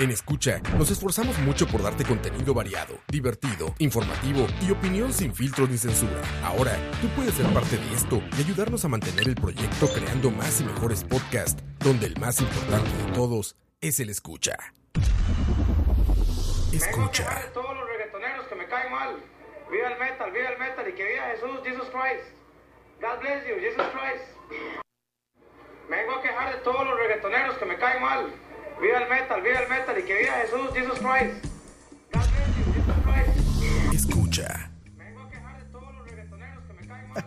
En Escucha nos esforzamos mucho por darte contenido variado, divertido, informativo y opinión sin filtros ni censura. Ahora, tú puedes ser parte de esto y ayudarnos a mantener el proyecto creando más y mejores podcasts, donde el más importante de todos es el Escucha. Escucha. Vengo a todos los reggaetoneros que me caen mal. Viva el metal, viva el metal y que viva Jesús, Jesus Christ. God bless you, Jesus Christ. Me vengo a quejar de todos los reggaetoneros que me caen mal. Viva el metal, viva el metal y que viva Jesús, Jesus Christ. God bless you, Jesus Christ. Escucha. Me vengo a quejar de todos los reggaetoneros que me caen mal.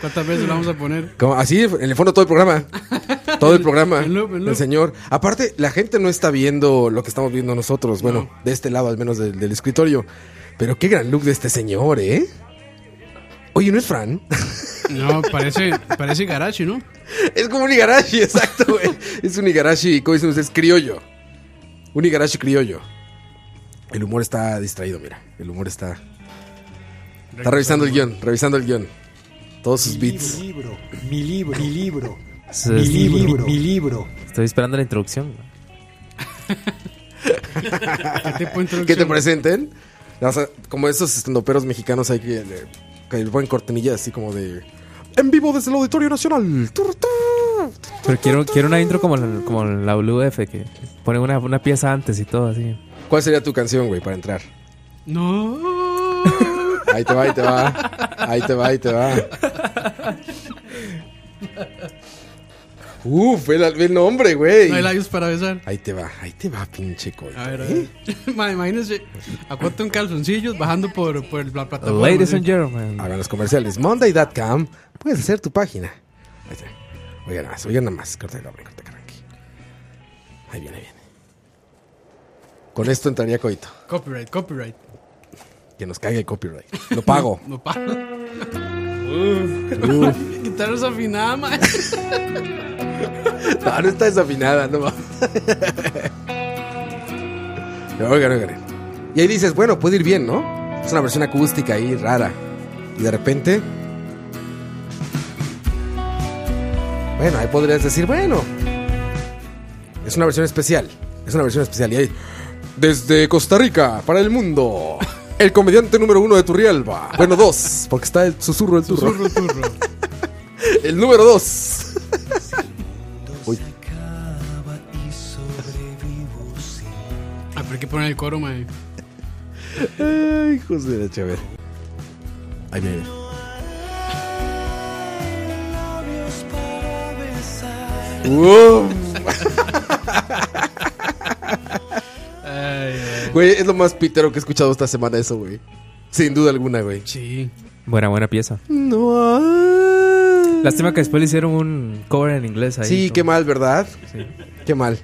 ¿Cuántas veces lo vamos a poner? Como, así, en el fondo todo el programa. Todo el programa. En loop, en loop. El señor. Aparte, la gente no está viendo lo que estamos viendo nosotros. Bueno, de este lado al menos del, del escritorio. Pero qué gran look de este señor, ¿eh? Oye, ¿no es Fran? No, parece, parece Garachi, ¿no? es como un Igarashi, exacto, güey. Es un Igarashi, como dicen ustedes, criollo. Un Igarashi criollo. El humor está distraído, mira. El humor está... Está revisando el guión, revisando el guión. Todos sus beats. Mi libro, mi libro, mi libro. Sí, Mi es- libro, mi libro. Estoy esperando la introducción. güey. ¿Qué tipo de introducción? que te presenten. O sea, como esos estandoperos mexicanos hay que le, que le ponen cortinilla así como de en vivo desde el Auditorio Nacional. Tur, tur, tur, Pero quiero, tur, quiero una tur. intro como la, como la Blue F, que ponen una, una pieza antes y todo así. ¿Cuál sería tu canción, güey, para entrar? No. Ahí te va, ahí te va. Ahí te va, ahí te va. Uf, ve, la- ve el nombre, güey. No hay labios para besar. Ahí te va, ahí te va, pinche coito. A ver, a ¿eh? ver. Ma, imagínense, acuérdate un calzoncillo bajando por, por la Ah, plataforma. Ladies sí. and gentlemen. Hagan los comerciales. Monday.com. Puedes hacer tu página. Ahí está. Oigan nada más, oigan nada más. Corta el hombre, corta el arranque. Ahí viene, ahí viene. Con esto entraría Coito. Copyright, copyright. Que nos caiga el copyright. Lo pago. No para. Guitarra desafinada, ma. No, no está desafinada, no va. Pero oigan, oigan. Y ahí dices, bueno, puede ir bien, ¿no? Es una versión acústica ahí rara. Y de repente. Bueno, ahí podrías decir, bueno. Es una versión especial. Es una versión especial. Y ahí. Desde Costa Rica, para el mundo. El comediante número uno de Turrialba. Bueno, dos, porque está el susurro del turro. Turro, turro. El número dos. Uy. Ah, pero hay que poner el coro, ma. Ay, hijos de la chaver. Ahí viene. Uf, Ay, ay. Güey, es lo más pitero que he escuchado esta semana eso, güey. Sin duda alguna, güey. Sí. Buena, buena pieza. No hay- Lástima que después le hicieron un cover en inglés ahí. Sí, como- qué mal, ¿verdad? Sí. Qué mal.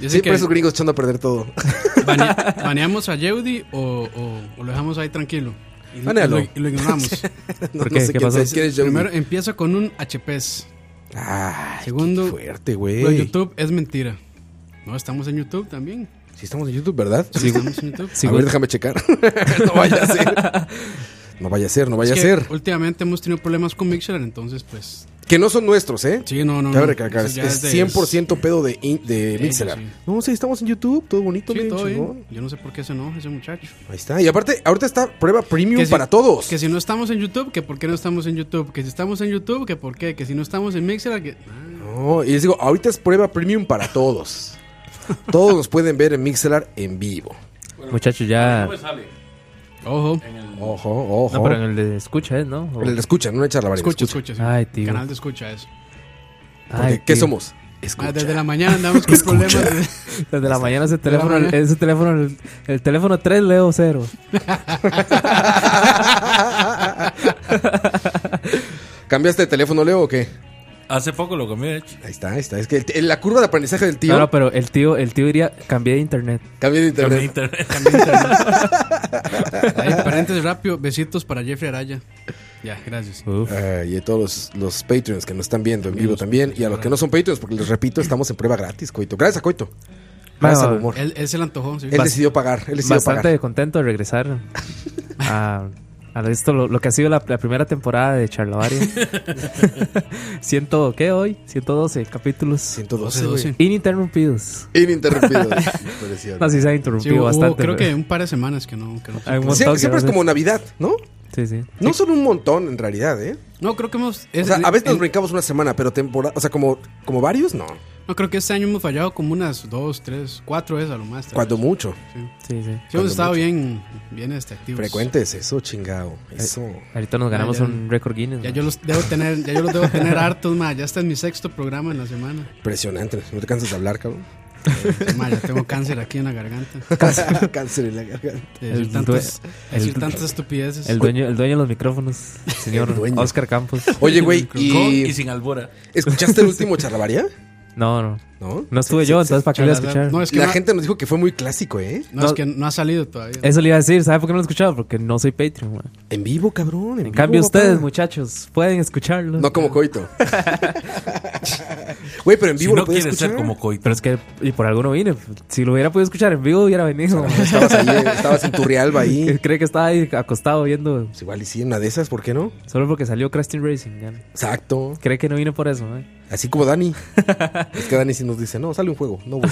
Yo sé Siempre que esos gringos echando a perder todo. banea- baneamos a Yeudi o, o- o lo dejamos ahí tranquilo. Y, lo- y Banealo. lo, y lo ignoramos. No, ¿Por no qué? sé ¿Qué quién pasó? es- quién es Johnny. Primero empieza con un HPs. Ay, Segundo, qué fuerte, Lo de güey. YouTube es mentira. No, estamos en YouTube también. Sí, estamos en YouTube, ¿verdad? Sí, estamos en YouTube. Sí, a güey. ver, déjame checar. no vaya a ser. No vaya a ser, no vaya Es a que ser. Últimamente hemos tenido problemas con Mixer, entonces pues... Que no son nuestros, ¿eh? Sí, no, no. Cabe no. recalcar, Eso ya es de- 100% pedo de, in- de ellos, Mixelar. sí. No, sí, estamos en YouTube, todo bonito, Sí, bien todo bien. chingón. Yo no sé por qué se enoja ese muchacho. Ahí está. Y aparte, ahorita está prueba premium si- para todos. Que si no estamos en YouTube, que por qué no estamos en YouTube. Que si estamos en YouTube, que por qué. Que si no estamos en Mixer, que... Ah, No, y les digo, ahorita es prueba premium para todos. todos nos pueden ver en Mixelar en vivo. Muchachos, ya. Ah, ojo. Ojo, ojo. No, pero en el de escucha, ¿eh? ¿no? O- Le escuchan, no le echan la varita, Escucha, escucha. escucha. sí. Ay, tío. Canal de escucha eso. Porque, Ay, ¿Qué tío. somos? Ah, Escucha. desde la mañana andamos con problemas. de- Desde la mañana ese la teléfono, mañana. ese teléfono, el, el teléfono 3 leo 0. ¿Cambiaste de teléfono, Leo, o qué? Hace poco lo comí, de hecho. Ahí está, ahí está. Es que el t- la curva de aprendizaje del tío No, no, pero el tío, el tío diría, cambié de internet. cambia de internet. Comí internet. Ahí, paréntesis rápido, besitos para Jeffrey Araya. Ya, gracias. Uf. Ah, y a todos los, los Patreons que nos están viendo en vivo también. Y a los que no son Patreons, porque les repito, estamos en prueba gratis, Coito. Gracias a Coito. Gracias Bueno, al humor. Él, él se le antojó, sí. Él decidió pagar. Él decidió Bastante pagar. contento de regresar a, a esto, lo, lo que ha sido la, la primera temporada de Charlavaria. Ciento, ¿qué hoy? 112 capítulos 112, 12. güey. ininterrumpidos. Ininterrumpido. Impresionante. No, sí se ha Sí, interrumpido hubo- bastante. creo que pero- un par de semanas que no. que no- hay un Sie- montón que siempre es no como Navidad, ¿no? sé. Sí, sí. No son un montón en realidad, ¿eh? No, creo que hemos. O es- sea, a veces nos en- brincamos una semana, pero temporada. O sea, como, como varios, no. no, creo que este año hemos fallado como unas dos, tres, cuatro veces a lo más. tal Cuando vez. mucho. Sí, sí. Sí, hemos estado bien, bien este, activos. Frecuentes, eso, chingado. Eso. Ahorita nos ganamos Ah, ya. un récord Guinness. Ya ¿no? yo los debo tener, ya yo los debo tener hartos, ma. Ya este es mi sexto programa en la semana. Impresionante. No te cansas de hablar, cabrón. Ma, ya tengo cáncer aquí en la garganta. Cáncer en la garganta. De decir El tantas, due- de decir el- tantas estupideces. El dueño, el dueño de los micrófonos, señor El dueño. Oscar Campos. Oye, güey, Con y ¿y sin albora. ¿escuchaste el último charlavaria? No, no. ¿No? No estuve yo, entonces ¿para qué lo voy a escuchar? No, es que la no, gente nos dijo que fue muy clásico, ¿eh? no, es que no ha salido todavía. Eso le iba a decir, ¿sabe por qué no lo he escuchado? Porque no soy Patreon, man. En vivo, cabrón. En, En cambio, vivo, papá. ustedes, muchachos, pueden escucharlo. No como coito. Güey, pero en Si vivo no lo puedes quieres ser escuchar. como coito. Pero es que, y por algo no vine. Si lo hubiera podido escuchar en vivo, hubiera venido. man. Estabas ahí, eh, estabas en Turrialba ahí. Cree que estaba ahí acostado viendo. Pues igual y sí, una de esas, ¿por qué no? Solo porque salió Crash Team Racing. ya. Exacto. Cree que no vine por eso, ¿eh? man. Así como Dani. es que Dani sí nos dice, no, sale un juego, no voy.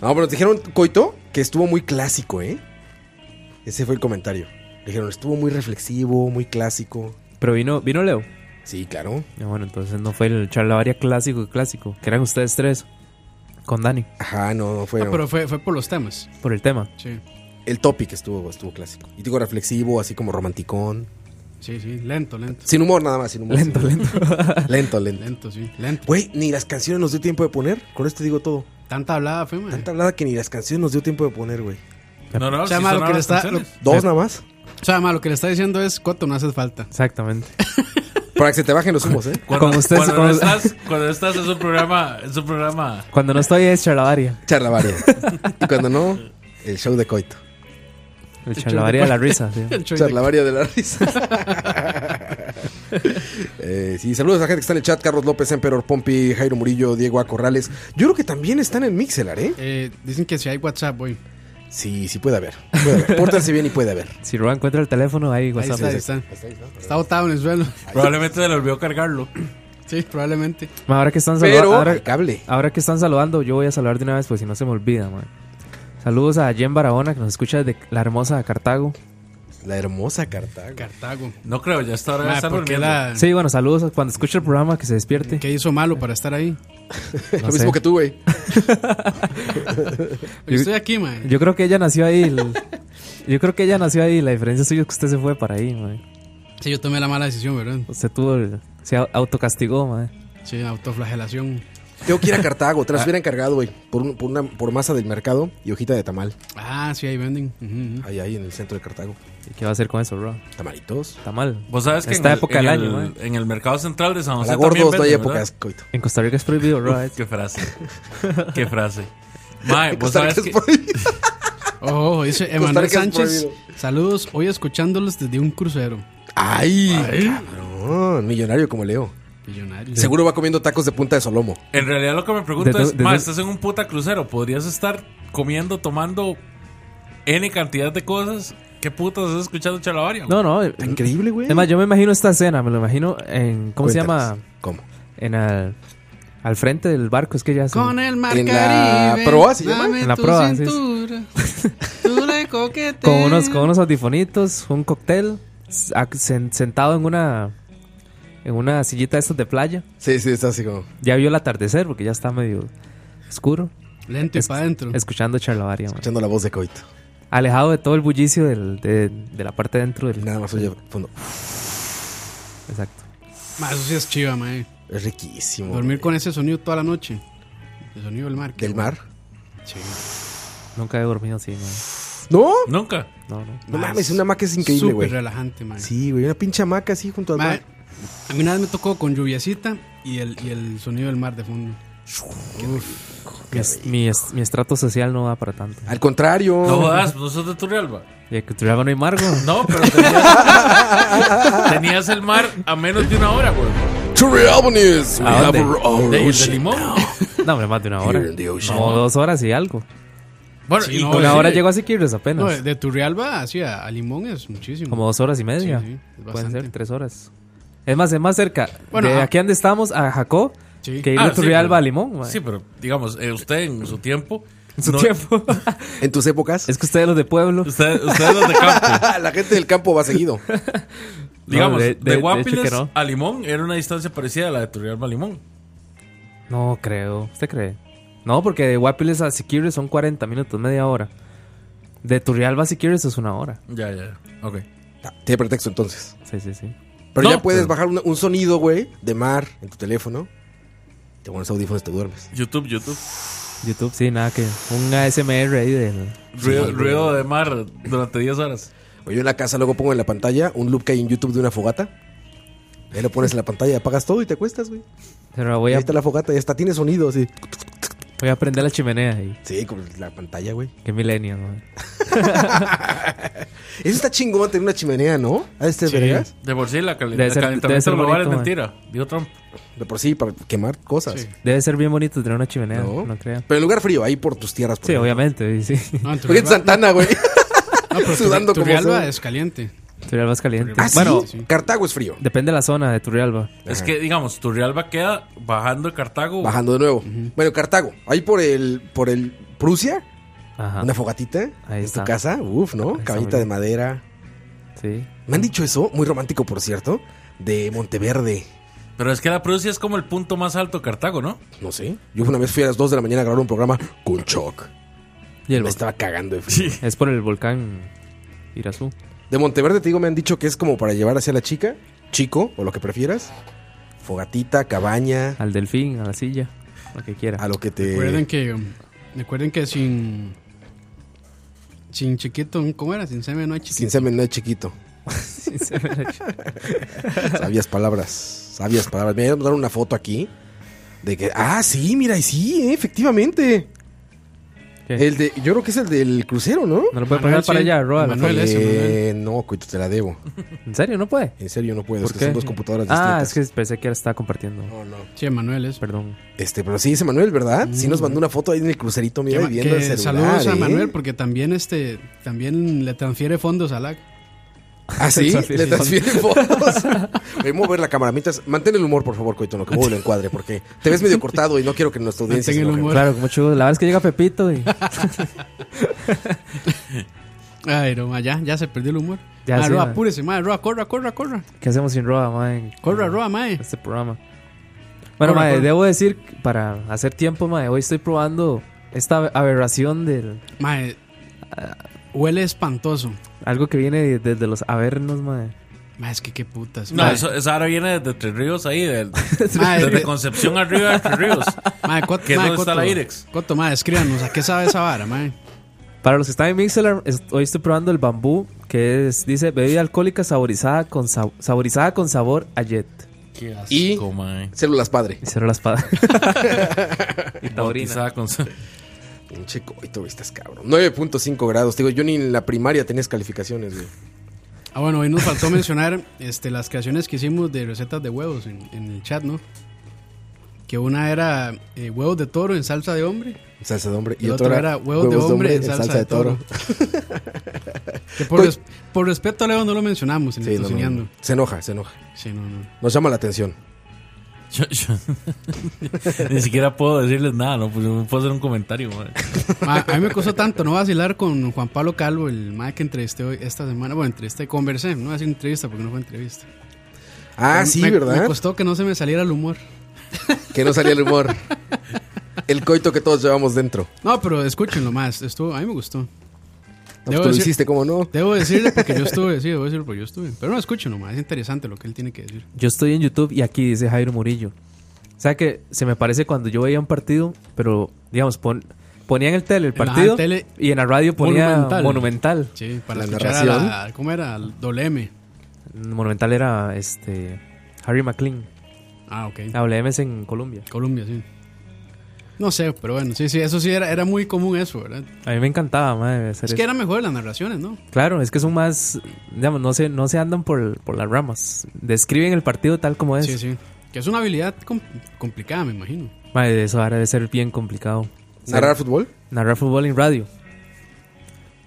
no, pero nos dijeron, Coito, que estuvo muy clásico, ¿eh? Ese fue el comentario. Dijeron, estuvo muy reflexivo, muy clásico. Pero vino, vino Leo. Sí, claro. Y bueno, entonces no fue el charlavaria clásico, clásico. Que eran ustedes tres. Con Dani, Ajá, no, no Ah, fueron. pero fue, fue por los temas. por el tema. Sí, El topic estuvo, estuvo clásico. Y digo reflexivo, así como romanticón. sí, sí. Lento, lento. Sin humor nada más, sin humor. Lento, sin humor. lento. Lento, lento. Lento, sí. Lento. Güey, ni las canciones nos dio tiempo de poner. Con esto digo todo. Tanta hablada fue, ma. Tanta hablada que ni las canciones nos dio tiempo de poner, güey. No, no, O sea, si ma, lo sonaban que le las está, lo- canciones. Dos nada más. o sea, ma, lo que le está diciendo es, Coto, no haces falta. Exactamente. Para que se te bajen los humos, ¿eh? Cuando, Como ustedes- cuando como- no estás, cuando estás es un programa, es un programa Cuando no estoy es charlavaria. Charlavaria. y cuando no, el show de coito. El charlavaria de la risa. sí. El show de- Charlavaria de la risa. Eh, sí, saludos a la gente que está en el chat. Carlos López, Emperor Pompi, Jairo Murillo, Diego A. Corrales. Yo creo que también están en Mixelar, ¿eh? Eh, dicen que si hay WhatsApp, güey. Sí, sí puede haber. Puede haber. Pórtense bien y puede haber. Si Ruan encuentra el teléfono, ahí Ahí WhatsApp. está, ahí está. Está botado en el suelo. Probablemente se le olvidó cargarlo. Sí, probablemente. Ma, Ahora que están Pero, saludando, ahora, al cable. ahora que están saludando, yo voy a saludar de una vez, pues si no se me olvida, man. Saludos a Jen Barahona, que nos escucha desde la hermosa Cartago. La hermosa Cartago. Cartago. No creo, ya está ahora Ma, está ¿por qué durmiendo. la- Sí, bueno, saludos a- cuando escuche el programa, que se despierte. ¿Qué hizo malo para estar ahí? No Lo sé. mismo que tú, güey. Yo estoy aquí, ma. Yo creo que ella nació ahí. el- yo creo que ella nació ahí. La diferencia suya es que usted se fue para ahí, man. Sí, yo tomé la mala decisión, ¿verdad? Usted tuvo el- se au- autocastigó, man. Sí, autoflagelación. Tengo que ir a Cartago. Te las hubiera encargado, güey. Por, un- por una por masa del mercado y hojita de tamal. Ah, sí, ahí venden. Ujú, ujú. Ahí, ahí, en el centro de Cartago. ¿Y qué va a hacer con eso, bro? Tamalitos. Está mal. Vos sabes que Esta en el, época en del el- año, man. en el mercado central de San José Para también gordos no hay venden, ¿verdad? épocas, coito. En Costa Rica es prohibido, bro. Uf, Qué frase. Qué frase. Mae, vos Costa Rica sabes es Pues que prohibido. Ojo, ojo, dice Emanuel Rica es Sánchez. prohibido. Saludos, hoy escuchándolos desde un crucero. Ay, cabrón, millonario como Leo. Millonario. Seguro va comiendo tacos de punta de solomo. en realidad lo que me pregunto Desde- es, mae, desde- estás en un puta crucero, podrías estar comiendo, tomando n cantidad de cosas. ¿Qué putas estás escuchando Chalabaria? No, no. Increíble, güey. Es más, yo me imagino esta escena, me lo imagino en. ¿Cómo se Cuéntanos, llama? ¿Cómo? En el, al frente del barco, es que ya se- Con el mar En la Caribe, proa, ¿se llama? dame En la tu proa, sí, sí. cintura, tú le coqueteas. con unos con unos audifonitos, un cóctel, s- ac- sen- sentado en una en una sillita de estas de playa. Sí, sí, está así como. Ya vio el atardecer porque ya está medio oscuro, Lento y Es- para adentro. escuchando charlavaria, man. Echando la voz de coito. alejado de todo el bullicio del- de, de la parte de dentro del Nada más oye fondo. exacto. Ma, Eso sí es chiva, mae. Es riquísimo. Dormir con ese sonido toda la noche. El sonido del mar. ¿Del mar? Sí. Nunca he dormido así, man. No, Nunca. no, no. no Más. mames, una hamaca es increíble, Súper güey. relajante, Ah, mae. Sí, güey, una pinche hamaca así junto al Mae, mar. A mí una vez me tocó con lluviacita y el, y el sonido del mar de fondo. Mi, es- mi es- mi estrato social no da para tanto. Al contrario. No jodas, pues no sos de Turrialba. Y el que Turrialba no hay margo. No, pero tenías, tenías el mar a menos de una hora, güey. Turrialba News. We ¿A have dónde? a- our De, de ocean limón. No, hombre, más de una hora. here in the ocean. Como dos horas y algo. Bueno, Sí, y no, con- Una sí. hora llegó a Siquirres apenas. No, de, de Turrialba hacia a Limón es muchísimo. Como dos horas y media. Sí, sí, es Pueden bastante. ser tres horas. Es más, es más cerca. Bueno, de ah. aquí donde estamos, a Jacó, Sí. que ir Ah, de sí, Turrialba pero- a Limón. ma. Sí, pero digamos, eh, usted en su tiempo. En su no- Pues tiempo. ¿En tus épocas? es que ustedes los de pueblo. Usted, usted es los de campo. La gente del campo va seguido. Digamos, de, de- de- de hecho Guapiles que no. a Limón era una distancia parecida a la de Turrialba a Limón. No creo. ¿Usted cree? No, porque de Guapiles a Siquirres son 40 minutos, media hora. De Turrialba a Siquirres es una hora. Ya, ya. Ok. Tiene pretexto entonces. Sí, sí, sí. Pero No, ya puedes pero- bajar un, un sonido, güey, de mar en tu teléfono. Te pones audífonos y te duermes. YouTube, YouTube. YouTube, sí, nada que. Un ASMR ahí del. Ruido, Sí, ruido de mar durante 10 horas. O yo en la casa luego pongo en la pantalla un loop que hay en YouTube de una fogata. Ahí lo pones en la pantalla, apagas todo y te acuestas, güey. Pero voy Ahí a, está la fogata, ya está, tiene sonido, así. voy a prender la chimenea ahí. Sí, con la pantalla, güey. Qué milenio, ¿no? Eso está chingón tener una chimenea, ¿no? ¿A este Sí. vergas? De por sí, la cali- Debe el ser- debe calentamiento ser global es bonito, mentira. Digo Trump. De por sí, para quemar cosas. Sí. Debe ser bien bonito tener una chimenea, ¿No? no, creo. Pero en lugar frío, ahí por tus tierras. por Sí, ejemplo. obviamente, sí. sí. No, en Porque en Turrialba- Santana, güey. no, pero sudando como Turrialba sea. es caliente. Turrialba es caliente. Ah, Bueno, sí. Cartago es frío. depende de la zona de Turrialba. Es Ajá. que, digamos, Turrialba queda bajando de Cartago. Bajando de nuevo. Bueno, Cartago. Ahí por el, por el Prusia, Ajá. una fogatita Ah. Ahí en está. tu casa. Uf, ¿no? está, Caballita muy de bien. madera. Sí. Me han dicho eso, muy romántico, por cierto, de Monteverde. Pero es que la Prusia es como el punto más alto de Cartago, ¿no? No sé. Yo una vez fui a las 2 de la mañana a grabar un programa con Choc. Y el Me vol- estaba cagando de frío. es por el volcán Irazú. De Monteverde, te digo, me han dicho que es como para llevar hacia la chica, chico, o lo que prefieras. Fogatita, cabaña, Al delfín, a la silla, lo que quiera. a lo que te. Recuerden que um, recuerden que sin sin chiquito, ¿cómo era? Sin semen no hay Sin chiquito. semen no es chiquito. Sabias palabras. Sabias palabras. Me voy a dar una foto aquí. De que. Ah, sí, mira, y sí, eh, efectivamente. ¿Qué? El de. Yo creo que es el del crucero, ¿no? Eh. No lo puede Manuel, pagar para sí. allá, Roa. la Manuel, foto. Eh, ese, Manuel. no, cuito, te la debo. ¿En serio? ¿No puede? En serio, no puedo. ¿Por es que qué? son dos computadoras Ah, distintas. es que pensé que estaba compartiendo. No, no. Che, Manuel es. Perdón. Este, pero sí dice Manuel, ¿verdad? Sí nos mandó una foto ahí en el crucerito, Que mira, ma- y viendo que el celular. saludos a ¿eh? Manuel porque también este también le transfiere fondos a LAC. Ah, sí, transfiere le transfiere fotos. Voy a mover la cámara. Mientras, mantén el humor, por favor, Coito, no que muevo el encuadre, porque te ves medio cortado y no quiero que nuestra audiencia Mantén se el enoje. humor. Claro, con mucho gusto. La verdad es que llega Pepito y Ay, no, ma, ya, ya se perdió el humor. Ya ah, sí, Roa, ma. apúrese, ma, Roa, corra, corra, corra. ¿qué hacemos sin Roa, man? Ah. Corra, eh. Roa, mae. este programa. Bueno, Ahora, mae, Juan. debo decir, para hacer tiempo, mae, hoy estoy probando esta aberración del Ma, eh, huele espantoso. algo que viene de- desde los avernos, mae. Ma, es que qué putas. No, ma. eso, eso ahora viene desde Tres Ríos ahí, del- Ma, desde de- Concepción arriba de Tres Ríos. Ma, Coto, ¿Que ma, dónde está Coto. la Irex? Coto, ma, escríbanos, ¿a qué sabe esa vara, ma? Para los que están en Mixler, es- hoy estoy probando el bambú, que es, dice, bebida alcohólica saborizada con, sa- saborizada con sabor a jet. Y- Asco, mae. Células padre. Y cerró la espada. y taurina. Bautizada con- Pinche Coito, güey, estás cabrón. 9.5 grados. Te Digo, yo ni en la primaria tenías calificaciones, güey. Ah, bueno, hoy nos faltó mencionar este, las creaciones que hicimos de recetas de huevos en, en el chat, ¿no? Que una era eh, huevos de toro en salsa de hombre. Salsa de hombre. Y El otra otro era huevos de hombre en salsa de toro. Que por, Coi- res- por respeto a Leo Ah, no lo mencionamos en Pues- Sí, el no, no, tocineando. no. Se enoja, se enoja. Sí, no, no. Nos llama la atención. Yo- yo- Ni siquiera puedo decirles nada, no, pues, no puedo hacer un comentario, mae. Ma, a mí me costó tanto no vacilar con Juan Pablo Calvo, el mae que entrevisté hoy, esta semana. Bueno, entrevisté, conversé, no voy a decir entrevista porque no fue entrevista. Ah, Me- sí, me- Me ¿verdad? costó que no se me saliera el humor. Que no salía el humor. El coito que todos llevamos dentro. No, pero escúchenlo más, estuvo, a mí me gustó. No, pues Debo tú lo decir- hiciste, ¿cómo no? Debo decirle porque yo estuve, sí, debo decirlo porque yo estuve. Pero no escucho nomás, es interesante lo que él tiene que decir. Yo estoy en YouTube y aquí dice Jairo Murillo. O sea que se me parece cuando yo veía un partido, pero digamos, pon- ponían el tele el En la partido Ah, tele, y en la radio ponía Monumental. Monumental. Sí, para La escuchar a la, ¿cómo era? Al doble M. Monumental era este Harry McLean. Ah, ok. Hablemos en Colombia. Colombia, sí. No sé, pero bueno, sí, sí, eso sí era, era muy común eso, ¿verdad? A mí me encantaba, madre. hacer Es que eso. era mejor las narraciones, ¿no? Claro, es que son más. Digamos, no se, no se andan por, por las ramas. Describen el partido tal como es. Sí, sí. Que es una habilidad com- complicada, me imagino. Madre, eso ahora debe ser bien complicado. ¿Narrar fútbol? Narrar fútbol en radio.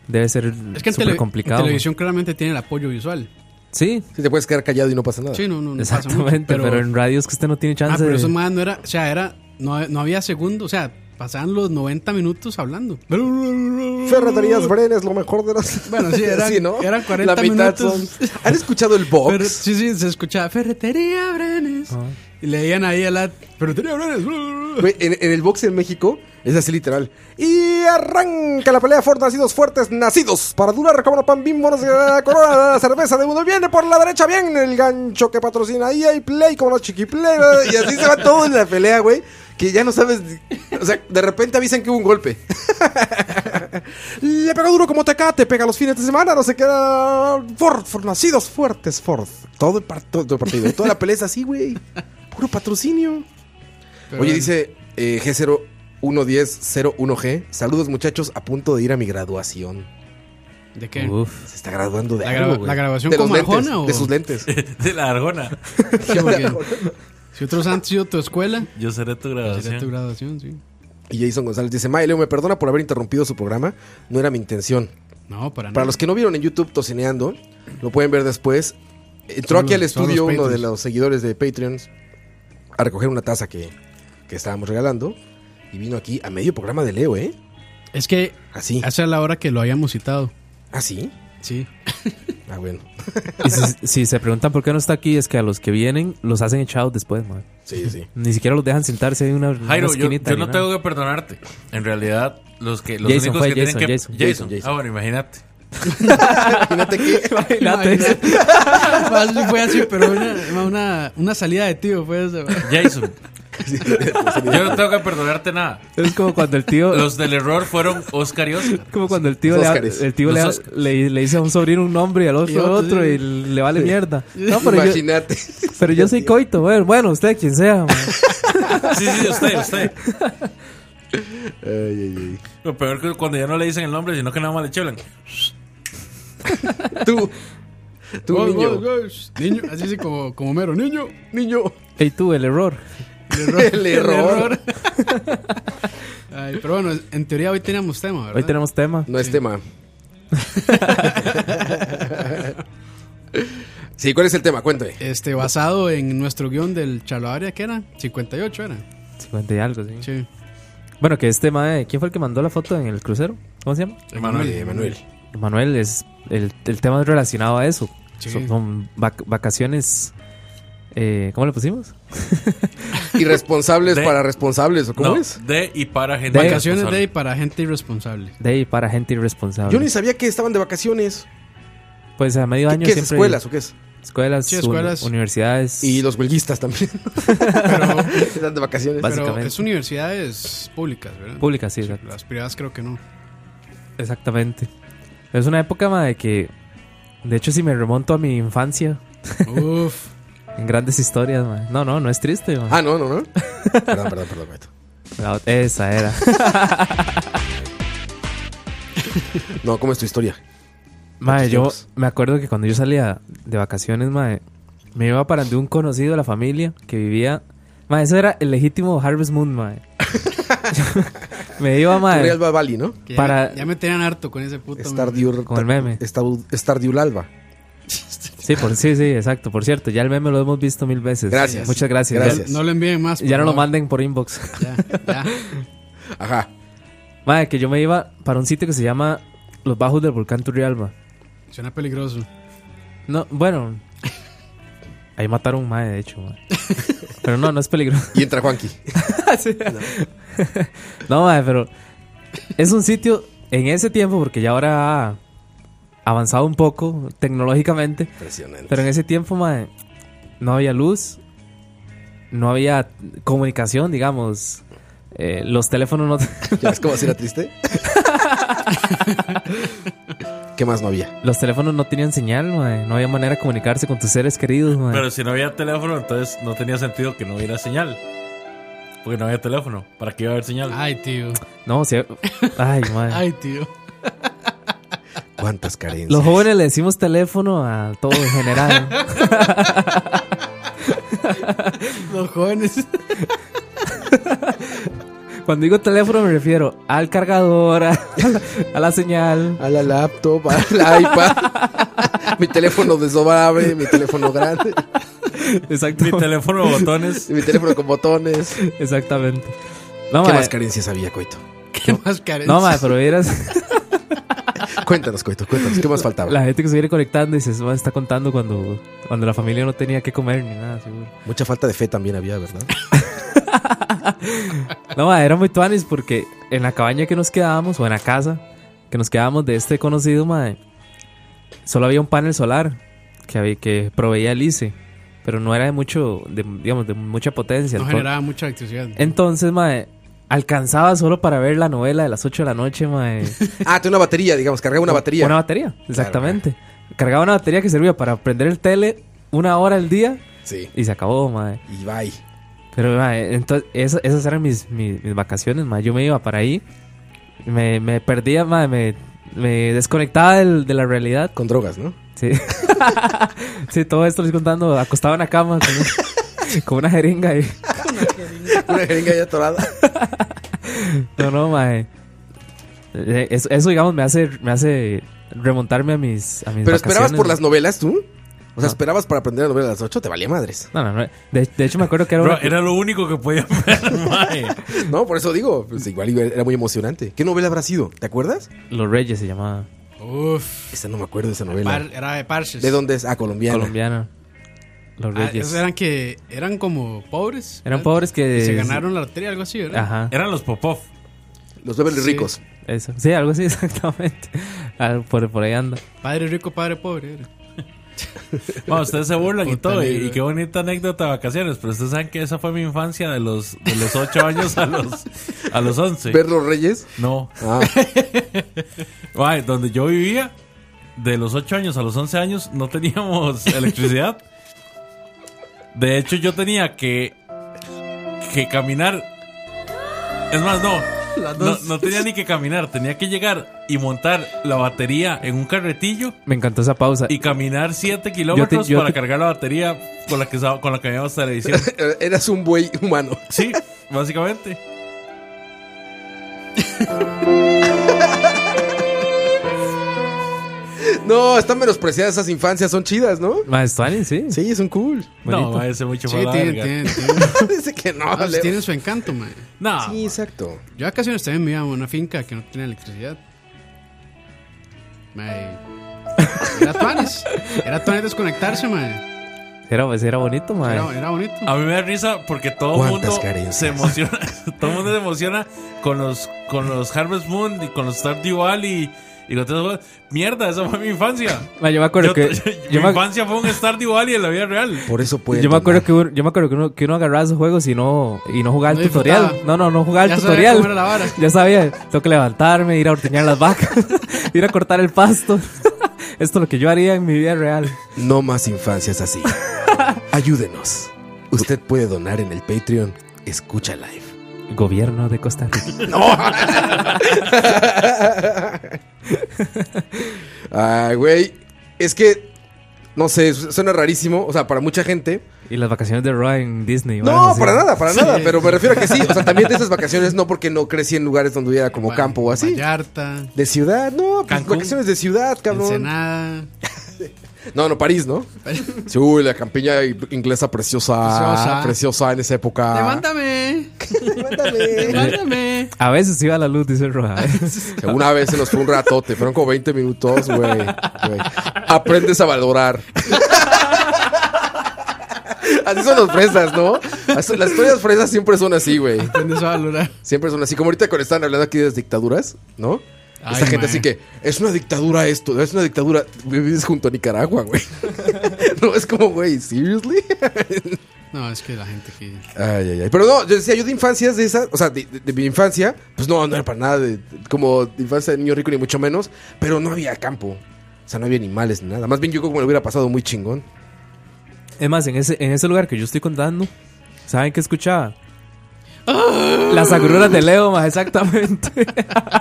Debe ser Es que en, súper tele- en complicado. man. televisión claramente tiene el apoyo visual. Sí, Si te puedes quedar callado y no pasa nada. Sí, no, no, no pasa mucho, exactamente. pero... en radio es que usted no tiene chance Ah, pero de- eso más no era, o sea, era, no, no había segundo, o sea, pasaban los 90 minutos hablando. Ferreterías Bren es lo mejor de las. Bueno, sí, eran- eran 40 minutos. son- ¿Han escuchado el box? Pero- sí, sí, se escuchaba Ferretería Brenes. Ah. Y leían ahí a la Ferretería Brenes. Güey, en, en el box en México es así literal. Y arranca la pelea Ford nacidos fuertes, nacidos para durar como pan bimbo, no sé, corona, cerveza de uno. Viene por la derecha, bien el gancho que patrocina y play como los chiquiplay. Y así se va todo en la pelea, güey. Que ya no sabes. O sea, de repente avisan que hubo un golpe. Le pega duro como tecate, pega los fines de semana, no se queda. Ford, Ford, nacidos fuertes, Ford. Todo el, par- todo el partido, toda la pelea es así, güey. Puro patrocinio. Pero Oye, bueno. dice eh, G01101G. Saludos, muchachos, a punto de ir a mi graduación. ¿De qué? Uf. Se está graduando de ¿La algo, grava- güey. la graduación de los con lentes, Arjona o? De sus lentes. De la argona. Sí, porque si otros han sido tu escuela, Yo seré tu sería tu grabación. graduación, sí. y Jason González dice, Mae, Leo, me perdona por haber interrumpido su programa. No era mi intención. No, para, Para nada. los que no vieron en YouTube Tocineando, lo pueden ver después. Entró Son aquí al los- son estudio los uno de Patreons. los seguidores de Patreons a recoger una taza que, que estábamos regalando. Y vino aquí a medio programa de Leo, ¿eh? Es que Así. hace a la hora que lo habíamos citado. Así. Sí. Ah, bueno. Y si, si se preguntan por qué no está aquí, es que a los que vienen los hacen echados después, man. Sí, sí. Ni siquiera los dejan sentarse en una, en una Jairo, yo, esquinita. yo ni no nada. tengo que perdonarte. En realidad, los que los Jason, únicos fue que Jason, tienen que Jason, Jason, Jason. Ah, bueno, imagínate. Imagínate que... Imagínate. Fácil, fue así, pero una, una, una salida de tío fue eso. Jason, yo no tengo que perdonarte nada. Es como cuando el tío. Los del error fueron Oscar y Oscar. Como cuando el tío, Los le, ha- Óscares. el tío le, ha- Los Óscares. le- le dice a un sobrino un nombre y al otro Y otro, otro sí. y le vale mierda. No, pero, yo, Imagínate. pero yo soy coito. Bueno, bueno, usted quien sea. man. Sí, sí, usted, usted. Ay, ay, Lo peor que cuando ya no le dicen el nombre, sino que nada más le chelan. ay. Tú. Tú, Gol, niño. gol, gol. Niño, así sí, como, como mero, niño. Niño. Y tú, el error. El error. El error. Ay, pero bueno, en teoría hoy teníamos tema, ¿verdad? Hoy tenemos tema. No es tema. sí, ¿cuál es el tema? Cuéntame. Este, basado en nuestro guión del Chalabaria, que era? 58 era. 50 y algo, sí. Sí. Bueno, que es tema de. ¿Quién fue el que mandó la foto en el crucero? ¿Cómo se llama? Eh, Manuel. Manuel, es el, el tema es relacionado a eso. Sí. Son, son vac- vacaciones. eh, ¿Cómo le pusimos? Irresponsables De- para responsables, ¿o cómo No, es? de y para gente. De- Vacaciones de responsable. y para gente irresponsable. De ahí para gente irresponsable. Yo ni sabía que estaban de vacaciones. Pues a medio ¿Qué, año qué es? siempre. ¿Escuelas o qué es? Escuelas, Sí, uni- escuelas. universidades. Y los huelguistas también. Pero, Están de vacaciones. Vas- pero Básicamente. es universidades públicas, ¿verdad? Públicas, sí, exacto. Las privadas creo que no. Exactamente. Es una época ma, de que, de hecho, si me remonto a mi infancia, Uf. en grandes historias, ma. no, no, no es triste. ma. Ah, no, no, no. Perdón, perdón, perdón. Beto. La ot- esa era. No, ¿cómo es tu historia? Mae, yo tiempos. me acuerdo que cuando yo salía de vacaciones, mae, me iba para donde un conocido de la familia que vivía. Mae, eso era el legítimo Harvest Moon, mae. me iba, mae, Real Valley, ¿no? Que Para- ya, me- ya me tenían harto con ese puto. Stardiur. Ah, eh. Con el meme. Estau- Stardiul Alba. Sí, por, sí, sí, exacto. Por cierto, ya el meme lo hemos visto mil veces. Gracias. Muchas gracias. Gracias. No lo envíen más. Ya, ya no por lo favor. manden por inbox. Ya, ya. Ajá. Madre, que yo me iba para un sitio que se llama Los Bajos del Volcán Turrialba. Suena peligroso. No, bueno. Ahí mataron un mae, de hecho, mae. Pero no, no es peligroso. Y entra Juanqui. Sí. No, mae, pero es un sitio en ese tiempo, porque ya ahora ha avanzado un poco tecnológicamente. Impresionante. Pero en ese tiempo, mae, no había luz, no había comunicación, digamos. Eh, los teléfonos no. ¿Ya ves cómo así era triste? ¿Qué más no había? Los teléfonos no tenían señal, mae. No había manera de comunicarse con tus seres queridos, mae. Pero si no había teléfono, entonces no tenía sentido que no hubiera señal. Porque no había teléfono. ¿Para qué iba a haber señal? Ay, tío. No, si... Ay, mae. Ay, tío. ¿Cuántas carencias? Los jóvenes le decimos teléfono a todo en general. Los jóvenes. Cuando digo teléfono me refiero al cargador, a, a la señal. A la laptop, al iPad, mi teléfono desdoblable, mi teléfono grande, Exacto. Mi teléfono de botones. mi teléfono con botones. Exactamente. No, ¿Qué mae. más carencias había, Coito? Qué más carencias. No, mae, pero vieras... Cuéntanos, Coito, cuéntanos, ¿qué más faltaba? La gente que se viene conectando y se va- está contando cuando, cuando la familia no tenía que comer ni nada, seguro. Mucha falta de fe también había, ¿verdad? No, ma, era muy tuanis porque en la cabaña que nos quedábamos, o en la casa que nos quedábamos de este conocido, madre, solo había un panel solar que, había, que proveía el ICE, pero no era de mucho, de, digamos, de mucha potencia. No Enton- generaba mucha electricidad. Entonces, madre, alcanzaba solo para ver la novela de las 8 de la noche, madre. Ah, tenía una batería, digamos, cargaba una batería. Una batería, exactamente. Cargaba una batería que servía para prender el tele una hora al día Sí, y se acabó, madre. y bye. Pero, ma, eh, entonces, esa- esas eran mis, mis, mis vacaciones, ma. Yo me iba para ahí, me, me perdía, ma, me, me desconectaba del- de la realidad. Con drogas, ¿no? Sí. sí, todo esto lo estoy contando, acostado en la cama con, con una jeringa. Y, Una jeringa ya atorada. no, no, ma. eh, eh, Eso, eso, digamos, me hace, me hace remontarme a mis, a mis Pero esperabas vacaciones. por las novelas, ¿tú? O sea, No. esperabas para aprender la novela a las 8, te valía madres. No, no, no. De, de hecho, me acuerdo que era Bro, una- era lo único que podía ver, mae. No, por eso digo, pues igual iba- era muy emocionante. ¿Qué novela habrá sido? ¿Te acuerdas? Los Reyes se llamaba, Uf. Esa no me acuerdo de esa novela. Par- era de parches. ¿De dónde es? Ah, colombiana. colombiana. Los Ah, Reyes. esos eran que eran como pobres. Eran ¿verdad? pobres que- Y se ganaron la lotería, algo así, ¿verdad? Ajá. Eran los Popov. Los Beverly Sí. Ricos. Eso. Sí, algo así, exactamente. Ah, por, por ahí anda. Padre rico, padre pobre. era. Mae, ustedes se burlan y Puta todo. Y, negra. y qué bonita anécdota de vacaciones. Pero ustedes saben que esa fue mi infancia de los, de los 8 años a los, a los 11. Ver los Reyes. No. Ah, Mae, donde yo vivía, de los 8 años a los 11 años, no teníamos electricidad. De hecho, yo tenía que, que caminar. Es más, no, no. No tenía ni que caminar, tenía que llegar y montar la batería en un carretillo Me encantó esa pausa. y caminar 7 kilómetros yo para te- cargar la batería con la que, sa- con la que habíamos televisión. eras un buey humano. Sí, básicamente. No, están menospreciadas esas infancias, son chidas, ¿no? Más Tuanis, sí. Sí, son cool. Bonito. No, mae, ese mucho Sí, más tienen, larga. tienen, tienen. Dice que no. Ah, pues Leo. tienen su encanto, man. No, Sí, exacto. Yo de vacaciones también me iba a una finca que no tenía electricidad. Mae. Era tuanes. Era tuanes desconectarse, mae. Era, pues, era bonito, madre. Era, era bonito. A mí me da risa porque todo el ¿Cuántas mundo carencias? se emociona, todo el mundo se emociona con los con los Harvest Moon y con los Stardew Valley y, y los otros juegos. Mierda, esa fue mi infancia. Mae, yo me acuerdo Yo- que. mi Yo me, infancia fue un Stardew Valley en la vida real. Por eso puede. yo me acuerdo que uno, yo me acuerdo que uno, que uno agarraba esos juegos y no, y no jugaba No el tutorial. No, disfrutaba. no, no jugaba el Ya sabía tutorial. cómo era la vara. Ya sabía, tengo que levantarme, ir a ordeñar las vacas, ir a cortar el pasto. Esto es lo que yo haría en mi vida real. No más infancias así. Ayúdenos. Usted puede donar en el Patreon. Escucha live. Gobierno de Costa Rica. Ay, güey. Es que, no sé, su- suena rarísimo. O sea, para mucha gente. Y las vacaciones de Roy en Disney. No, varas así. para nada, para nada. Pero me refiero a que sí. O sea, también de esas vacaciones, no porque no crecí en lugares donde hubiera como Vall- campo o así. Vallarta, De ciudad, no, pues, Cancún. vacaciones de ciudad, cabrón. Ensenada. No, no, París, ¿no? Sí, uy, la campiña inglesa preciosa. Preciosa, Preciosa. en esa época. Demándame. Demándame. A veces iba la luz, dice Roy. a veces. Una vez se nos fue un ratote, fueron como 20 minutos, güey. güey. Aprendes a valorar. Así son los fresas, ¿no? Así- Las historias fresas siempre son así, güey. Aprendes a valorar. Siempre son así. Como ahorita cuando están hablando aquí de las dictaduras, ¿no? Ay, Esa gente mae. así que, es una dictadura esto, es una dictadura. Vives junto a Nicaragua, güey. no, es como, güey, ¿seriously? No, es que la gente que. Ay, ay, ay. Pero no, yo decía, yo de infancias de esas, o sea, de, de- de mi infancia, pues no, no era para nada de- como de infancia de niño rico ni mucho menos, pero no había campo. O sea, no había animales ni nada. Más bien yo creo que me lo hubiera pasado muy chingón. Es más, en ese, en ese lugar que yo estoy contando, ¿saben qué escuchaba? Las agruras de Leo, más exactamente. exactamente.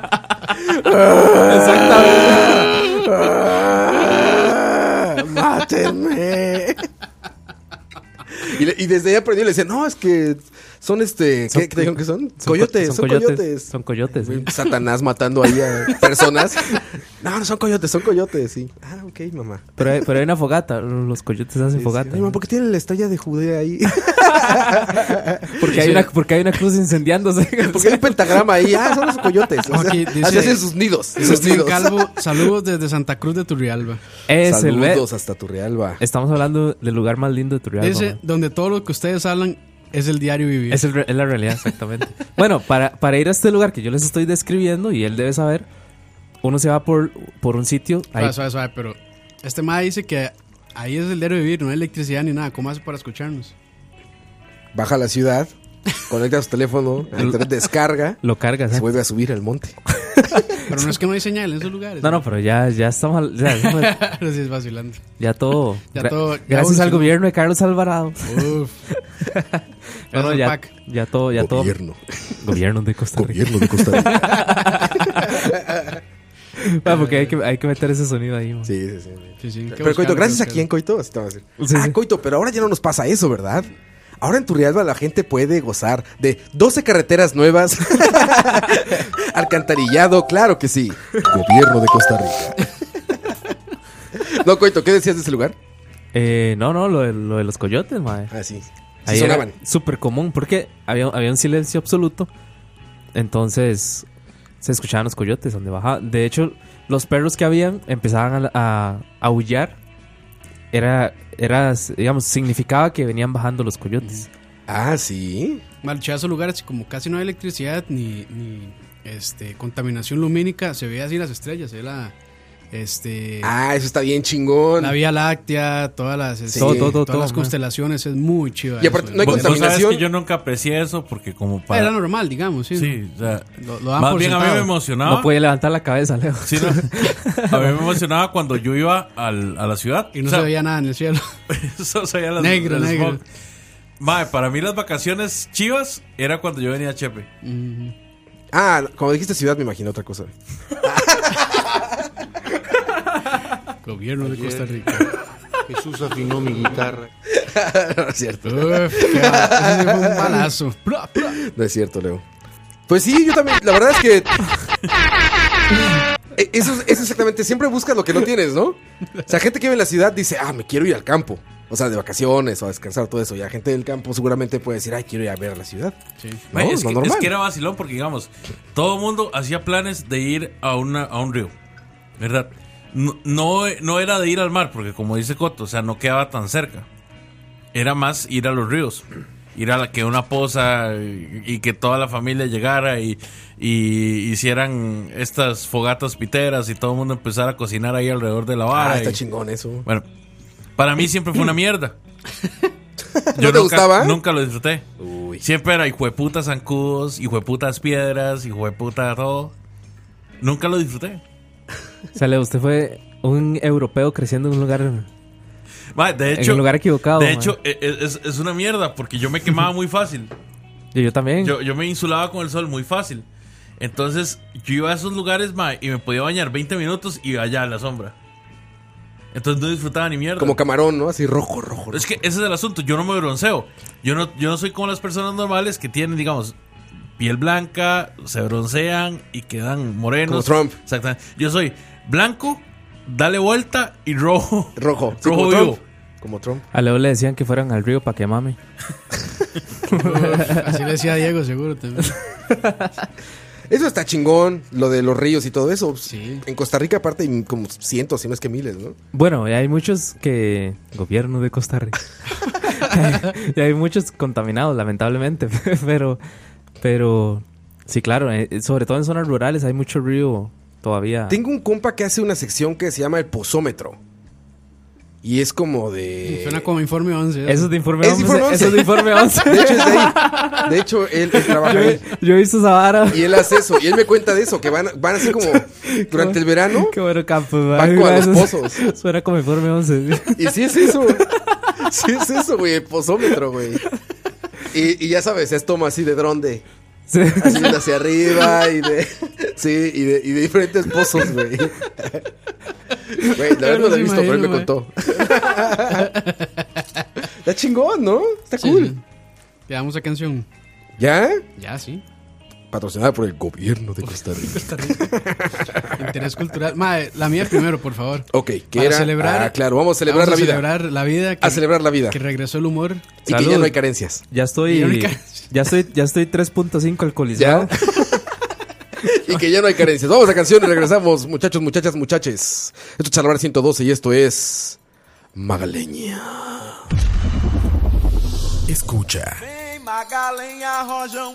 ¡Ah! ¡Mátenme! Y, le- y desde ahí aprendió y le decía, no, es que son este. ¿Qué, Son- ¿qué te dijeron que son? coyotes, son, coyotes. Son coyotes. sí. Satanás matando ahí a personas. No, no son coyotes, son coyotes, sí. Ah, ok, mamá. Pero, hay, pero hay una fogata. Los coyotes hacen fogata. Sí, mamá, ¿por qué tiene la estrella de Judea ahí? Porque hay, una, porque hay una cruz incendiándose. Porque hay un pentagrama ahí. Ah, son los coyotes. O sea, Aquí dice- así hacen sus nidos. Sus Sebastián nidos. Calvo, saludos desde Santa Cruz de Turrialba. es el ve- Saludos hasta Turrialba. Eh. Estamos hablando del lugar más lindo de Turrialba. Dice, man. donde todo lo que ustedes hablan es el diario vivir. Es, el re- es la realidad, exactamente. bueno, para, para ir a este lugar que yo les estoy describiendo, y él debe saber, uno se va por, por un sitio. ahí- Suave, suave, suave, pero este ma dice que ahí es el diario vivir, no hay electricidad ni nada. ¿Cómo hace para escucharnos? Baja a la ciudad, conecta su teléfono, a internet descarga, lo cargas. y ¿eh? se vuelve a subir al monte. Pero no es que no hay señal en esos lugares. No, no, pero ya, ya estamos. al- Ya, ya- Pero sí es vacilante. ya todo. Ya gra- todo- ya gracias al evolucionó. gobierno de Carlos Alvarado. Uf. No, no, Gracias, ya, Pac. ya todo, ya todo. Gobierno. Gobierno de Costa Rica. Gobierno de Costa Rica. Ah, porque hay que, hay que meter ese sonido ahí. man. Sí, sí, sí. Sí, sí, hay que Pero Coito, buscarlo, gracias a hay que quién, Coito. Así te va a decir. Sí, ah, sí. Coito, pero ahora ya no nos pasa eso, ¿verdad? Ahora en Turrialba la gente puede gozar de 12 carreteras nuevas, alcantarillado, claro que sí. Gobierno de Costa Rica. no, Coito, ¿qué decías de ese lugar? Eh, no, no, lo de, lo de los coyotes, madre. Ah, sí. Sí Ahí era sonaban. súper común porque había, había un silencio absoluto. Entonces se escuchaban los coyotes donde bajaban. De hecho, los perros que habían empezaban a, a aullar. Era, era, digamos, significaba que venían bajando los coyotes. Ah, sí. Marché a esos lugares y como casi no hay electricidad ni, ni, este, contaminación lumínica, se ve así las estrellas, se ve la, este, Ah, eso está bien chingón. la Vía Láctea, todas las, este, Todo, todo, todas todo, las man. constelaciones, es muy chido. Pues, Y aparte, no hay Vos- vos Pues, sabes contaminación. que yo nunca aprecié eso porque como para... Era normal, digamos, sí. Sí, o sea, Lo- lo dan más por bien a mí sentado. me emocionaba. No podía levantar la cabeza, Leo. Sí, no. A mí me emocionaba cuando yo iba al- a la ciudad. Y no O sea, se veía nada en el cielo. solo se veía las- Negro, el negro. smog. Mae, para mí las vacaciones chivas era cuando yo venía a Chepe. Ah, como dijiste ciudad, me imagino otra cosa. Gobierno de Costa Rica. Jesús afinó mi guitarra. no es cierto. Uf, qué va- ese fue un balazo. Plop, plop. No es cierto, Leo. Pues sí, yo también. La verdad es que. Eh, Eso, es- eso exactamente. Siempre buscas lo que no tienes, ¿no? O sea, gente que vive en la ciudad dice, ah, me quiero ir al campo. O sea, de vacaciones o a descansar, todo eso. Y la gente del campo seguramente puede decir, ay, quiero ir a ver a la ciudad. Sí. Mae, No, es, lo que, normal. es que era vacilón porque, digamos, todo el mundo hacía planes de ir a, una, a un río, ¿verdad? No, no, no era de ir al mar, porque como dice Coto, o sea, no quedaba tan cerca. Era más ir a los ríos, ir a la, que una poza y, y que toda la familia llegara y, y hicieran estas fogatas piteras y todo el mundo empezara a cocinar ahí alrededor de la vara. Ah, está y- chingón eso. bueno, para mí siempre fue una mierda. ¿No te nunca, gustaba? Nunca lo disfruté. Uy. Siempre era hijo de putas zancudos, hijo de putas piedras, hijo de puta todo. Nunca lo disfruté. O sea, Leo, usted fue un europeo creciendo en un lugar. Ma, de hecho, en el lugar equivocado. de man. hecho e- e- es, es una mierda porque yo me quemaba muy fácil. yo, yo también. Yo, yo me insulaba con el sol muy fácil. Entonces yo iba a esos lugares ma, y me podía bañar 20 minutos y allá a la sombra. Entonces no disfrutaba ni mierda. Como camarón, ¿no? Así rojo, rojo. Es rojo. que ese es el asunto, yo no me bronceo. Yo no, yo no soy como las personas normales que tienen, digamos, piel blanca, se broncean y quedan morenos. Como Trump. Exactamente. Yo soy blanco, dale vuelta y rojo. Rojo. Sí, Rojo como vivo. Trump. Como Trump. A Leo le decían que fueran al río para que mame. Así le decía Diego, seguro también. Eso está chingón, lo de los ríos y todo eso. Sí. En Costa Rica, aparte, hay como cientos, si no es que miles, ¿no? Bueno, y hay muchos que. Gobierno de Costa Rica. y hay muchos contaminados, lamentablemente. Pero. Pero. Sí, claro. eh, Sobre todo en zonas rurales hay mucho río todavía. Tengo un compa que hace una sección que se llama el pozómetro. Y es como de. Mm, Suena como informe 11. ¿eh? Eso es de informe Es 11. informe once. Eso es de informe 11. De hecho, es de ahí. De hecho, él, él trabaja ahí. Yo he visto esa vara. Y él hace eso. Y él me cuenta de eso, que van, van así como durante el verano. Qué bueno, Campos. Banco Ay, a los eso- pozos. Suena como informe 11. Y sí es eso. Sí es eso, güey. El posómetro, güey. Y, y ya sabes, es toma así de dron de. Sí. Así de hacia arriba y de. Sí, y de, y de diferentes pozos, güey. Güey, la verdad no Yo los lo he visto, pero él me imagino, contó. Está chingón, ¿no? Está Sí, cool. sí. Te damos la canción. ¿Ya? Ya, sí. Patrocinada por el gobierno de Costa Rica. Interés cultural. Mae, la mía primero, por favor. Ok, ¿qué Para era? celebrar- Ah, claro, vamos a celebrar Vamos la vida. A celebrar la vida. Que, A celebrar la vida. Que regresó el humor. Y que ya Salud. no hay carencias. Ya Y estoy. ahorita- Ya estoy, ya estoy 3.5 ¿Ya? alcoholizado. y que ya no hay carencias. Vamos a canción y regresamos, muchachos, muchachas, muchaches. Esto es Charlar 112 y esto es Magaleña. Escucha. Vem magalenha rojão,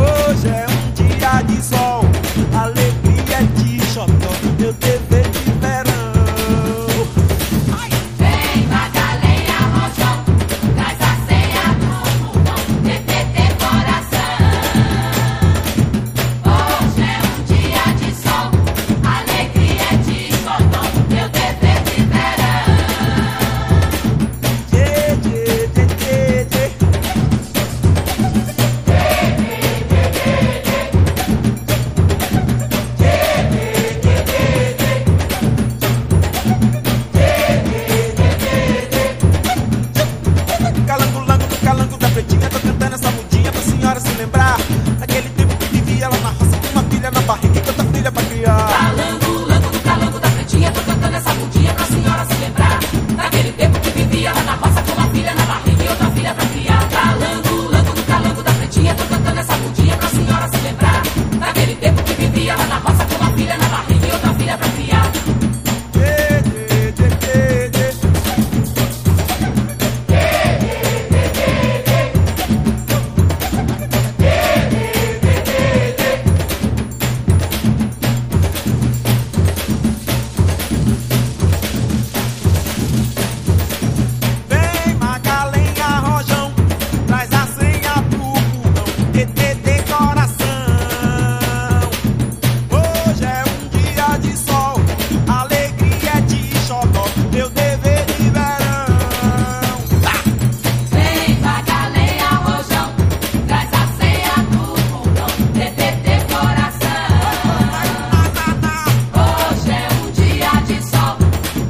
Hoje é um dia de sol, alegria é de xotó, meu dever de verão. Ye, ye, ye, ye, ye. Calangolango do calango da pretinha Tô cantando essa mudinha pra senhora se lembrar Daquele tempo que vivia lá na roça Com uma filha na barriga e tanta filha pra criar Ye, ye, ye, ye, ye. Vem Magalenha Rojão, traz a senha pro pulmão, TTT coração. Hoje é um dia de sol, alegria de xodó, meu dever de verão. Vem Magalhães Arrojão, traz a ceia do fundão, TTT coração. Hoje é um dia de sol,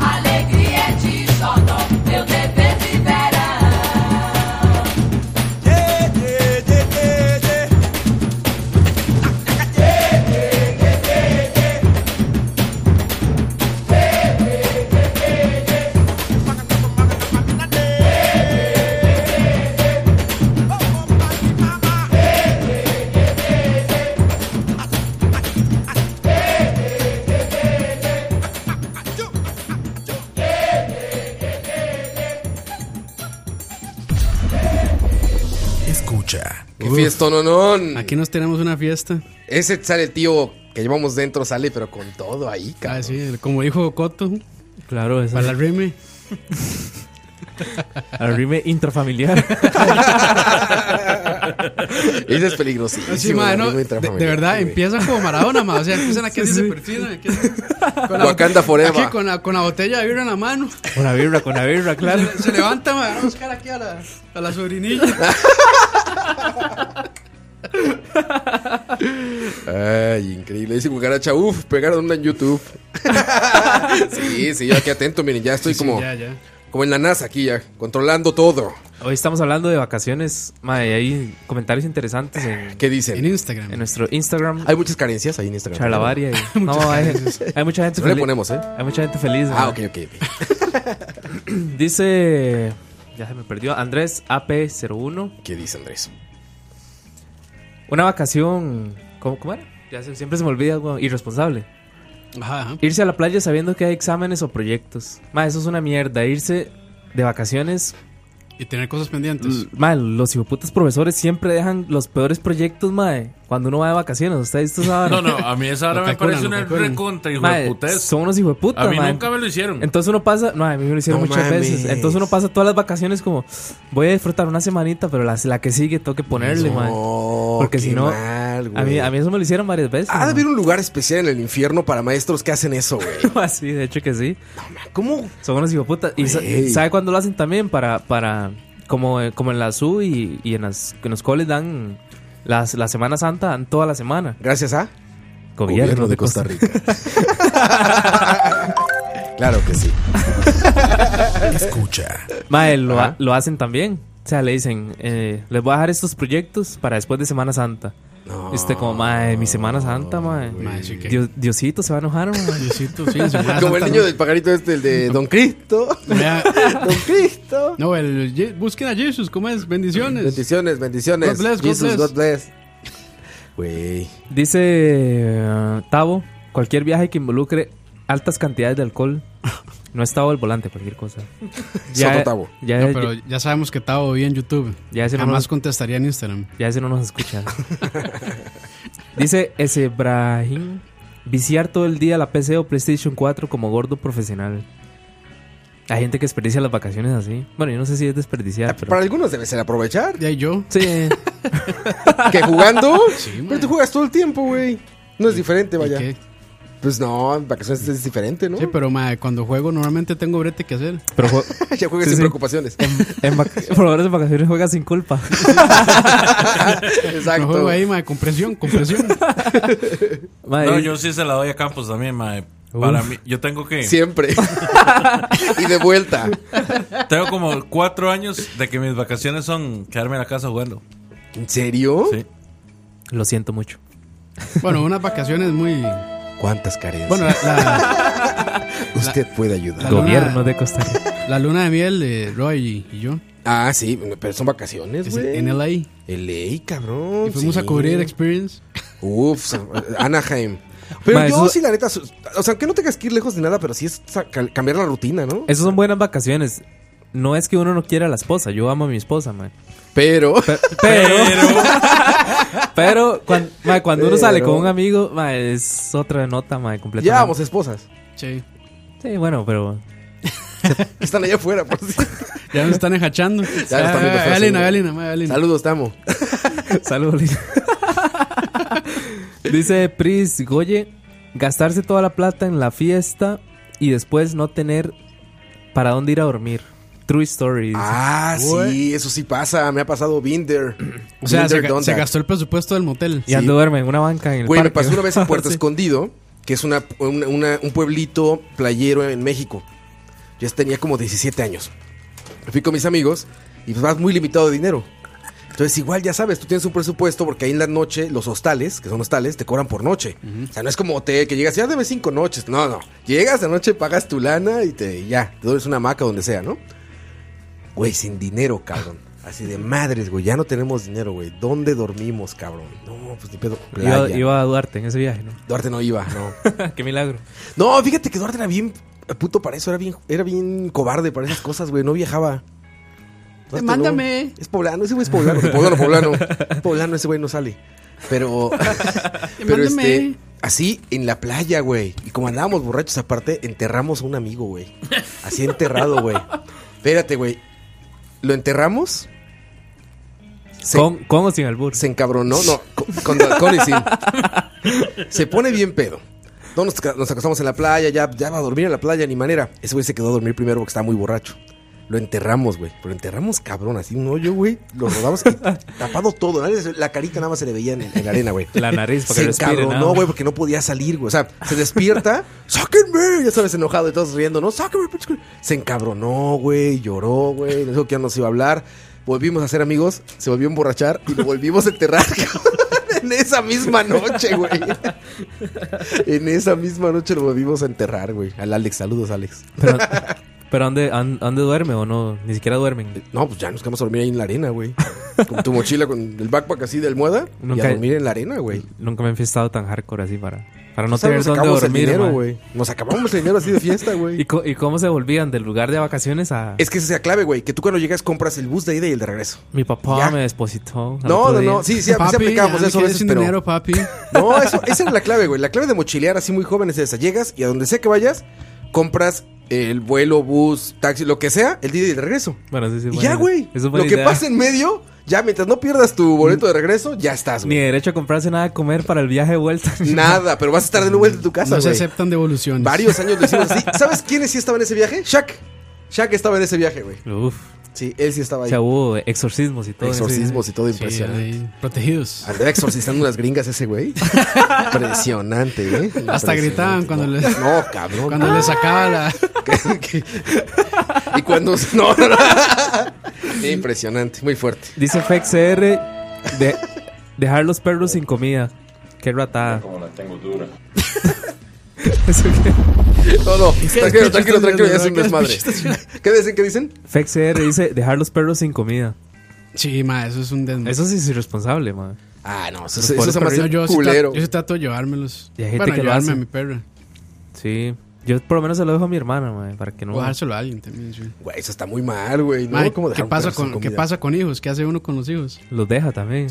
alegria é de xodó, meu dever de verão. Tê, tê, tê, tê, tê. Escucha. Qué fiesta, no, no. Aquí nos tenemos una fiesta. Ese sale el tío que llevamos dentro, sale, pero con todo ahí, cabrón. Ah, sí, el- como dijo Coto, Claro, eso para la es rime. arrime intrafamiliar. Ese es peligrosísimo. Sí, mae, no, amigo de, intrafamiliar, de verdad, güey. empiezan como Maradona, mae. O sea, empiezan aquí sí, se perfilan. Aquí, con Wakanda forever. Aquí con la, con la botella de birra en la mano. Con la birra, con la birra, Ah, claro. Se, se levanta, mae, van a buscar aquí a la, a Ah, la sobrinilla. Ay, increíble. Dice Cucaracha, uff, pegaron onda en YouTube. sí, sí, yo aquí atento, miren, ya estoy Sí, como, ya, ya. como en la NASA aquí ya, controlando todo. Hoy estamos hablando de vacaciones. Mae, hay comentarios interesantes en, ¿Qué En dicen? Instagram. en nuestro Instagram. Hay muchas carencias ahí en Instagram. Charlavaria. y- No, hay, hay mucha gente No le feliz. ponemos, ¿eh? Hay mucha gente feliz. Ah, mae. ok, ok. ok. Dice. Ya se me perdió. Andrés AP01. ¿Qué dice Andrés? Una vacación. ¿Cómo, cómo era? Ya se- siempre se me olvida, weón. Irresponsable. Ajá, ajá. Irse a la playa sabiendo que hay exámenes o proyectos. Ma, eso es una mierda. Irse de vacaciones. Y tener cosas Pues, Mm. pendientes. Ma, los hijoputas profesores siempre dejan los peores proyectos, mae. Cuando uno va de vacaciones. Ustedes esto saben. No, no, a mí esa hora Lo me calculan, parece lo una calculan. recontra, hijo de Mae, putez. son unos hijoputas, A mí mae. nunca me lo hicieron. Entonces uno pasa, no, a mí me lo hicieron No muchas mames. veces. Entonces uno pasa todas las vacaciones como, voy a disfrutar una semanita, pero la, la que sigue tengo que ponerle, mae. No, Porque qué si no, mal, A mí, güey. Ah, a mí eso me lo hicieron varias veces. Ha de mae. haber un lugar especial en el infierno para maestros que hacen eso, güey. Ah, sí, de hecho que sí. ¿Cómo? Son unos hijoputas. ¿Y sa- Güey. sabe cuándo lo hacen también? Para, para como, como en la SU y, y en, las, en los coles dan las, la Semana Santa, dan toda la semana. Gracias a Gobierno, de Costa Rica. claro que sí. Escucha. Mae, lo, ha- lo hacen también. O sea, le dicen, eh, les voy a dejar estos proyectos para después de Semana Santa. Y usted como, mae, mi Semana Santa, mae. Mae, sí que- Dios- Diosito se va a enojar, mae. Diosito, sí, Semana Como el Santa, niño ¿no? del pajarito este, el de Don Cristo. Vea, Don Cristo. No, el, Je- busquen a Jesus, ¿cómo es? Bendiciones. Bendiciones, bendiciones. God bless, God Jesus, bless. God bless. Güey. Dice eh, Tavo, cualquier viaje que involucre altas cantidades de alcohol. No es Tavo el volante, cualquier cosa. Soto Tavo. Ya, No, pero ya sabemos que estaba hoy en YouTube. Ya Eh, ese no Jamás nos- contestaría en Instagram. ya ese no nos escucha. Dice ese Brahim, viciar todo el día la PC o PlayStation 4 como gordo profesional. Hay gente que desperdicia las vacaciones así. Bueno, yo no sé si es desperdiciar, pero... Para algunos debe ser aprovechar. Ya y yo. Sí, Que jugando. man. pero tú juegas todo el tiempo, güey. No es diferente, ¿y vaya. qué? Pues no, en vacaciones es diferente, ¿no? Sí, pero mae, cuando juego normalmente tengo brete que hacer. pero jue- ya juegas Sí, sin sí. preocupaciones. en vac- por lo menos en vacaciones juega sin culpa. Exacto. No juego ahí, mae, con presión, con presión. Madre, No, yo sí se la doy a Campos también, mae. Para mí, yo tengo que. Siempre. y de vuelta. Tengo como cuatro años de que mis vacaciones son quedarme en la casa jugando. ¿En serio? Sí. Lo siento mucho. Bueno, unas vacaciones muy. ¿Cuántas carencias? Bueno, la, la- Usted puede ayudar. la Gobierno luna- de Costa Rica. la luna de miel de Roy y, y yo. Ah, sí, pero son vacaciones, es güey. en LA. Y LA, cabrón. fuimos sí. a cubrir Experience. Uf, San- Anaheim. Pero Ma, yo eso- sí, la neta, su- o sea, que no tengas que ir lejos de nada, pero sí es sa- cal- cambiar la rutina, ¿no? Eh, Esas son buenas vacaciones. No es que uno no quiera a la esposa. Yo amo a mi esposa, man. Pero, Pero, pero cuan- mae, cuando uno sale Pero- con un amigo, mae, es otra nota, mae, completamente. ya vamos, esposas. Che, Sí, bueno, pero Están allá afuera, por si- ya nos están Ah, enjachando. Ya nos están viendo feo, Galina, sí. Galina, mae, Galina. Saludos, Tamo. saludos. Lina. Dice Pris Goye, gastarse toda la plata en la fiesta y después no tener para dónde ir a dormir. True story. dice. Ah, sí, Güey. eso sí pasa. Me ha pasado Binder. O sea, se, ga- se gastó el presupuesto del motel. y ando duerme en una banca en el Güey, me parque. pasó una vez en Puerto Sí. Escondido, que es una, una- una- un pueblito playero en México. Yo tenía como 17 años. Fui con mis amigos y pues vas muy limitado de dinero. Entonces, igual, ya sabes, tú tienes un presupuesto porque ahí en la noche los hostales, que son hostales, te cobran por noche. O sea, no es como hotel que llegas, ya debes cinco noches. No, no. Llegas de noche, pagas tu lana y te y ya, te duermes una hamaca donde sea, ¿no? Güey, sin dinero, cabrón. Así de madres, güey, ya no tenemos dinero, güey. ¿Dónde dormimos, cabrón? No, pues ni pedo. Iba, playa. iba a Duarte en ese viaje, ¿no? Duarte no iba, no. Qué milagro. No, fíjate que Duarte era bien puto para eso, era bien, era bien cobarde para esas cosas, güey, no viajaba. Duarte no. Demándame. Es poblano, ese güey es poblano, poblano, poblano. Poblano, ese güey no sale. Pero, pero Demándame. este, así en la playa, güey. Y como andábamos borrachos aparte, enterramos a un amigo, güey. Así enterrado, güey. Espérate, güey. Lo enterramos, Se- Con, con o sin albur. se encabronó, no, con, con, con y sin. Se pone bien pedo. No, nos, ca- nos acostamos en la playa, ya, ya va a dormir en la playa, ni manera. Ese güey se quedó a dormir primero porque estaba muy borracho. Lo enterramos, güey. Pero lo enterramos cabrón, así no yo, güey. Lo rodamos que- tapado todo. nada más- La carita nada más se le veía en, en la arena, güey. La nariz, para que se respire, encabronó, nada más. güey, porque no podía salir, güey. O sea, se despierta, ¡sáquenme! Ya sabes, enojado y todos riendo, ¿no? ¡Sáquenme! pinche culo". Se encabronó, güey, lloró, güey. No sé qué nos iba a hablar. Volvimos a ser amigos, se volvió a emborrachar y lo volvimos a enterrar, cabrón, En esa misma noche, güey. En esa misma noche lo volvimos a enterrar, güey. Al Alex, saludos, Alex. Pero, pero ¿dónde, an- dónde duerme o no? Ni siquiera duermen. No, pues ya nos quedamos a dormir ahí en la arena, güey. Con tu mochila, con el backpack así de almohada. Nunca- Y a dormir en la arena, güey. Nunca me he fiestado tan hardcore así para, para no O sea, tener nos dónde acabamos el dormir. dinero, man. güey. Nos acabamos el dinero así de fiesta, güey. ¿Y, co- y cómo se volvían del lugar de vacaciones a Es que esa es la clave, güey. Que tú cuando llegas compras el bus de ida y el de regreso. mi papá Ya. me depositó? al No, otro no, día? no. Sí, sí, sí papi, aplicamos ya me pues, eso a quedé veces, sin pero... dinero, papi. No, eso, esa era la clave, güey. La clave de mochilear así muy joven es esa. Llegas y a donde sea que vayas, compras el vuelo, bus, taxi, lo que sea, el de ida y el de regreso. Bueno, sí, sí, Y buena ya, idea. güey. Eso es Lo buena que idea. pasa en medio, ya mientras no pierdas tu boleto de regreso, ya estás, Ni güey. derecho a comprarse nada de comer para el viaje de vuelta. Nada, pero vas a estar de nuevo en tu casa, No se güey. aceptan devoluciones. Varios años lo hicimos así. ¿Sabes quiénes sí estaban en ese viaje? Shaq. Shaq estaba en ese viaje, güey. Uf, Sí, él sí estaba ahí. ya hubo exorcismos y todo. ese- Exorcismos y todo Sí, impresionante. ahí, protegidos. Andaba exorcizando unas gringas ese güey. Impresionante, ¿eh? Hasta Impresionante. gritaban cuando no, le- No, cabrón. Cuando le sacaba la. Que- que- y cuando... No, no, no. Impresionante, muy fuerte. Dice FXR de dejar los perros sin comida. Qué ratada. Eso que- No, no, tranquilo, tranquilo, estás tranquilo, ya es un viendo, ¿verdad? desmadre. ¿Qué ¿Qué dicen? ¿Qué dicen? FXR dice dejar los perros sin comida. Sí, ma, eso es un Mm. desmadre. Eso sí es irresponsable, man. Ah, no, eso, Por- eso se me Pero hace yo, yo sí culero. trato- yo sí trato de llevármelos. Y hay gente bueno, que lo llevarme hace. a mi perra. Sí. Yo por lo menos se lo dejo a mi hermana, man, para que no. O dárselo a alguien también, sí. Güey, eso está muy mal, güey. ¿no? Ma, ¿Cómo ¿qué, dejar un pasa perro sin con, ¿Qué comida? pasa con hijos? ¿Qué hace uno con los hijos? Los deja también.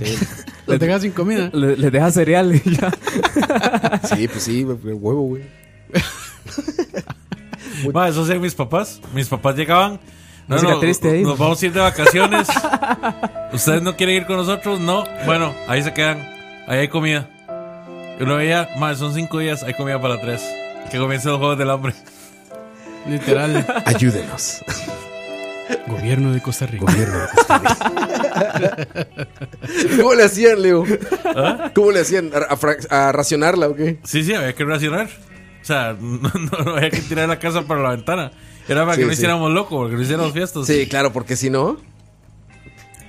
Los deja sin comida. Le- les deja cereal y ya. Sí, pues sí, güey, huevo, güey. Ma, eso hacían mis papás. Mis papás llegaban. No, Música no, triste ahí. Nos vamos a ir de vacaciones. Ustedes no quieren ir con nosotros. No. Bueno, ahí se quedan. Ahí hay comida. Y uno veía, ma, son cinco días. Hay comida para tres. Que comiencen los juegos del hambre. Literal. Ayúdenos. Gobierno de Costa Rica. ¿Cómo le hacían, Leo? ¿Cómo le hacían? ¿A, a fra- a racionarla o qué? Sí, sí, había que racionar. O sea, no, no, no había que tirar la casa para la ventana. Era para Sí, que no sí. hiciéramos loco, porque no hiciéramos fiestas. Sí, claro, porque si no.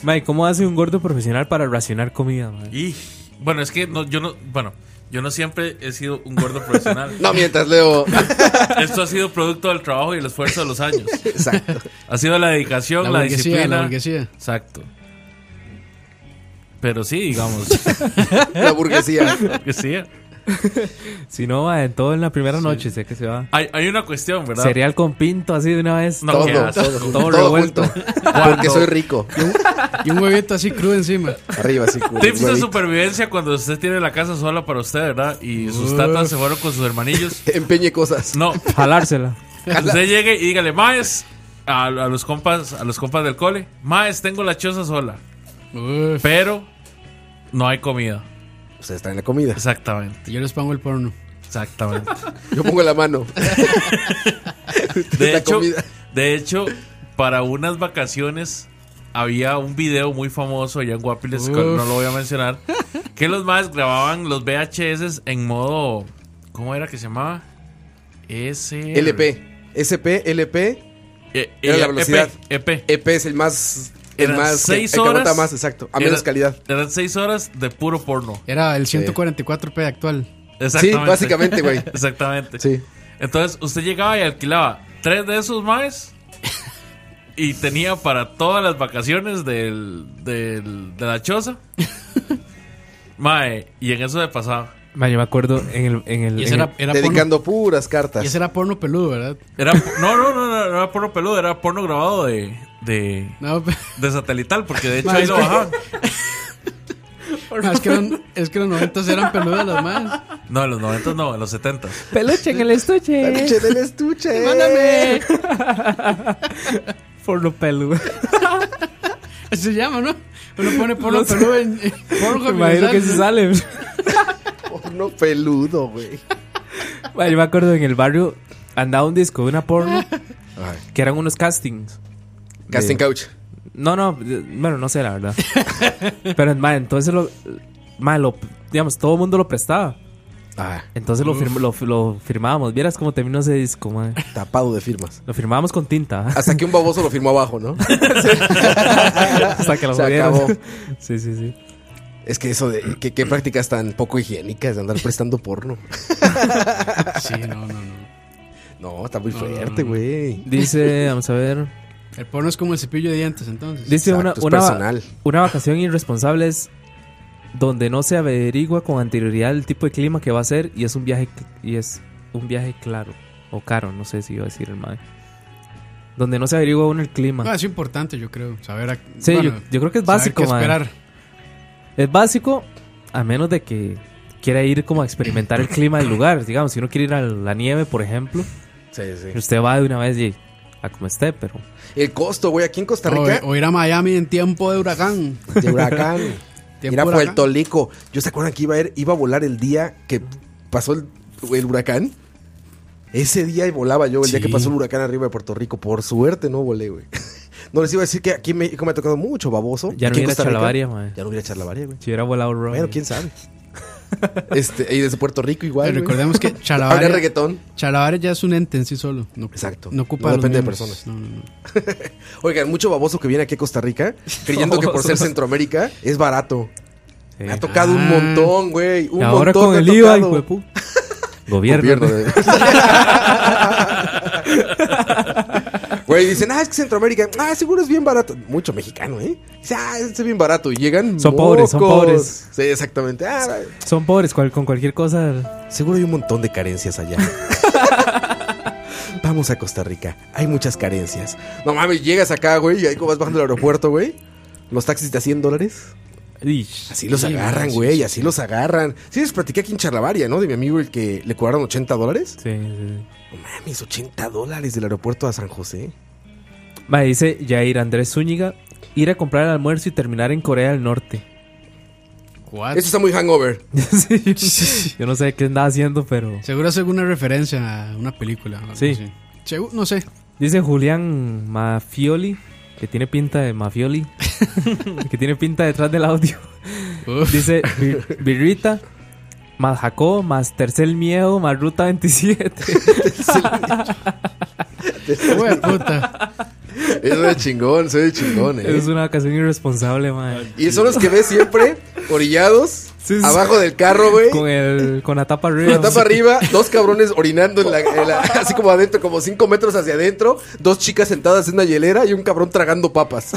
Man, ¿cómo hace un gordo profesional para racionar comida, man? Y bueno, es que no, yo no, bueno, yo no siempre he sido un gordo profesional. No mientras Leo. Esto ha sido producto del trabajo y el esfuerzo de los años. Exacto. Ha sido la dedicación, La la, burguesía, disciplina. la burguesía. Exacto. Pero sí, digamos. La burguesía. que sí. Si no, man, en todo en la primera noche, sé que se va. Hay, hay una cuestión, ¿verdad? Cereal con pinto así de una vez. No, Todo, qué asco. todo, Todo todo, revuelto. junto. Porque soy rico. Y un huevito así crudo encima. Arriba, así. con Tips de huevito. supervivencia cuando usted tiene la casa sola para usted, ¿verdad? Y sus Uf. tatas se fueron con sus hermanillos. Empeñe cosas. No, Jalársela. usted llegue y dígale, Maes, a, a los compas, a los compas del cole, Maes, tengo la choza sola, Uf, pero no hay comida. O sea, está en la comida. Pues, Exactamente, yo les pongo el porno. exactamente. Yo pongo la mano. De la hecho, comida. de hecho, para unas vacaciones había un video muy famoso allá en Guapiles, que Uf. no lo voy a mencionar, que los más grababan los VHS en modo. ¿Cómo era que se llamaba? S. E, LP. SP, LP. Era la velocidad. EP. EP E es el más. El Eran más. que- seis el que horas. aguanta más, exacto. A Era- menos calidad. Eran seis horas de puro porno. Era el 144p actual. Sí, Exactamente. básicamente, güey. Exactamente. Sí. Entonces, usted llegaba y alquilaba tres de esos maes y tenía para todas las vacaciones del, del- de la choza. Mae, y en eso se pasaba. Man, yo me acuerdo en el. En el, Y ese en el- era, era porno, Dedicando puras cartas. y ese era porno peludo, ¿verdad? Era, no, no, no, no, no era porno peludo, era porno grabado de, de, No, pe- de satelital, porque de hecho Mae, ahí es lo que- bajaban. no, es, que eran- es que los 90 eran peludas las más. No, en los 90 no, en los 70. Peluche en el La estuche. leche del estuche. ¡Mándame! Por lo peludo. Así se llama, ¿no? Uno pone porno No sé. peludo en en Me Pornhub y imagino que le se sale. sale. Porno peludo, güey. Man, yo me acuerdo en el barrio andaba un disco de una porno que eran unos castings. Casting couch. No, no, eh, bueno, no sé la verdad. Pero, mae, entonces lo. mae, lo- digamos, todo el mundo lo prestaba. Ah, Entonces lo, firm- lo, lo firmábamos. Vieras cómo terminó ese disco, mae. tapado de firmas. Lo firmábamos con tinta. Hasta que un baboso lo firmó abajo, ¿no? Hasta que lo Se jodieron. acabó. Sí, sí, sí. Es que eso de. que- Qué prácticas tan poco higiénicas de andar prestando porno. Sí, no, no, no. No, está muy No, no, no, fuerte, Mm. no. güey. Dice, vamos a ver. El porno es como el cepillo de dientes, entonces. Dice Exacto, es una, una, personal. una vacación irresponsable es donde no se averigua con anterioridad el tipo de clima que va a ser y es un viaje cl- y es un viaje claro o caro, no sé si iba a decir el madre. Donde no se averigua uno el clima. No, es importante, yo creo. Saber. a- Sí, bueno, yo, yo creo que es saber básico, qué mae. esperar. Es básico a menos de que quiera ir como a experimentar el clima del lugar, digamos, si uno quiere ir a la nieve, por ejemplo, Sí, sí. usted va de una vez y a como esté, pero El costo, güey, aquí en Costa O, eh, Rica. o ir a Miami en tiempo de huracán. oh. De huracán. Tiempo Mira, de huracán. Puerto Rico. ¿Yo se acuerdan que iba a, ir- iba a volar el día que pasó el, el huracán? Ese día volaba yo, el día Sí. que pasó el huracán arriba de Puerto Rico. Por suerte no volé, güey. No les iba a decir que aquí en México me ha tocado mucho baboso. Ya no Aquí hubiera en Costa Rica, charlavaria, mae. Ya no hubiera charlavaria, güey. si hubiera volado Roy. Bueno, quién sabe. Eh. este, y desde Puerto Rico igual. Eh, Pero güey. recordemos que Habría Chalabaria, reggaetón. Chalabaria ya es un ente en sí solo. No, Exacto. No ocupa No los depende de miembros. personas. No, no, no. Oigan, mucho baboso que viene aquí a Costa Rica creyendo que por ser Centroamérica es barato. Sí. Me ha tocado un Ah. montón, güey. Eh, Y Un ahora montón con me ha el IVA, tocado. hijo de pu- Gobierno. Gobierno de- Güey, dicen, ah, es que Centroamérica, ah, seguro es bien barato. Mucho mexicano, ¿eh? Dice, ah, es bien barato. Y llegan. Son pobres, son pobres. Sí, exactamente. Ah, Son pobres, cual- con cualquier cosa. seguro hay un montón de carencias allá. Vamos a Costa Rica. Hay muchas carencias. No mames, llegas acá, güey, y ahí como vas bajando al aeropuerto, güey. Los taxis de a 100 dólares. Así los Sí, agarran, sí, güey, sí, así los agarran. Sí, les platiqué aquí en Charlavaria, ¿no? De mi amigo el que le cobraron 80 dólares. Sí, sí. No mames, 80 dólares del aeropuerto a San José. Me dice Jair Andrés Zúñiga: ir a comprar el almuerzo y terminar en Corea del Norte. Ah, What? Eso está muy hangover. Sí, yo- yo no sé qué andaba haciendo, pero. Seguro es alguna referencia a una película. o algo Sí. así. Segu- no sé. Dice Julián Mafioli, que tiene pinta de Mafioli, que tiene pinta detrás del audio. Uf. Dice "Bir- Birrita. Más Jacó, más Tercer Miedo, más Ruta 27. Hijo de puta. Eso de chingón, soy de chingón, eh. es una ocasión irresponsable, man. Y son los que ves siempre orillados, Sí, sí. abajo del carro, güey. Con, el, con la tapa arriba. La tapa arriba, dos cabrones orinando en la, en la- así como adentro, como cinco metros hacia adentro, dos chicas sentadas en una hielera y un cabrón tragando papas.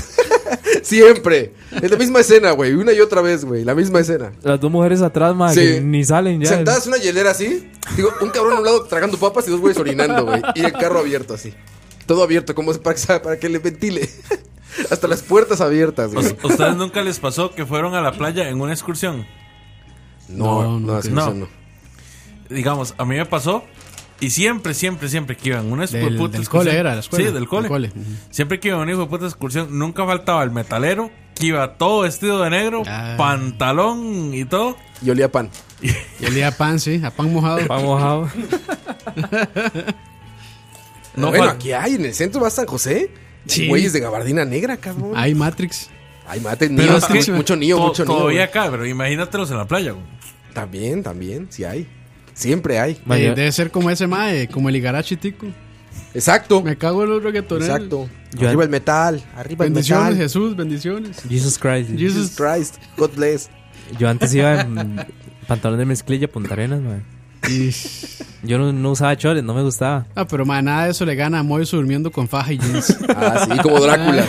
Siempre. Es la misma escena, güey. Una y otra vez, güey. La misma escena. Las dos mujeres atrás, man, Sí. que ni salen ya. Sentadas en una hielera así. Digo, un cabrón a un lado tragando papas y dos güeyes orinando, güey. Y el carro abierto así. Todo abierto, como para que, para que le ventile. Hasta las puertas abiertas, ¿A güey. ¿Ustedes nunca les pasó que fueron a la playa en una excursión? No, No, no, nunca. así no, No. son, no. Digamos, a mí me pasó. Y siempre, siempre, siempre que iban a una Del, hijueputa del excursión- cole era, la escuela. Sí, del cole. Del cole. Ujú. Siempre que iba a una hijo de puta excursión, nunca faltaba el metalero que iba todo vestido de negro, Ah. pantalón y todo. Y olía a pan. Y el día a pan, sí. A pan mojado. Vamos, Jao. No bueno, fal- aquí hay, en el centro va San José. Sí. Ah, Güeyes de gabardina negra, cabrón. Hay Matrix. Ay, mate, Pero niño, es que- mucho- mucho niño, to- mucho niño. Todavía güey. acá, pero imagínatelos en la playa. güey. También, también, sí hay. Siempre hay. Man, Eh, yo- debe ser como ese mae, como el Igarachi Tico. Exacto. Me cago en los reggaetoneros. Exacto. Pues Yo- arriba el metal, arriba el Bendiciones, metal. Jesús, bendiciones. Jesus Christ. Jesus Jesus. Christ, God bless. Yo antes iba en pantalón de mezclilla, puntarenas, man. Yo no, no usaba chores, no me gustaba. Ah, pero mae, nada de eso le gana a Moiso durmiendo con faja y jeans. Ah, sí, como Drácula.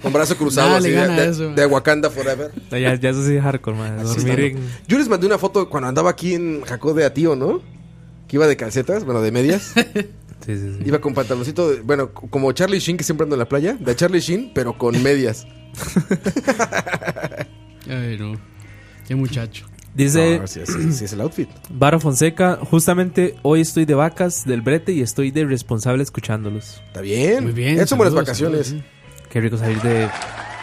Con brazo cruzado Nada así le de, gana de- eso, de Wakanda Forever. No, Ya, ya eso sí es hardcore, man. Dormir en... Yo les mandé una foto cuando andaba aquí en Jacó de Atío, ¿no? Que iba de calcetas, bueno, de medias. Sí, sí, sí. Iba con pantaloncito, de- bueno, c- como Charlie Sheen, que siempre ando en la playa. De Charlie Sheen, pero con medias. Ay, no. Qué muchacho. Dice No, sí, sí, sí, es el outfit. Varo Fonseca, justamente hoy estoy de vacas del brete y estoy de responsable escuchándolos. Está bien. Muy bien. Ya son buenas saludos, vacaciones. saludos, Qué rico salir de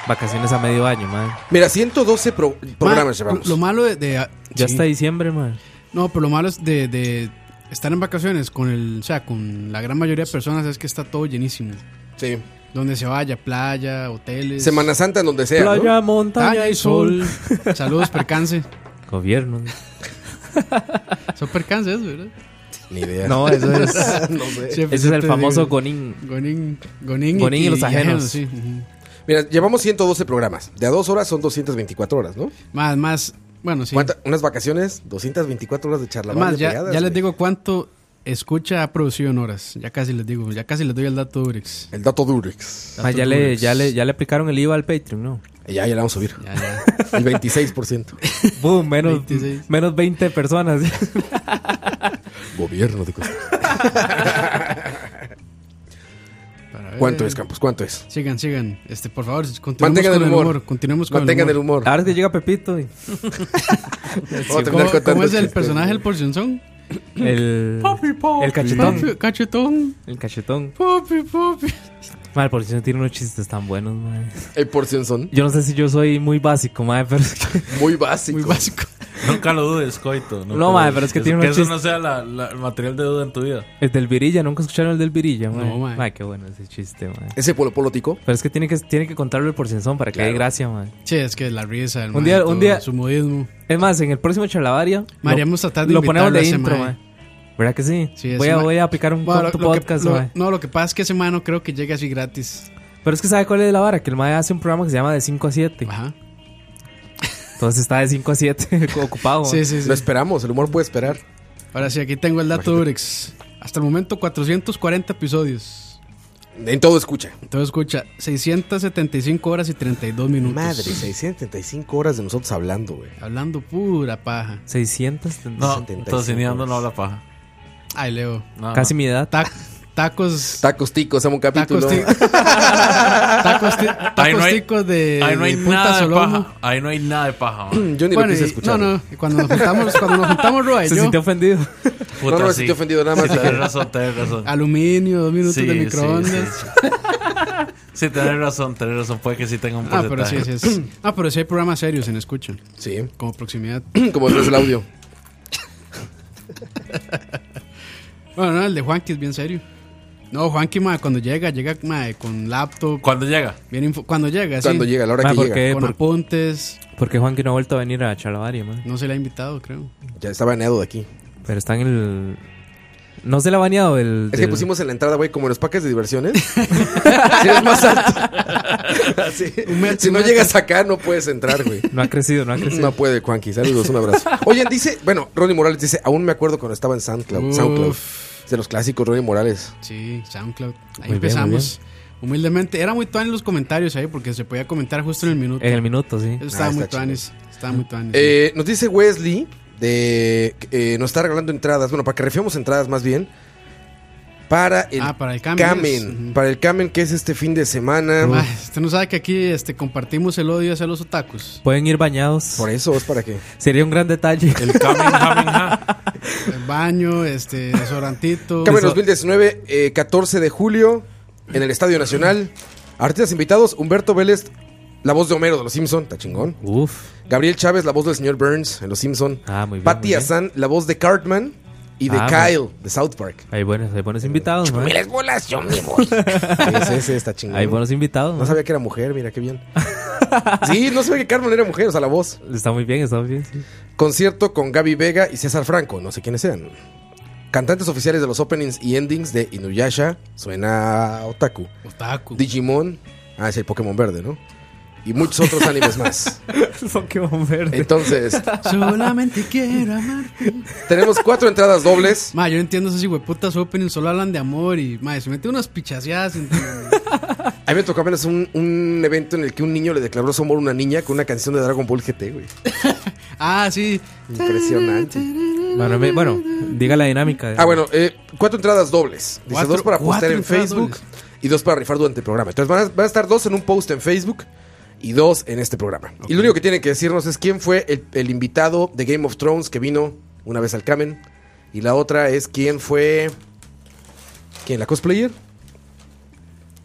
vacaciones a medio año, man. Mira, 112 pro- programas Mae, llevamos. Lo malo de. de- Ya sí. está diciembre, man. No, pero lo malo es de, de estar en vacaciones con el. O sea, con la gran mayoría de personas es que está todo llenísimo. Sí. Donde se vaya, playa, hoteles. Semana Santa en donde sea. ¿no? montaña y sol. Saludos, percance. Gobierno. Son percances, ¿verdad? Ni idea. No, eso es- no sé. Siempre Ese es el te famoso digo, Gonin. Gonin. Gonin, Gonin y los ajenos. sí, ujú. Mira, llevamos 112 programas. De a dos horas son 224 horas, ¿no? Más, más. Bueno, sí. ¿Cuánta- unas vacaciones, 224 horas de charla. Además, ya, ya les digo cuánto escucha ha producido en horas. Ya casi les digo, ya casi les doy el dato Durex. El dato Durex. Ah, ya, le, ya, le, ya le aplicaron el IVA al Patreon, ¿no? Ya, ya le vamos a subir. Ya, ya. El 26%. Boom, menos, 26. menos 20 personas. Gobierno de Costa Rica. Para ver. ¿Cuánto es, Campos? ¿Cuánto es? Sigan, sigan. Este, por favor, Eh. continuemos Mantengan con el humor. Continuemos con Mantengan el el humor. Ah, humor. Ahora es que llega Pepito y Vamos a terminar ¿Cómo, contando cómo es el chistes. personaje del porcionzón? el, el cachetón. Papi, cachetón. El cachetón. Papi, papi. Mal, por si no tiene unos chistes tan buenos, madre. El porción son Yo no sé si yo soy muy básico, madre, pero es que- muy básicos. Muy básico. Nunca lo dudes, coito. No, madre, pero es que tiene Que unos eso chistes- no sea la- la- el material de duda en tu vida. El del Virilla, nunca escucharon el del Virilla, madre. No, madre. Madre, qué bueno ese chiste, madre. Ese polo político. Pero es que tiene que, tiene que contarlo el porcenzón para que Claro. dé gracia, madre. Che, es que la risa, el Un día- mae, un todo, día- Su modismo. Es más, en el próximo charlavaria. Madre, lo- vamos a tratar de Lo ponemos invitarlo a de ese intro, mae. madre. ¿Verdad que sí? Sí, ese voy, a, mae- voy a aplicar un Bueno, corto lo que- podcast, lo- madre. no, lo que pasa es que ese mano creo que llega así gratis. Pero es que sabe cuál es la vara, que el mae hace un programa que se llama de 5 a 7. Ajá. Entonces está de 5 a 7 ocupado. Sí, sí, sí. Lo esperamos, el humor puede esperar. Ahora sí, aquí tengo el dato Durex. Hasta el momento, 440 episodios. En todo escucha. Entonces, escucha, 675 horas y 32 minutos. Madre, 675 horas de nosotros hablando, güey. Hablando pura paja. 600. No, 75 pues. tocineando no habla paja. Ay, Leo. No, Casi no. mi edad. Ta- tacos. Tacos ticos, hacemos un capítulo. Tacos, ti- tacos, ti- Ahí no tacos hay- ticos de, Ahí no hay de Punta nada de Solomo. paja. Ahí no hay nada de paja, man. Yo ni Bueno, lo quise y- no, escuchar. no, y cuando nos juntamos, cuando nos juntamos, Roa y Se yo, sintió ofendido. No, no me sentí ofendido, nada más. Sí, tenés razón, tenés razón. aluminio, dos minutos Sí, de sí, microondas. Sí, sí. Sí, tenés razón, tenés razón. Puede que sí tenga un Ah, pero porcentaje. sí, sí, es- ah, pero sí hay programas serios en escucha, Sí, como proximidad. como no es el audio. Bueno, no, el de Juanqui es bien serio. No, Juanqui, ma, cuando llega, llega ma, con laptop, Cuando llega. bien info- cuando llega, sí, Cuando llega, eh, a la hora Ma, que ¿por llega. qué? con ¿Por- apuntes, Porque Juan que no ha vuelto a venir a Charlavaria, man. no se le ha invitado, creo. Ya está baneado de aquí. Pero está en el. No se le ha bañado el. Es que del- pusimos en la entrada, güey, como en los paques de diversiones. si eres más alto. Así. si no llegas acá, no puedes entrar, güey. No ha crecido, no ha crecido. No puede, Juanqui. Saludos, un abrazo. Oigan, dice, bueno, Ronnie Morales dice, aún me acuerdo cuando estaba en SoundCloud. Uf. SoundCloud. De los clásicos, Ronnie Morales. Sí, SoundCloud. Ahí Muy bien, empezamos. Humildemente, era muy tuan en los comentarios ahí porque se podía comentar justo en el minuto. En el minuto, sí. Eso estaba Ah, muy está tuanis. Estaba muy tuanis. Eh, nos dice Wesley, de, eh, nos está regalando entradas, bueno, para que refiamos entradas más bien, para el, Ah, para el Camen, Camen. es, ujú. Para el Camen, que es este fin de semana. Ah, usted no sabe que aquí este, compartimos el odio hacia los otakus. Pueden ir bañados. Por e- eso es para que... Sería un gran detalle. El Kamen Kamen El baño, este, desodorantito. Camen 2019, eh, 14 de julio, en el Estadio Nacional. Artistas invitados, Humberto Vélez, la voz de Homero de Los Simpson, está chingón. Uf. Gabriel Chávez, la voz del señor Burns en Los Simpson. Ah, muy bien, muy Patty bien. Hassan, la voz de Cartman y de Ah, Kyle, de South Park. Hay buenos, hay Eh, buenos invitados, man. las bolas, yo me voy. Ese, ese está chingón. Hay buenos invitados. No man. sabía que era mujer, mira qué bien. Sí, no sabía que Carmen era mujer, o sea, la voz. Está muy bien, está muy bien. sí. Concierto con Gaby Vega y César Franco, no sé quiénes sean. Cantantes oficiales de los openings y endings de Inuyasha, suena a Otaku. Otaku. Digimon, ah, es el Pokémon verde, ¿no? Y muchos otros animes más. El Pokémon verde. Eh, Entonces, Solamente quiero amar. tenemos cuatro entradas dobles. Ma, yo no entiendo esos hueputas opening, solo hablan de amor y ma, se meten unas pichaseadas. en- A mí me tocó apenas un, un evento en el que un niño le declaró su amor a una niña con una canción de Dragon Ball GT, güey. ah, sí. Impresionante. Eh, Bueno, me- bueno, diga la dinámica. Ah, bueno, eh, cuatro entradas dobles. Dice Cuatro- dos para postear cuatro en entradas Facebook dobles. y dos para rifar durante el programa. Entonces van a, van a estar dos en un post en Facebook y dos en este programa. Y lo único que tienen que decirnos es quién fue el, el invitado de Game of Thrones que vino una vez al Kamen. Y la otra es quién fue. ¿Quién? ¿La cosplayer?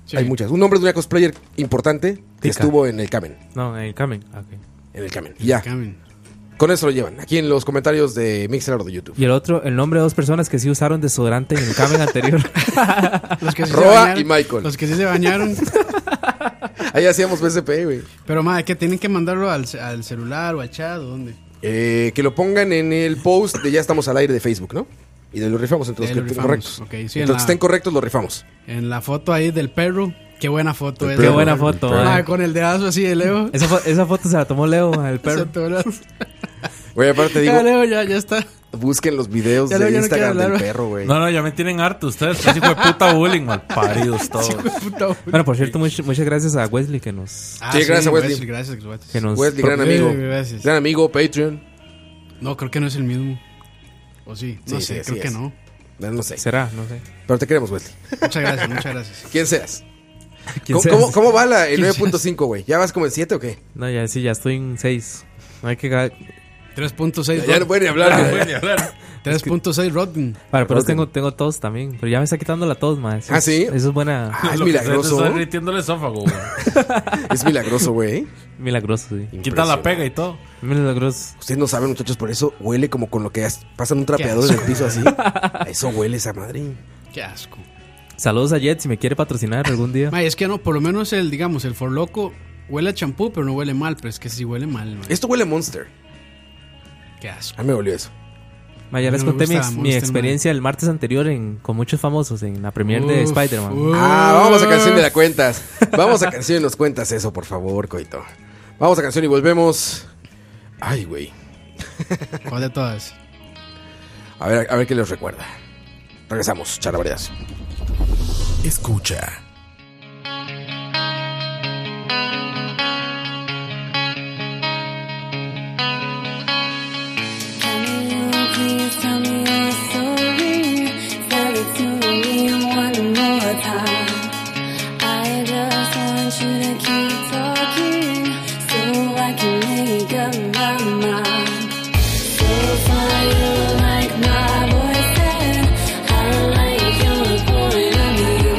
Sí. Hay muchas. Un nombre de una cosplayer importante que Tica. estuvo en el Kamen. No, en el Kamen. Ah, ok. En el Kamen. Y ya. Camen. Con eso lo llevan. Aquí en los comentarios de Mixer o de YouTube. Y el otro, el nombre de dos personas que sí usaron desodorante en el camen anterior. Los que sí se Roa bañaron- y Michael. Los que sí se bañaron. Ahí hacíamos BCP, güey. Pero madre, que tienen que mandarlo al, ce- al celular o al chat o dónde. Eh, que lo pongan en el post de Ya estamos al aire de Facebook, ¿no? Y de lo rifamos entre los De que lo estén rifamos, correctos. ok, sí, en entre los que la- estén correctos lo rifamos. En la foto ahí del perro. Qué buena foto Qué esa. buena foto, eh. Madre, mae. con el dedazo así de Leo. Esa, fo- esa foto se la tomó Leo, ¿eh? el perro. Se atoró. Güey, aparte digo, Ya Leo, ya, ya está. busquen los videos Ya de luego ya no Instagram quiero del hablar, perro, güey. No, no, ya me tienen harto ustedes. Así fue puta bullying, mal paridos todos. Puta, güey. Bueno, por cierto, much- muchas gracias a Wesley que nos... Ah, Sí, gracias, Wesley. Gracias, Wesley. Que nos Wesley, Pues, pro- gran amigo. Sí, gracias. Gran amigo, Patreon. No, creo que no es el mismo. ¿O sí? No Sí, sé, sí, creo sí que es. no. No, no sé. Será, no sé. Pero te queremos, Wesley. Muchas gracias, muchas gracias. ¿Quién seas? ¿Quién ¿Cómo, seas? cómo- cómo va la, el ¿Quién 9.5, güey? ¿Ya vas como en 7 o qué? No, ya sí, ya estoy en 6. No hay que... ca- 3.6 Ya, ya no Rotten. pueden ni hablar, güey. 3.6 Rotten. Vale, pero Orden. tengo, tengo tos también. Pero ya me está quitando la tos, más. Ah, ¿sí? Eso es buena... Ah, es Lo que milagroso. se te Está derritiendo el esófago, güey. Es milagroso, güey. Milagroso, sí. Quita la pega y todo. Milagroso. Ustedes no saben, muchachos, por eso huele como con lo que as- pasan un trapeador en el piso así. A eso huele esa madre. Qué asco. Saludos a Jet si me quiere patrocinar algún día. Ma, es que no, por lo menos el, digamos, el forloco huele a champú, pero no huele mal. Pero es que sí huele mal, ma. Esto huele a Monster. Qué asco. A mí me olió eso. Ma, ya les No me conté mi, gusta este ex- mi Monster, experiencia el martes anterior en, con muchos famosos en la premier de Uf, Spider-Man. uf. Ah, vamos a canción de la cuentas. Vamos a canción y nos cuentas eso, por favor, Coito. Vamos a canción y volvemos. Ay, güey. ¿Cuál de todas? A ver, a ver qué les recuerda. Regresamos, charabreas. Escucha. I like your point of view.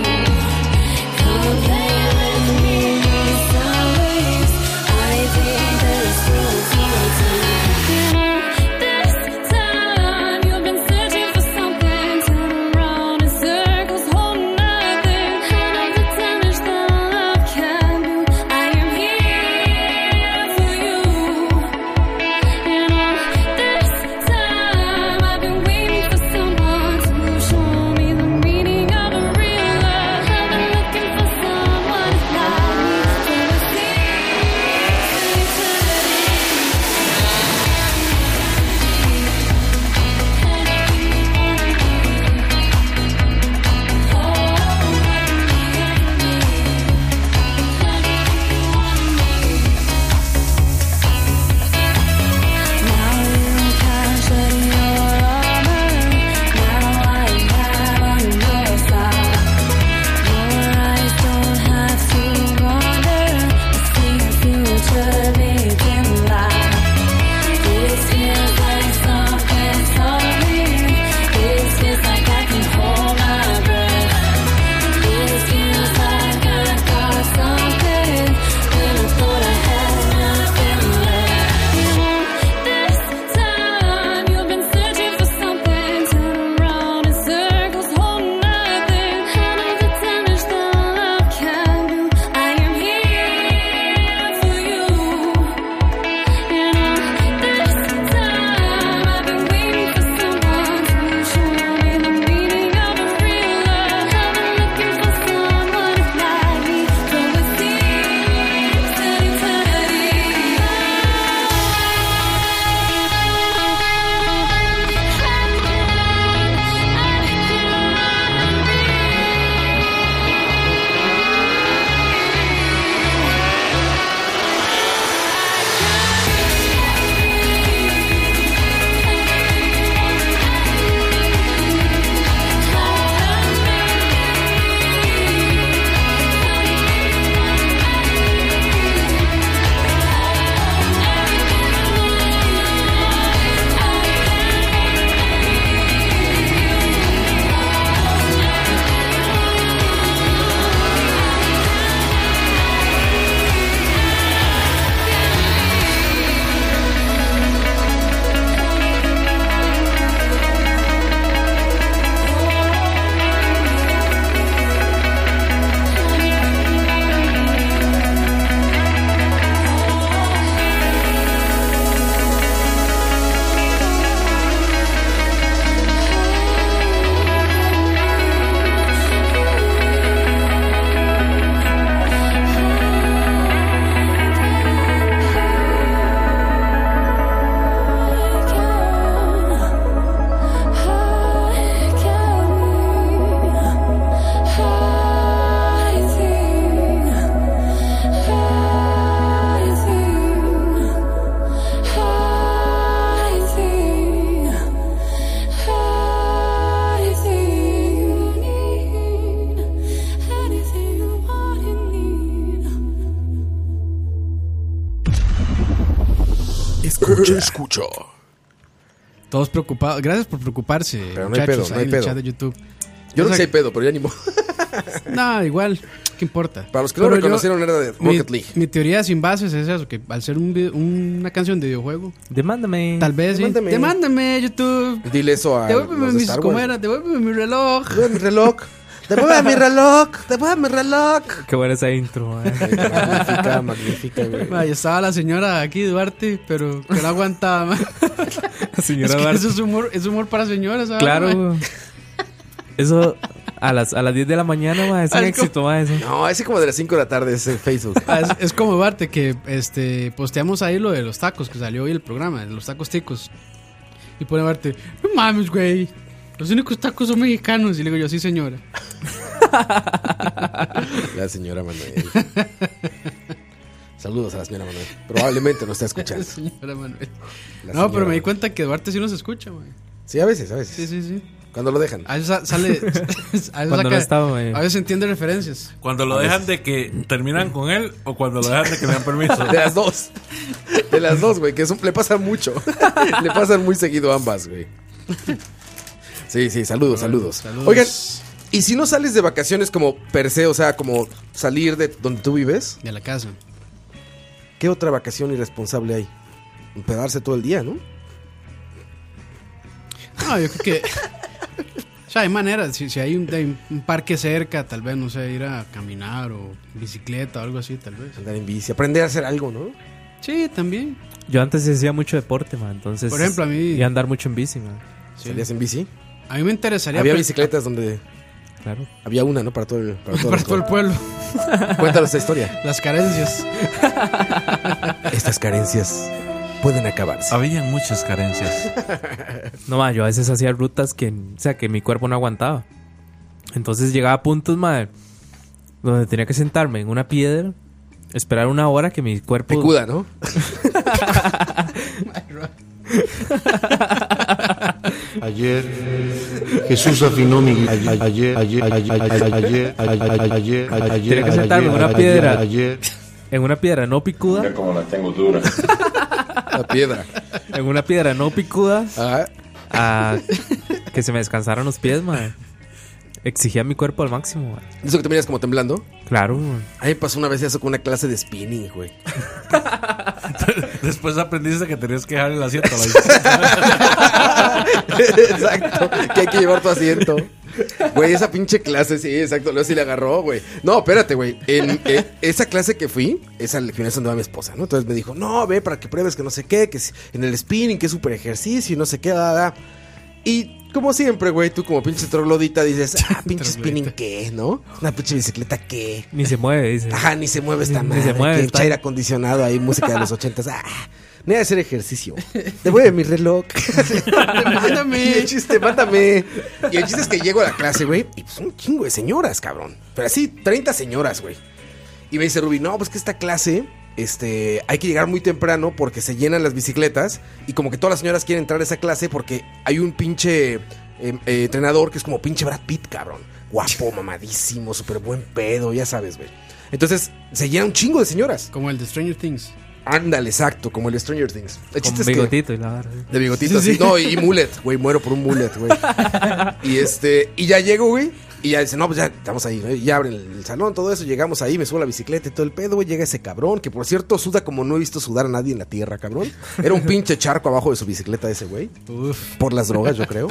Escucha. Escucha. Todos preocupados. Gracias por preocuparse, Pero no hay muchachos, pedo, no hay ahí en el pedo. chat de YouTube. Yo no O sé sea, si hay pedo, pero ya ni modo. No, igual, ¿qué importa? Para los que no Pero yo- reconocieron era de mi, Rocket League. mi teoría sin bases es eso, que al ser un vi- una canción de videojuego, Demándame. tal vez... sí. Demándame. Demándame, YouTube. Dile eso a Devuélveme los de mis Star ¿cómo Wars. era? Devuélveme mi reloj. Devuélveme mi reloj. Devuélveme mi reloj. Devuélveme mi reloj. Qué buena esa intro, mae. Magnífica, magnífica, güey. Ma, y estaba la señora aquí, Duarte, pero que no aguantaba. ma. Señora Es que Duarte. eso es humor, es humor para señoras. ¿sabes, Claro. ma? güey. Eso a las, a las 10 de la mañana, mae, es un Algo. éxito, mae, eso. No, ese como de las 5 de la tarde es en Facebook. Ah, Es, es como Duarte que este, posteamos ahí lo de los tacos que salió hoy el programa, de los tacos ticos. Y pone Duarte, no mames, güey. Los únicos tacos son mexicanos. Y le digo yo, sí, señora. La señora Manuel. Saludos a la señora Manuel. Probablemente no está escuchando. Señora Manuel. La No, pero señora. me di cuenta que Duarte sí nos escucha, güey. Sí, a veces, a veces. Sí, Ah. sí, sí. Cuando lo dejan. A veces sa- sale. a veces Cuando no saca- estaba, güey. A veces entiende referencias. Cuando lo dejan de que terminan con él o cuando lo dejan de que le dan permiso. De las dos. De las dos, güey, que es un- le pasa mucho. Le pasan muy seguido ambas, güey. Sí, sí, saludos, saludos. saludos. Oigan, ¿y si no sales de vacaciones como per se, o sea, como salir de donde tú vives? De la casa. ¿Qué otra vacación irresponsable hay? Empedarse todo el día, ¿no? No, yo creo que. O sea, hay maneras. Si, si hay, un, hay un parque cerca, tal vez, no sé, ir a caminar o bicicleta o algo así, tal vez. Andar en bici, aprender a hacer algo, ¿no? Sí, también. Yo antes hacía mucho deporte, mae, entonces. Por ejemplo, a mí- Y andar mucho en bici, mae. Sí. Salías en bici. A mí me interesaría. Había pre- bicicletas donde Claro. había una, ¿no? Para todo el, para todo Para todo el pueblo. Cuéntanos esta historia. Las carencias. Estas carencias pueden acabarse. Habían muchas carencias. No, ma, yo a veces hacía rutas que, o sea, que mi cuerpo no aguantaba. Entonces llegaba a puntos, madre, donde tenía que sentarme en una piedra, esperar una hora que mi cuerpo... Picuda, ¿no? Ayer Jesús afinó mi guitarra. Ayer, ayer, ayer, ayer, ayer, ayer, ayer, ayer, Tenía que ayer, sentarme en una piedra. ayer. En una piedra no picuda, La piedra. en una piedra no picuda, Ah, a que se me descansaran los pies, madre. Exigía mi cuerpo al máximo, ma. eso que te miras como temblando. Claro, ma. A mí me pasó una vez eso con una clase de spinning, güey. Después aprendiste que tenías que dejar el asiento a la bicicleta. exacto. Que hay que llevar tu asiento. Güey, esa pinche clase, sí, exacto. Luego sí le agarró, güey. No, espérate, güey. En, eh, esa clase que fui, esa al gimnasio andaba mi esposa, ¿no? Entonces me dijo, no, ve para que pruebes que no sé qué, que si- en el spinning, que es súper ejercicio y no sé qué, da, da. Y como siempre, güey, tú como pinche troglodita dices, ah, pinche spinning, ¿qué? ¿No? Una pinche bicicleta, ¿qué? ni se mueve, dice. Ajá, ni se mueve esta Ni madre. se mueve, que está- echa aire acondicionado ahí, música de los ochentas. Ah, no voy a hacer ejercicio. Devuelve mi reloj. Mándame. Y el chiste, mándame. Y el chiste es que llego a la clase, güey, y pues un chingo de señoras, cabrón. Pero así, 30 señoras, güey. Y me dice Ruby, no, pues que esta clase, este, hay que llegar muy temprano porque se llenan las bicicletas y como que todas las señoras quieren entrar a esa clase porque hay un pinche eh, eh, entrenador que es como pinche Brad Pitt, cabrón. Guapo, mamadísimo, súper buen pedo, ya sabes, güey. Entonces, se llena un chingo de señoras. Como el de Stranger Things. Ándale, exacto, como el Stranger Things. Con El chiste es que- bigotito y la vara, sí. de bigotito así. No, y mullet, güey, muero por un mullet, güey. y este, y ya llego, güey. Y ya dice, no, pues ya estamos ahí, ¿no? Y ya abren el salón, todo eso, llegamos ahí, me subo a la bicicleta y todo el pedo, güey. Llega ese cabrón, que por cierto suda como no he visto sudar a nadie en la tierra, cabrón. Era un pinche charco abajo de su bicicleta ese, güey. Uf. Por las drogas, yo creo.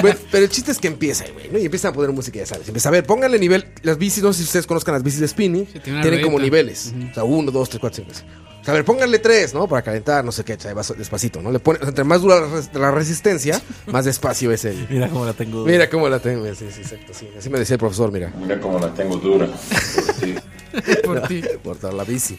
Güey, pero el chiste es que empieza, güey, ¿no? Y empiezan a poner música, ya sabes. Empieza a ver, pónganle nivel. Las bicis, no sé si ustedes conozcan las bicis de spinning. Sí, tiene tienen una como ruedita. niveles. O sea, uno, dos, tres, cuatro, cinco. seis. O sea, a ver, pónganle tres, ¿no? Para calentar, no sé qué, chay, vas despacito, ¿no? Le pone, o sea, entre más dura la, res- la resistencia, más despacio es el. Mira cómo la tengo. Mira cómo la tengo, sí, sí, exacto, sí. Así me decía el profesor, mira. Por ti. Cortar la bici.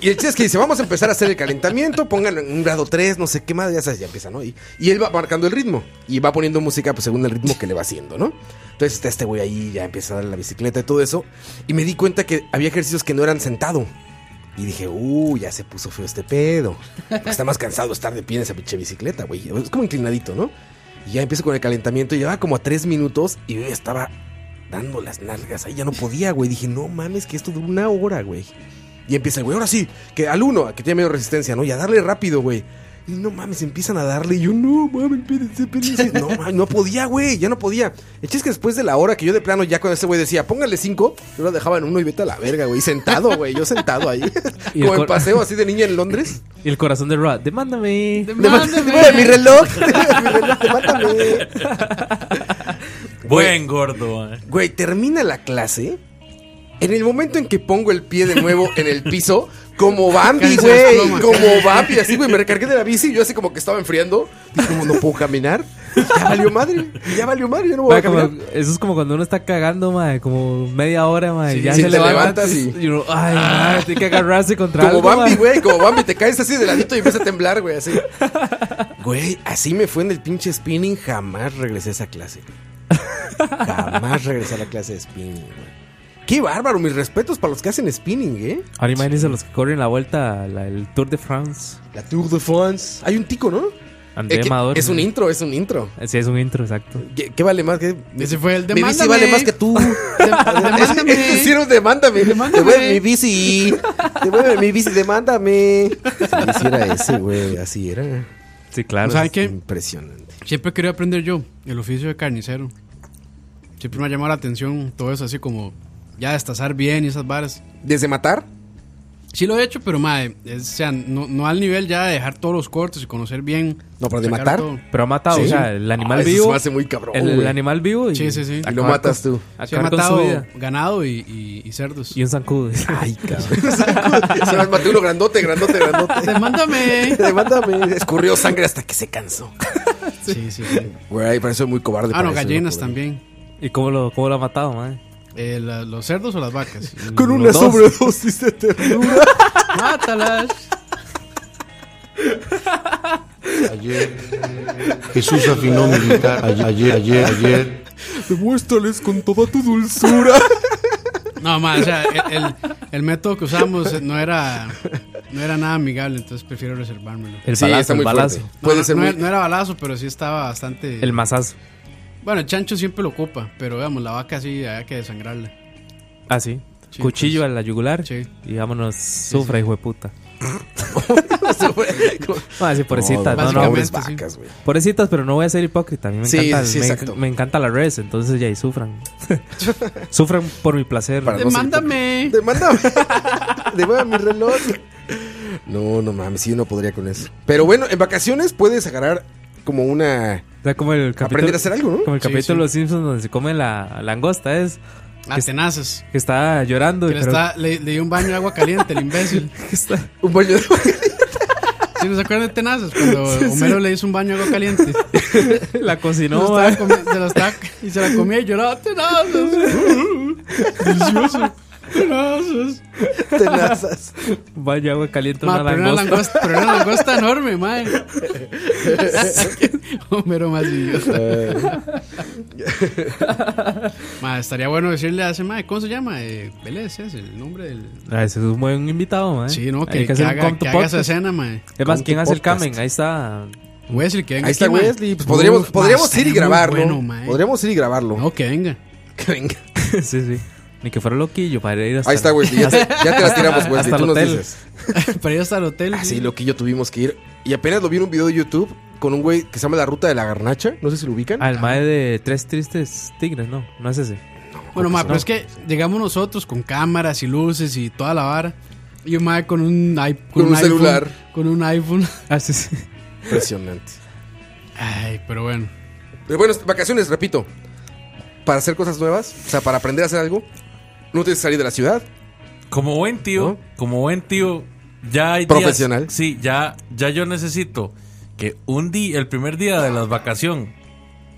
Y el chiste es que dice, vamos a empezar a hacer el calentamiento, pónganlo en un grado 3, no sé qué madre, ya sabes, ya empieza, ¿no? Y, y él va marcando el ritmo y va poniendo música pues, según el ritmo que le va haciendo, ¿no? Entonces está este güey ahí, ya empieza a darle la bicicleta y todo eso. Y me di cuenta que había ejercicios que no eran sentado. Y dije, uh, ya se puso feo este pedo. Porque está más cansado estar de pie en esa pinche bicicleta, güey. Es como inclinadito, ¿no? Y ya empiezo con el calentamiento. Llevaba como a tres minutos y yo ya estaba dando las nalgas. Ahí ya no podía, güey. Dije, no mames, que esto dura una hora, güey. Y empieza el güey, ahora sí, que al uno, que tiene medio resistencia, ¿no? Y a darle rápido, güey. Y no mames, empiezan a darle. Y yo, no mames, espérense, espérense. No mames, no podía, güey, ya no podía. El chiste es que después de la hora que yo de plano, ya cuando ese güey decía, póngale cinco, yo lo dejaba en uno y vete a la verga, güey. Sentado, güey, yo sentado ahí. Y el Como en cor- paseo así de niña en Londres. Y el corazón de Rod, demándame. Mira, mi reloj. mi reloj, mátame. Buen gordo, eh. mae. Güey, termina la clase. En el momento en que pongo el pie de nuevo en el piso, como Bambi, Casi se güey, desploma. como Bambi, así, güey, me recargué de la bici, yo así como que estaba enfriando, dije, como no puedo caminar, ya valió madre, ya valió madre, yo no voy Mae, a como- caminar. eso es como cuando uno está cagando, mae, como media hora, mae, Sí, ya sí, se te levanta levantas y- Ah. y uno, ay, mae, tiene que agarrarse contra Como algo, Bambi, mae. güey, como Bambi, te caes así de ladito y empieza a temblar, güey, así. Güey, así me fue en el pinche spinning, jamás regresé a esa clase. Jamás regresé a la clase de spinning, güey. Qué bárbaro, mis respetos para los que hacen spinning, ¿eh? Ahora imagínense los que corren la vuelta al el Tour de France. La Tour de France. Hay un tico, ¿no? André Eh, que- Amador. Eh, es un intro, es un intro. Sí, es un intro, exacto. ¿Qué, qué vale más que.? Ese fue el mi bici vale más que tú. Demándame. Es decir, un demándame. Demándame. Devuelve mi bici. Devuelve mi bici, demándame. Si hiciera ese, güey. Así era. Sí, claro. O sea, hay que Impresionante. Siempre quería aprender yo el oficio de carnicero. Siempre me ha llamado la atención todo eso, así como ya destazar bien y esas varas. ¿Desde matar? Sí lo he hecho, pero madre, es- o sea, no, no al nivel ya de dejar todos los cortes y conocer bien. No, pero de sacar matar. todo. Pero ha matado, Sí. o sea, el animal Ah, eso vivo. se me hace muy cabrón, El, el güey. animal vivo. Y Sí, sí, sí. Y lo acabar matas con- tú. Sí, he Acabar con su matado vida. ganado y, y- y cerdos. Y un zancudo. Ay, cabrón. Se las maté uno grandote, grandote, grandote. ¡Demándame! Demándame. Escurrió sangre hasta que se cansó. sí, sí, sí. Güey, para eso es muy cobarde. Ah, para no, eso, gallinas no podría. también. ¿Y cómo lo, cómo lo ha matado, mae? Eh, la- ¿Los cerdos o las vacas? Con Los una dos. sobredosis de ternura. ¡Mátalas! Ayer Jesús afinó mi guitarra. Ayer, ayer, ayer. Demuéstrales con toda tu dulzura. No, más, o sea, el, el- el método que usamos eh, no era, no era nada amigable, entonces prefiero reservármelo. El Sí, balazo, está el muy balazo. fuerte. No, Puede no, ser no muy- era, no era balazo, pero sí estaba bastante. El mazazo. Bueno, el chancho siempre lo ocupa, pero veamos, la vaca sí había que desangrarla. Ah, sí. Sí, Cuchillo pues. a la yugular. Sí. Y vámonos, sufra, hijo de puta. Básicamente, Ah, sí, pobrecita. No, no, Básicamente, pobres vacas, güey. Pobrecitas, pero no voy a ser hipócrita. A mí me Sí, encanta, sí, me, exacto. me encanta la res, entonces ya y sufran. sufran por mi placer. Para- no ser ¡Demándame! Demándame. Devuelve mi reloj. No, no mames, sí, no podría con eso. Pero bueno, en vacaciones puedes agarrar como una. O sea, como el capítulo, Aprender a hacer algo, ¿no? Como el Sí, capítulo sí. de los Simpsons donde se come la langosta, es A Ah, tenazas. que está llorando. Que y le, pero- está- le, le dio un baño de agua caliente, el imbécil. que está- Un baño de- ¿Sí no se acuerdan de tenazas? Cuando Homero le hizo un baño de agua caliente. la No, cocinó. eh. mae. se la estaba, y se la comía y lloraba tenazas. Delicioso. Tenazas. tenazas. Vaya agua caliente, Ma, una pero, una langosta. langosta, pero una langosta enorme, madre. Homero más idiota. Ma, estaría bueno decirle a ese mae, ¿cómo se llama? Eh, Vélez es el nombre del... Ah, ese es un buen invitado, man. Sí, no, Hay que, que, hacer un haga, Come to que haga esa Podcast. escena, mae. Es más, Come ¿quién to hace el Podcast. Camen? Ahí está. Wesley, que venga Ahí está aquí, mae. Wesley. pues podríamos Ma, podríamos ir y estaría muy grabarlo. bueno, mae. podríamos ir y grabarlo. No, que venga. Que venga. sí, sí. Ni que fuera loquillo para ir hasta Ahí está, Wesley. Ya te, ya te las tiramos, Wesley. Hasta Tú el nos hotel. dices. Para ir hasta el hotel. Ah, sí. sí, loquillo, tuvimos que ir. Y apenas lo vi en un video de YouTube con un güey que se llama La Ruta de la Garnacha. No sé si lo ubican. Al mae de Tres Tristes Tigres, no, no es ese. Bueno, ma, no. pero es que llegamos nosotros con cámaras y luces y toda la vara. Y un mae con un, i- Con un celular. iPhone, con un iPhone. Ah, sí, sí. Impresionante. Ay, pero bueno. Pero bueno, vacaciones, repito. Para hacer cosas nuevas, o sea, para aprender a hacer algo, no tienes que salir de la ciudad. Como buen tío, ¿No? como buen tío, ya hay días- Profesional. sí, ya, ya yo necesito que un día, el primer día de las vacación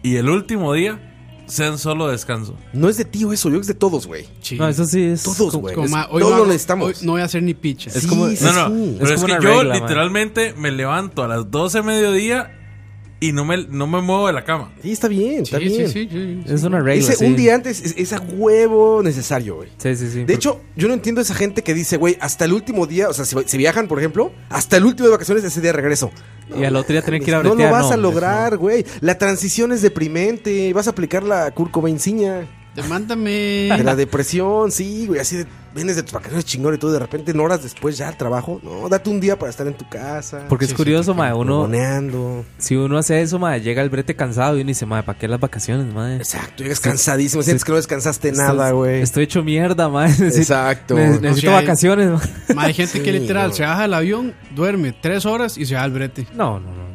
y el último día sean solo descanso. No es de tío eso, yo es de todos, güey. Sí. No, eso sí es. Todos, como- güey. Como, Es- ma, hoy todos no lo hago- necesitamos. hoy no voy a hacer ni picha. Es como- Sí, sí, No, no, sí. pero Es es, como que una yo regla, man. literalmente me levanto a las 12 de mediodía y no me, no me muevo de la cama. Sí, está bien, está Sí, sí, bien. sí, sí, sí. Es una regla. Ese sí. un día antes es, es a huevo necesario, güey. Sí, sí, sí. De hecho, yo no entiendo esa gente que dice, güey, hasta el último día, o sea, si, si viajan, por ejemplo, hasta el último de vacaciones, ese día regreso. Y al otro día tener que ir a No lo bretear, vas a no, lograr, güey. La transición es deprimente. Vas a aplicar la Kurt Cobain ciña. Demándame. De la depresión, sí, güey. Así de, vienes de tus vacaciones chingón y todo. De repente, en horas después ya al trabajo. No, date un día para estar en tu casa. Porque es curioso, mae, uno... Moneando. Si uno hace eso, mae, llega el brete cansado y uno dice, mae, ¿para qué las vacaciones, mae? Tú llegas cansadísimo. Sientes que no descansaste nada, Estoy- güey. Estoy hecho mierda, mae. Exacto. Ne- No, necesito sí, hay- vacaciones, mae. Ma, hay gente Sí, que literal no. se baja del avión, duerme tres horas y se va al brete. No, no, no.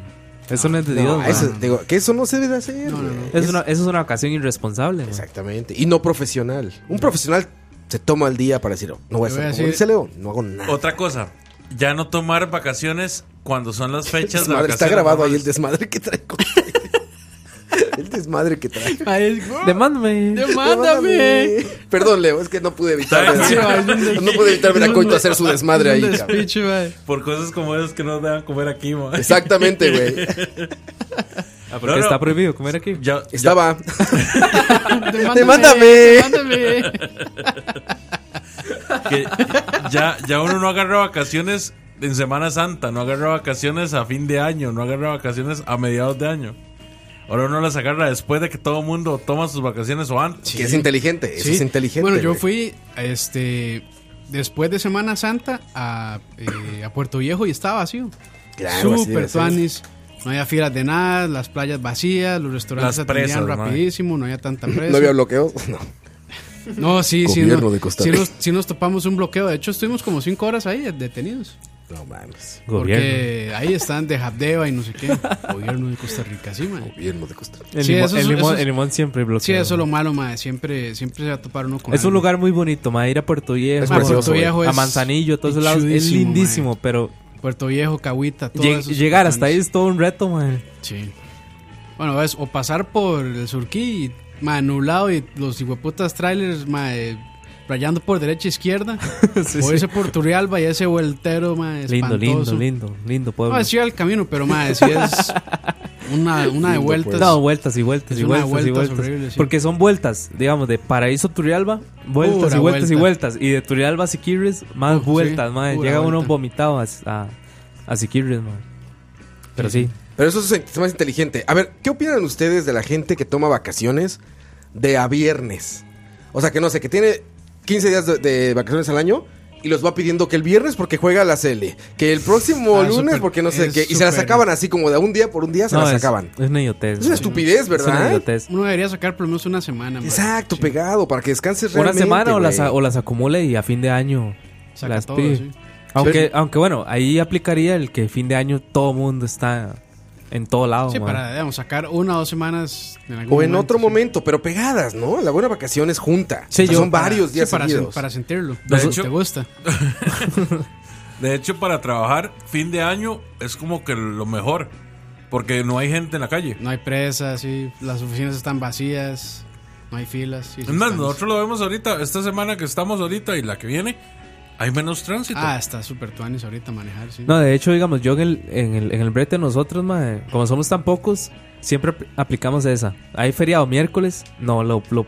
Eso no es de Dios, No, mae. eso, digo, que eso no se debe de hacer. No, no, güey. no. Es una- eso es una ocasión irresponsable, mae. Exactamente. Y no profesional. Un profesional se toma el día para decir, "Oh, no voy a Yo voy a hacer como dice decir- Leo, no hago nada. Otra cosa, ya no tomar vacaciones cuando son las fechas de Desmadre, vacaciones. está grabado ahí el normales. desmadre que traigo. el desmadre que traigo. Demándame. Demándame. Perdón, Leo, es que no pude evitar. Está bien, no pude evitar ver a Coito hacer su desmadre ahí, Un cabrón. despiche, mae. Por cosas como esas que no dejan comer aquí, ma. Exactamente, güey. Ah, porque No, no. está prohibido comer aquí. Ya, ya- Estaba. Demándame. demándame. que- ya, ya uno no agarra vacaciones en Semana Santa, no agarra vacaciones a fin de año, no agarra vacaciones a mediados de año. Ahora uno las agarra después de que todo el mundo toma sus vacaciones o antes. Que es inteligente, eso Sí. es inteligente. Bueno, yo güey. fui este después de Semana Santa a, eh, a Puerto Viejo y estaba vacío. Claro, así debe Super ser. tuanis. No había filas de nada, las playas vacías, los restaurantes se Las atendían presas, mae. rapidísimo, no había tanta presa. No había bloqueos. No. No, sí, sí. Gobierno no- de Costa sí Rica. nos, sí nos topamos un bloqueo. De hecho, estuvimos como cinco horas ahí de- detenidos. No mames. Gobierno. Porque ahí están de Habdeba y no sé qué. Gobierno de Costa Rica, sí, man. Gobierno de Costa Rica. El, Sí, limón, eso es- el, eso limón, es- el limón siempre bloquea. Sí, eso es lo malo, mae. Siempre, siempre se va a topar uno con Es un algo. lugar muy bonito, mae. Ir a Puerto Viejo, Es Ah, precioso, Puerto güey. Viejo es a Manzanillo, a todos esos lados. Es chulísimo, lindísimo, mae. pero Puerto Viejo, Cahuita, todo lleg- llegar hasta ahí es todo un reto, mae. Sí. Bueno, es o pasar por el surquí, y, mae, nublado y los hijueputas trailers, mae, rayando por derecha e izquierda. Sí, o sí. ese por Turrialba y ese vueltero, mae, Lindo, lindo, espantoso. lindo, lindo pueblo. No, es chido el camino, pero mae, sí es una, una de Lindo, vueltas. pues. No, vueltas y vueltas Es y una vueltas y vueltas vueltas. horrible, sí. Porque son vueltas, digamos, de Paraíso Turrialba, vueltas Pura y vueltas y vuelta. vueltas. Y de Turrialba a Siquirres, más Uf, sí, vueltas, mae. pura Llega uno vuelta. vomitado a, a, a Siquirres, mae. Pero sí. Pero eso es, es más inteligente. A ver, ¿qué opinan ustedes de la gente que toma vacaciones de a viernes? O sea, que no sé, que tiene 15 días de, de vacaciones al año y los va pidiendo que el viernes porque juega la CL, que el próximo Ah, lunes súper- porque no sé es qué, y se las súper- sacaban así como de a un día por un día se No, las es, sacaban. es una idiotez. Es una mae. estupidez, Es una ¿verdad? idiotez. Uno debería sacar por lo menos una semana. mae. Exacto, Sí. pegado, para que descanses Una realmente, semana o güey. las, o las acumule y a fin de año Saca las todo, pide. sí. Aunque, aunque bueno, ahí aplicaría el que fin de año todo mundo está en todo lado. Sí, mae. para digamos, sacar una o dos semanas en algún O en otro sí. momento, pero pegadas, ¿no? La buena vacación es junta. Sí, O sea, yo- son varios Sí, días para, sen- seguidos. para sentirlo. De Si hecho- te gusta. De hecho, para trabajar fin de año es como que lo mejor, porque no hay gente en la calle. No hay presas, sí, las oficinas están vacías, no hay filas. sí, sí Es más, están- nosotros lo vemos ahorita, esta semana que estamos ahorita y la que viene, hay menos tránsito. Ah, está súper tuanis ahorita manejar, sí. No, de hecho, digamos, yo en el, en el, en el brete nosotros, mae, como somos tan pocos, siempre ap- aplicamos esa. Hay feriado miércoles, no, lo, lo,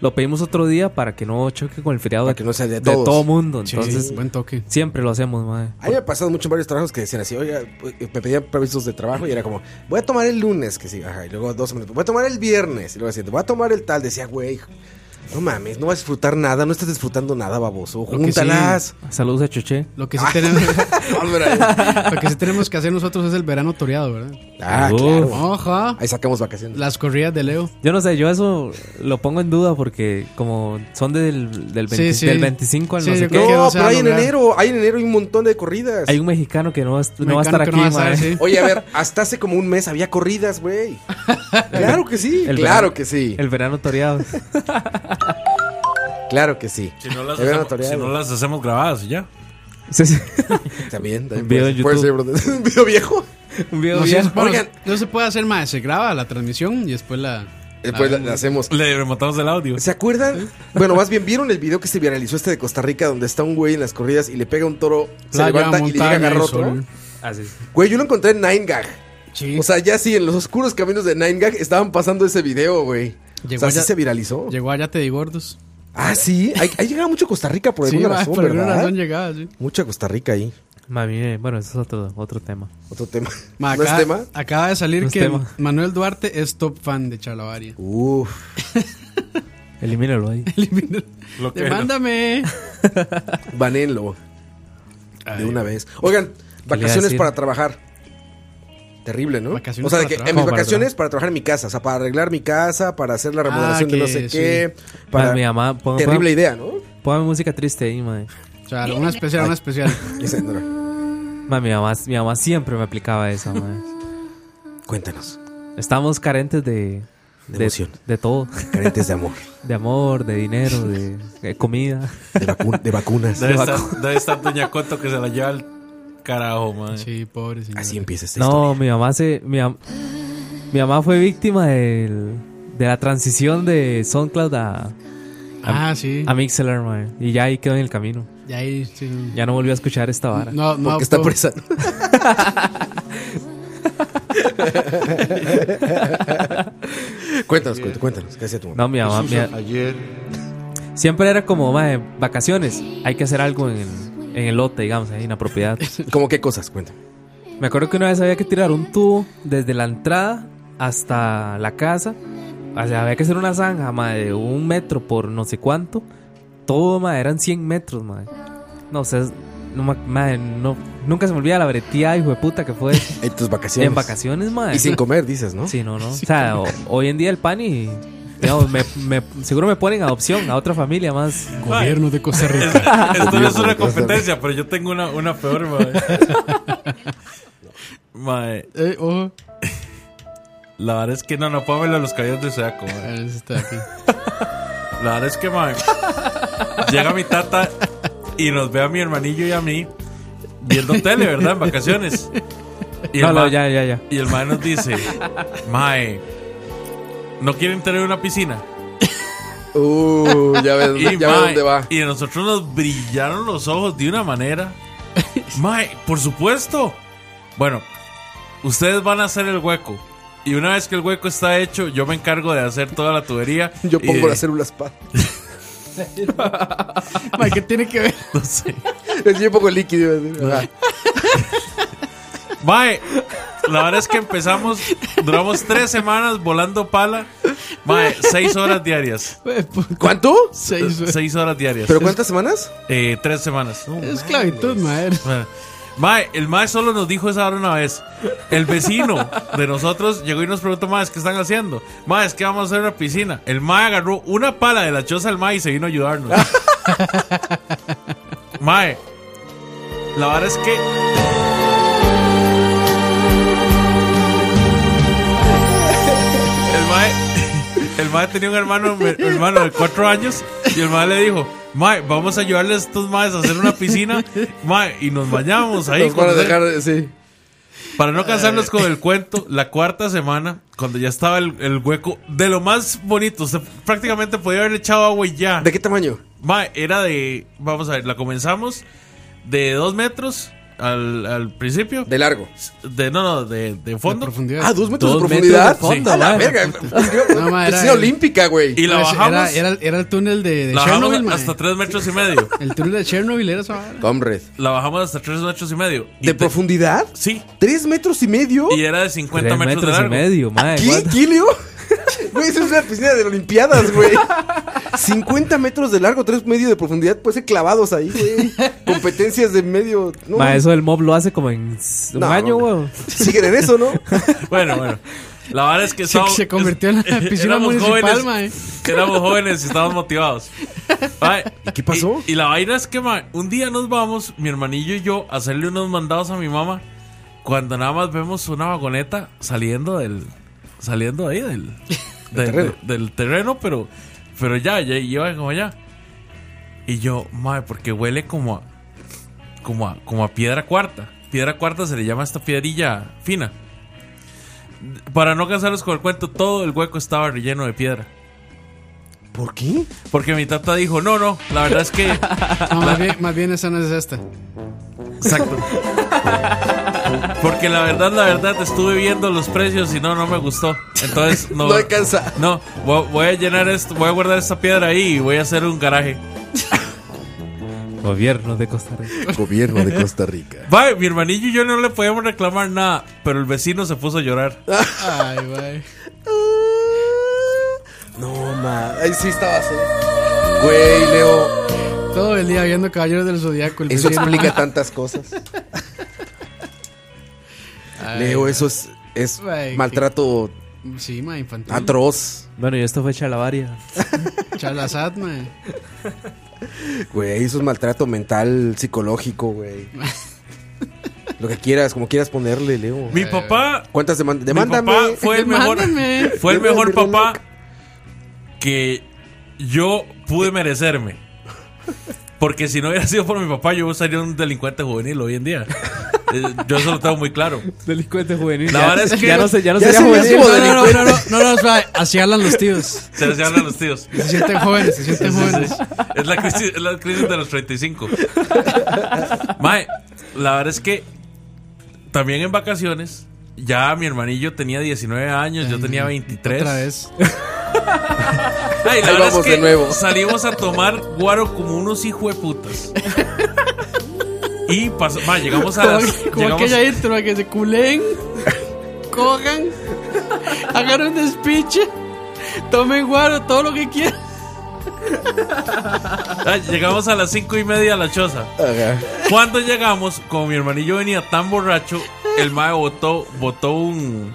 lo pedimos otro día para que no choque con el feriado Para de, que no sea de de todos. todo mundo. Sí, Entonces, buen toque. siempre lo hacemos, mae. A mí me ha pasado mucho en varios trabajos que decían así, oiga, pues, me pedían permisos de trabajo y era como, voy a tomar el lunes, que sí, ajá, y luego dos semanas, voy a tomar el viernes, y luego decían, voy a tomar el tal, decía, güey, no mames, no vas a disfrutar nada, no estás disfrutando nada, baboso, que júntalas. Saludos a Choché. Lo Ah. que, sí tenemos, Hombre. lo que sí tenemos que hacer nosotros es el verano toreado, ¿verdad? ah, Oh. claro. Ojo, Ahí sacamos vacaciones. las corridas de Leo. Yo no sé, yo eso lo pongo en duda porque como son del, del, 20 Sí, sí. del 25 al Sí, no sé yo qué. creo que No, no se pero va a hay en lograr. enero, hay en enero hay un montón de corridas. Hay un mexicano que no va, a est- no va a estar Mexicano que aquí, no va a estar, mae. sí. Oye, a ver, hasta hace como un mes había corridas, güey. Claro que sí, El claro verano- que sí, El verano toreado. claro que sí. Si no, las El verano hacemos, toreado. si no las hacemos grabadas y ya. Sí, sí. También, también Un video puede- en puede ser, YouTube. brother. Un video viejo. Un video No, sé, bien. es- bueno, Oigan. no se puede hacer más, se graba la transmisión y después la... Después pues la- vemos. la hacemos. Le rematamos el audio. ¿Se acuerdan? Bueno, más bien, ¿vieron el video que se viralizó este de Costa Rica donde está un güey en las corridas y le pega un toro, se Playa, levanta y le llega a montaña, agarrar otro? sol. Así es. Güey, yo lo encontré en Nine Gag. Sí. O sea, ya sí, en los oscuros caminos de Nine Gag estaban pasando ese video, güey. Llegó o sea, sí ya- se viralizó. Llegó allá te di gordos. Ah, sí. Ahí, ahí llegaba mucho Costa Rica por Sí, alguna va, razón, por alguna ¿verdad? razón llegaba, sí. Mucha Costa Rica ahí. Mami, eh, bueno, eso es otro, otro tema. Otro tema. Ma, ¿No es acaba- tema? Acaba de salir No es que tema. Manuel Duarte es top fan de Chalabaria. Uf. Elimínalo ahí. Lo que Demándame. Banenlo. De una vez. Oigan, iba a vacaciones decir? para trabajar. Terrible, ¿no? Vacaciones o sea, de para que trabajar. en mis ¿Cómo para vacaciones para trabajar en mi casa, o sea, para arreglar mi casa, para hacer la remodelación de que no sé sí. qué. Para Para... mi mamá, ponga, Terrible idea, ¿no? ponga- ponga música triste ahí, madre. O sea, una especial, una especial. Esa, no. Ma, mi, mamá, mi mamá siempre me aplicaba eso, madre. Cuéntanos. Estamos carentes de... De de, emoción. de todo. Carentes de amor, De amor, de dinero, de, de comida. de, vacu- de vacunas. Debe estar, debe estar Doña Coto que se la lleva al carajo, man. Sí, pobre señor. Así empieza esta historia. No, mi mamá se... Mi, mam- mi mamá fue víctima del- de la transición de SoundCloud a, Ah, sí. a Mixlr, madre. Y ya ahí quedó en el camino. Y ahí, sí. Ya no volvió a escuchar esta vara. No, no. Porque está pobre- presa. cuéntanos, cuéntanos, cuéntanos. ¿Qué hacía tu mamá? No, mi mamá... Jesús, mi- ayer siempre era como, madre, vacaciones. Hay que hacer algo en el, en el lote, digamos, ahí en la propiedad. ¿Cómo qué cosas? Cuéntame. Me acuerdo que una vez había que tirar un tubo desde la entrada hasta la casa. O sea, había que hacer una zanja, madre, de un metro por no sé cuánto. Todo, madre, eran 100 metros, madre. No, o sea, es- no, ma- madre, no, nunca se me olvida la breteada, hijo de puta, que fue En tus vacaciones. en vacaciones, madre. Y sin comer, dices, ¿no? Ah, Sí, no, no. O sea, o- hoy en día el pan y... digamos, me- me- seguro me ponen a adopción a otra familia más. Gobierno de Costa Rica. Esto no es una competencia, pero yo tengo una, una peor, man. Mae, Eh, ojo. la verdad es que no, no, pónmelo a los cabellos de saco, A mae. ver si está aquí. La verdad es que, mae, llega mi tata y nos ve a mi hermanillo y a mí viendo tele, ¿verdad? En vacaciones. Y No, el no, mae- ya, ya, ya. Y el mae nos dice, mae, ¿no quieren tener una piscina? Uh, ya ves, Y, ya ves mae, dónde va. y a nosotros nos brillaron los ojos de una manera. Mae, por supuesto. Bueno, ustedes van a hacer el hueco. Y una vez que el hueco está hecho, yo me encargo de hacer toda la tubería. Yo y pongo de- las células PAD. Mae, ¿qué tiene que ver? no sé. Yo pongo el líquido. iba a decir. Ajá. Mae, la verdad es que empezamos, duramos tres semanas volando pala. Mae, seis horas diarias. Mae, pu- ¿Cuánto? Seis. Seis horas diarias. ¿Pero cuántas semanas? Eh, tres semanas. Esclavitud, mae. Bueno, Mae, el mae solo nos dijo esa hora una vez. El vecino de nosotros llegó y nos preguntó, mae, ¿qué están haciendo? Mae, es que vamos a hacer una piscina. El mae agarró una pala de la choza del mae y se vino a ayudarnos. mae, la verdad es que... El mae, el mae tenía un hermano, hermano de cuatro años y el mae le dijo, mae, vamos a ayudarles a estos maes a hacer una piscina, mae, y nos bañamos ahí. Nos van a cuando- dejar, sí. para no cansarnos con el cuento, la cuarta semana, cuando ya estaba el, el hueco, de lo más bonito, usted prácticamente podía haber echado agua y ya. ¿De qué tamaño? Ma, era de, vamos a ver, la comenzamos de dos metros al, al principio. De largo. De, no, no, de, de De fondo. profundidad. Ah, dos metros Dos de metros profundidad. de fondo, a la madre. verga. No, Piscina madre, era el- olímpica, güey. Y la Mae, bajamos, Era, era, era el túnel de, de la bajamos Chernobyl, mae. hasta tres metros y medio. El túnel de Chernobyl era esa vara. Comrade. La bajamos hasta tres metros y medio. Y ¿De te- profundidad? Sí, ¿Tres metros y medio? y era de 50 Tres metros, de metros y largo. medio, madre. ¿Qué? what? ¿Kilio? Güey, esa es una piscina de Olimpiadas, güey. 50 metros de largo, 3 medio de profundidad, puede ser clavados ahí, güey. Competencias de medio. No, Ma, eso el mob lo hace como en s- un No, año, no. weón. Siguen en eso, ¿no? Bueno, bueno. La verdad es que Se, estábamos- se convirtió en la es- piscina éramos municipal, jóvenes, mae. Éramos jóvenes y estábamos motivados. Mae, ¿Y qué pasó? Y, y la vaina es que, mae, un día nos vamos, mi hermanillo y yo, a hacerle unos mandados a mi mamá. Cuando nada más vemos una vagoneta saliendo del. saliendo ahí del. del- terreno. de- del terreno, pero. pero ya, ya iba como allá. Y yo, mae, porque huele como a. como a, como a piedra cuarta. Piedra cuarta se le llama a esta piedrilla fina. Para no cansarlos con el cuento, todo el hueco estaba relleno de piedra. ¿Por qué? Porque mi tata dijo, no, no, la verdad es que... No, más bien, más bien esa no es esta. Exacto. Porque la verdad, la verdad, estuve viendo los precios y no, no me gustó. Entonces, no... No alcanza. No, vo- voy a llenar esto, voy a guardar esta piedra ahí y voy a hacer un garaje. Gobierno de Costa Rica. Gobierno de Costa Rica. Vale, mi hermanillo y yo no le podíamos reclamar nada, pero el vecino se puso a llorar. Ay, mae. No, ma. Ahí sí estabas, ¿eh? Güey, Leo. Todo el día viendo Caballeros del Zodiaco. el Eso vecino. explica tantas cosas. Ay, Leo, eso es, es Ay, qué- maltrato Sí, ma, infantil. atroz. Bueno, y esto fue Chalabaria. Chalazad, ma. Güey, eso es maltrato mental, psicológico, güey. Lo que quieras, como quieras ponerle, Leo. Mi papá ¿Cuántas demandas? Mi Demándame. papá fue el mejor, Demándame. fue el Demándame, mejor papá que yo pude merecerme. Porque si no hubiera sido por mi papá, yo sería un delincuente juvenil hoy en día. Eh, Yo eso lo tengo muy claro. Delincuente juvenil. La Ya- verdad es que- ya no sé, ya no Ya sería se juvenil. me hace- No, no, no, no, no, no, no, suave. así hablan los tíos. Se les hablan los tíos. Se sienten jóvenes, se sienten jóvenes. Es la crisis, es la crisis de los 35. Mae, la verdad es que también en vacaciones, ya mi hermanillo tenía 19 años, yo Ay, tenía 23. Otra vez. Ay, la Ahí verdad vamos es que de nuevo. Salimos a tomar guaro como unos hijos de putas. Y pasó, ma, llegamos a Como, las. como llegamos- aquella intro, que se culen, cojan, hagan un despiche, tomen guaro, todo lo que quieran. ah, llegamos a las cinco y media a la choza. Ajá. Cuando llegamos, como mi hermanillo venía tan borracho, el mae botó, botó un,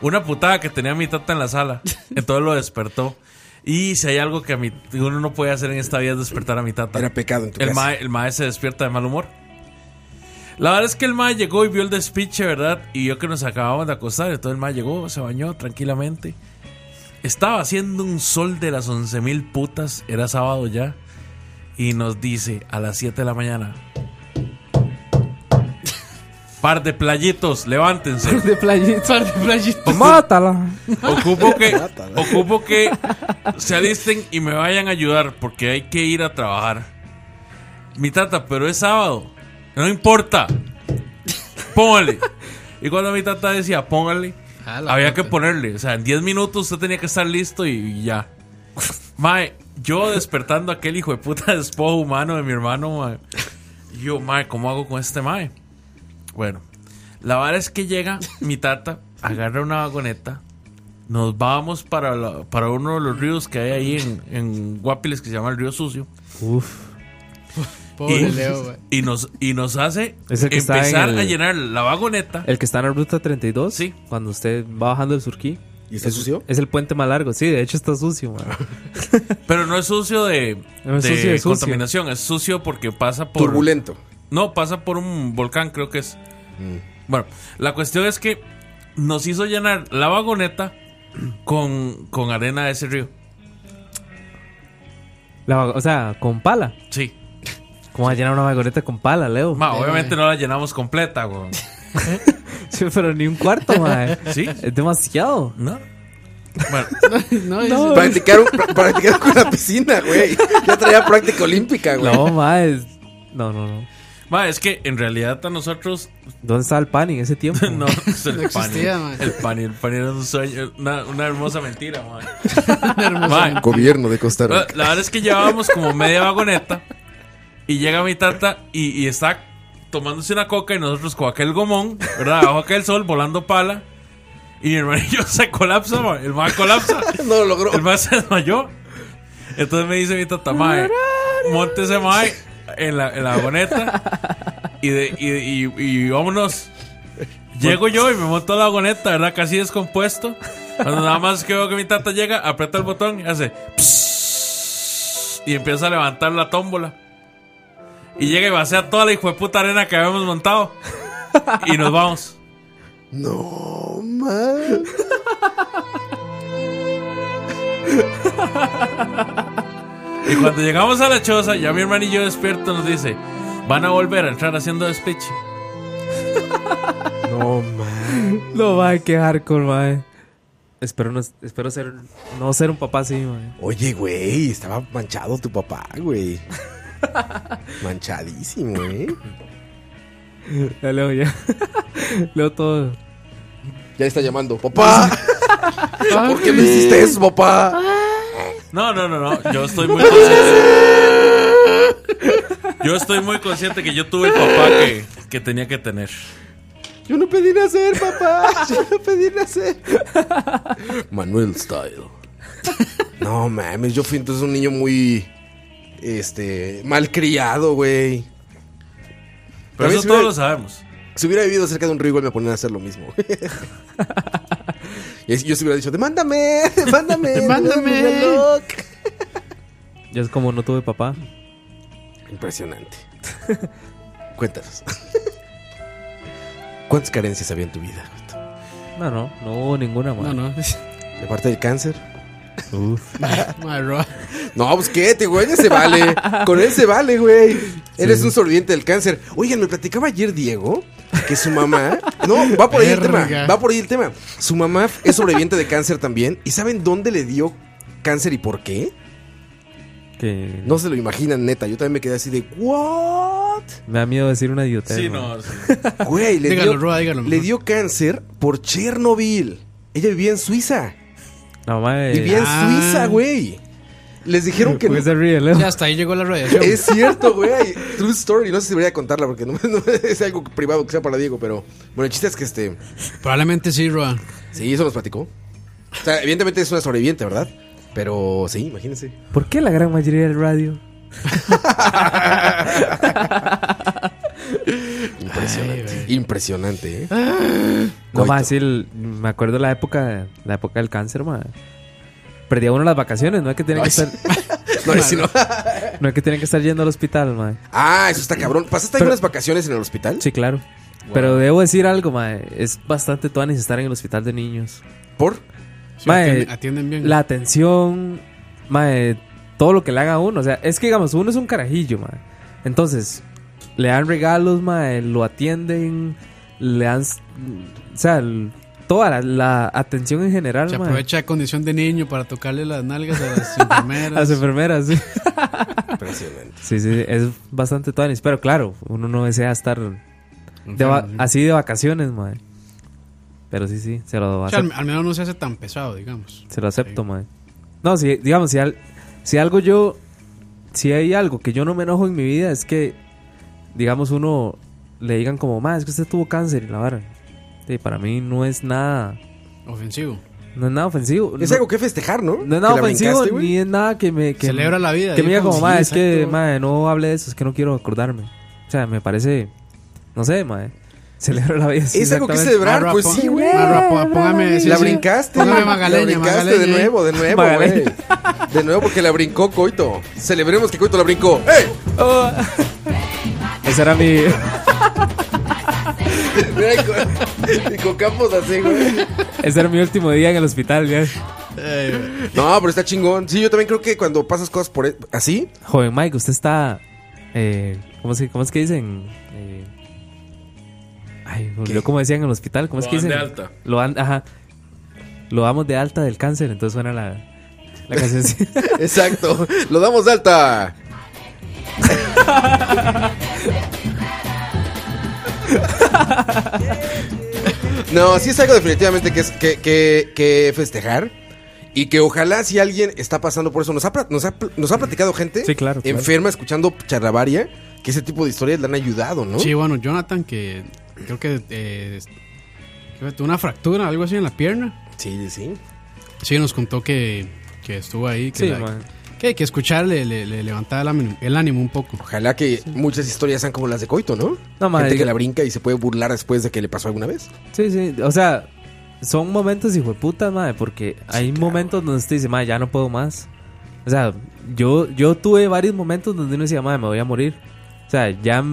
una putada que tenía mi tata en la sala. Entonces lo despertó. Y si hay algo que a mi, uno no puede hacer en esta vida es despertar a mi tata. Era pecado en tu el casa. mae, el mae se despierta de mal humor. La verdad es que el mae llegó y vio el despiche, ¿verdad? Y vio que nos acabábamos de acostar. Entonces el mae llegó, se bañó tranquilamente. Estaba haciendo un sol de las once mil putas. Era sábado ya. Y nos dice a las 7 de la mañana. Par de playitos, levántense. De playita. Par de playitas. Mátala. Ocupo que, ocupo que se alisten y me vayan a ayudar porque hay que ir a trabajar. Mi tata, pero es sábado. No importa. Póngale. Y cuando mi tata decía, póngale, Ah, la había puta. que ponerle. O sea, en 10 minutos usted tenía que estar listo y, y ya. Mae, yo despertando aquel hijo de puta despojo humano de mi hermano, mae. Y Yo, mae, ¿cómo hago con este mae? Bueno, la verdad es que llega mi tata, agarra una vagoneta, nos vamos para, la- para uno de los ríos que hay ahí en, en Guapiles que se llama el río sucio. Uf. Pobre y, Leo, güey. y nos, y nos hace Es el que está en empezar el- a llenar la vagoneta. El que está en la ruta 32. Sí. Cuando usted va bajando el surquí. ¿Y está sucio? Es el puente más largo. Sí, de hecho está sucio, man. Pero no es sucio de, No es de sucio, es sucio. contaminación, es sucio porque pasa por. Turbulento. No, pasa por un volcán, creo que es. Bueno, la cuestión es que nos hizo llenar la vagoneta con, con arena de ese río. La vago- o sea, con pala. Sí. ¿Cómo va a llenar una vagoneta con pala, Leo? Ma, Eh, obviamente no la llenamos completa, güey. Sí, pero ni un cuarto, man. ¿Sí? Es demasiado. ¿No? Bueno, No, No. dice- Practicaron, pra- practicaron con la piscina, güey. Ya traía práctica olímpica, güey. No, man. es- No, no, no. ma, es que en realidad a nosotros ¿Dónde estaba el pan en ese tiempo? no, es el No existía, pan. ma. El pan, el pan era un sueño, una, una hermosa mentira, ma. hermosa Ma, Gobierno de Costa La, Rica. la verdad es que llevábamos como media vagoneta y llega mi tata y, y está tomándose una coca y nosotros con aquel gomón, ¿verdad? Bajo aquel sol, volando pala. Y mi hermanillo se colapsa, ma. el más colapsa. No lo logró. El más se desmayó. Entonces me dice mi tata, mae, montese mae en la, en la vagoneta y, de- y- y- y vámonos. Llego yo y me monto a la vagoneta, ¿verdad? Casi descompuesto. Cuando nada más que veo que mi tata llega, aprieta el botón y hace... pss, Y empieza a levantar la tómbola. Y llega y vacía toda la hijo de puta arena que habíamos montado. Y nos vamos. No, man. Y cuando llegamos a la choza, ya mi hermanillo despierto nos dice, van a volver a entrar haciendo despeche. No, man. No, man, qué hardcore, man. Espero, no, espero ser, no ser un papá así, man. Oye, güey, estaba manchado tu papá, güey. Manchadísimo, ¿eh? Ya leo, ya. leo todo. Ya está llamando. ¡Papá! ¿Por qué me hiciste eso, papá? No, no, no, no. Yo estoy muy consciente. Yo estoy muy consciente que yo tuve el papá que, que tenía que tener. Yo no pedí nacer, papá. Yo no pedí nacer. Manuel Style. No mames, yo fui entonces un niño muy. Este. Malcriado, güey. Pero También eso si todos hubiera- lo sabemos. Si hubiera vivido cerca de un río, igual me ponían a hacer lo mismo. y es- yo se hubiera dicho: ¡Demándame! ¡Demándame! Demándame. mi reloj". Yo es como no tuve papá. Impresionante. Cuéntanos. ¿Cuántas carencias había en tu vida? No, no, no hubo ninguna, No, man. no. ¿De parte del cáncer? Uf. Madre, Roa. No, pues qué, te- güey, se vale. Con él se vale, güey. Eres un sobreviviente del cáncer. Oigan, me platicaba ayer Diego que su mamá. No, va por ahí el tema. Verga. Va por ahí el tema. Su mamá es sobreviviente de cáncer también. ¿Y saben dónde le dio cáncer y por qué? Que No se lo imaginan, neta. Yo también me quedé así de, ¿what? me da miedo decir una idiotez. Sí, Eh, man. no. sí. Güey, le Dígalo, dio, Roa, dígalo. le dio cáncer por Chernobyl. Ella vivía en Suiza. La mamá de- Vivía en Ah. Pues Suiza, güey. Les dijeron que ¿Por no- qué se ríe, Leo? Ya hasta ahí llegó la radiación. Es cierto, güey. True story. No sé si debería contarla porque no, no- es algo privado que sea para Diego, pero bueno, el chiste es que este. Probablemente sí, Roa. Sí, eso nos platicó. O sea, evidentemente es una sobreviviente, ¿verdad? Pero sí, imagínense. ¿Por qué la gran mayoría del radio? Impresionante. impresionante, ¿eh? Ah, No, Coito. más sí, el- me acuerdo la época, la época del cáncer, man. Perdía uno las vacaciones, no es que tienen que Ay, sí. estar, No, es sino- no es que tienen que estar yendo al hospital, man. Ah, eso está cabrón. ¿Pasaste ahí Pero- unas vacaciones en el hospital? Sí, claro. Pero debo decir algo, ma, es bastante tuanis estar en el hospital de niños. ¿Por? Sí, Ma, atienden, eh, atienden bien. La atención, ma, eh, todo lo que le haga a uno, o sea, es que digamos, uno es un carajillo, ma. Entonces, le dan regalos, ma, eh, lo atienden, le dan, s- o sea, el- toda la, la atención en general, Se ma. aprovecha de condición de niño para tocarle las nalgas a las enfermeras. A las enfermeras, sí. Impresionante. Sí, sí, es bastante tuanis, pero claro, uno no desea estar de va- Enfermo, sí. así de vacaciones, madre. Pero sí, sí, se lo, O sea, acep- al, al menos no se hace tan pesado, digamos. se lo acepto, madre. No, si, digamos, si, al- si algo yo, si hay algo que yo no me enojo en mi vida es que, digamos, uno le digan como, madre, es que usted tuvo cáncer y la vara. Sí, para mí no es nada, Ofensivo. no es nada ofensivo. Pues Es no, algo que festejar, no ¿no? pues, es nada Que la ofensivo brincaste, güey. ni es nada que me... Que Celebra la vida. que me diga digamos. como, madre, es Sí, que, exacto. madre, no hable de eso, es que no quiero acordarme. O sea, me parece, no sé, madre, celebro la vida. sí, Es algo que exactamente. celebrar, Marra, pues pon- sí, güey. Marra, pon- póngame. sí, la sí. brincaste. Póngame la Magaleña, brincaste Magaleña. de nuevo, de nuevo, güey. Magaleña. De nuevo porque la brincó Coito. Celebremos que Coito la brincó. ¡Ey! Esa era mi... Mira, y con- y con Campos así, güey. Ese era mi último día en el hospital, ya. No, pero está chingón. Sí, yo también creo que cuando pasas cosas por e- así, Joven Mike, usted está... Eh, ¿cómo, es que, ¿Cómo es que dicen? Eh, ay, ¿Qué? olvidó cómo decían en el hospital. ¿Cómo es Lo que dan dicen? de alta. Lo dan, ajá. Lo damos de alta del cáncer, entonces suena la, la cancioncita. exacto, lo damos de alta. No, sí es algo definitivamente que, es, que, que, que festejar. Y que ojalá si alguien está pasando por eso, nos ha, pla- nos ha, pl- nos ha platicado gente Sí, claro, claro. enferma escuchando charlavaria, que ese tipo de historias le han ayudado, ¿no? Sí, bueno, Jonathan, que creo que. eh, que tuvo una fractura, algo así en la pierna. sí, sí. Sí, nos contó que, que estuvo ahí. Que, Sí, la- man. que, que escuchar le, le- le levantaba el ánimo, el ánimo un poco. Ojalá que muchas historias sean como las de Coito, ¿no? No, madre, Gente que yo- la brinca y se puede burlar después de que le pasó alguna vez. Sí, sí, o sea, son momentos hijo de puta, madre, porque hay momentos donde usted dice, madre, ya no puedo más. O sea, yo, yo tuve varios momentos donde uno decía, madre, me voy a morir. O sea, ya,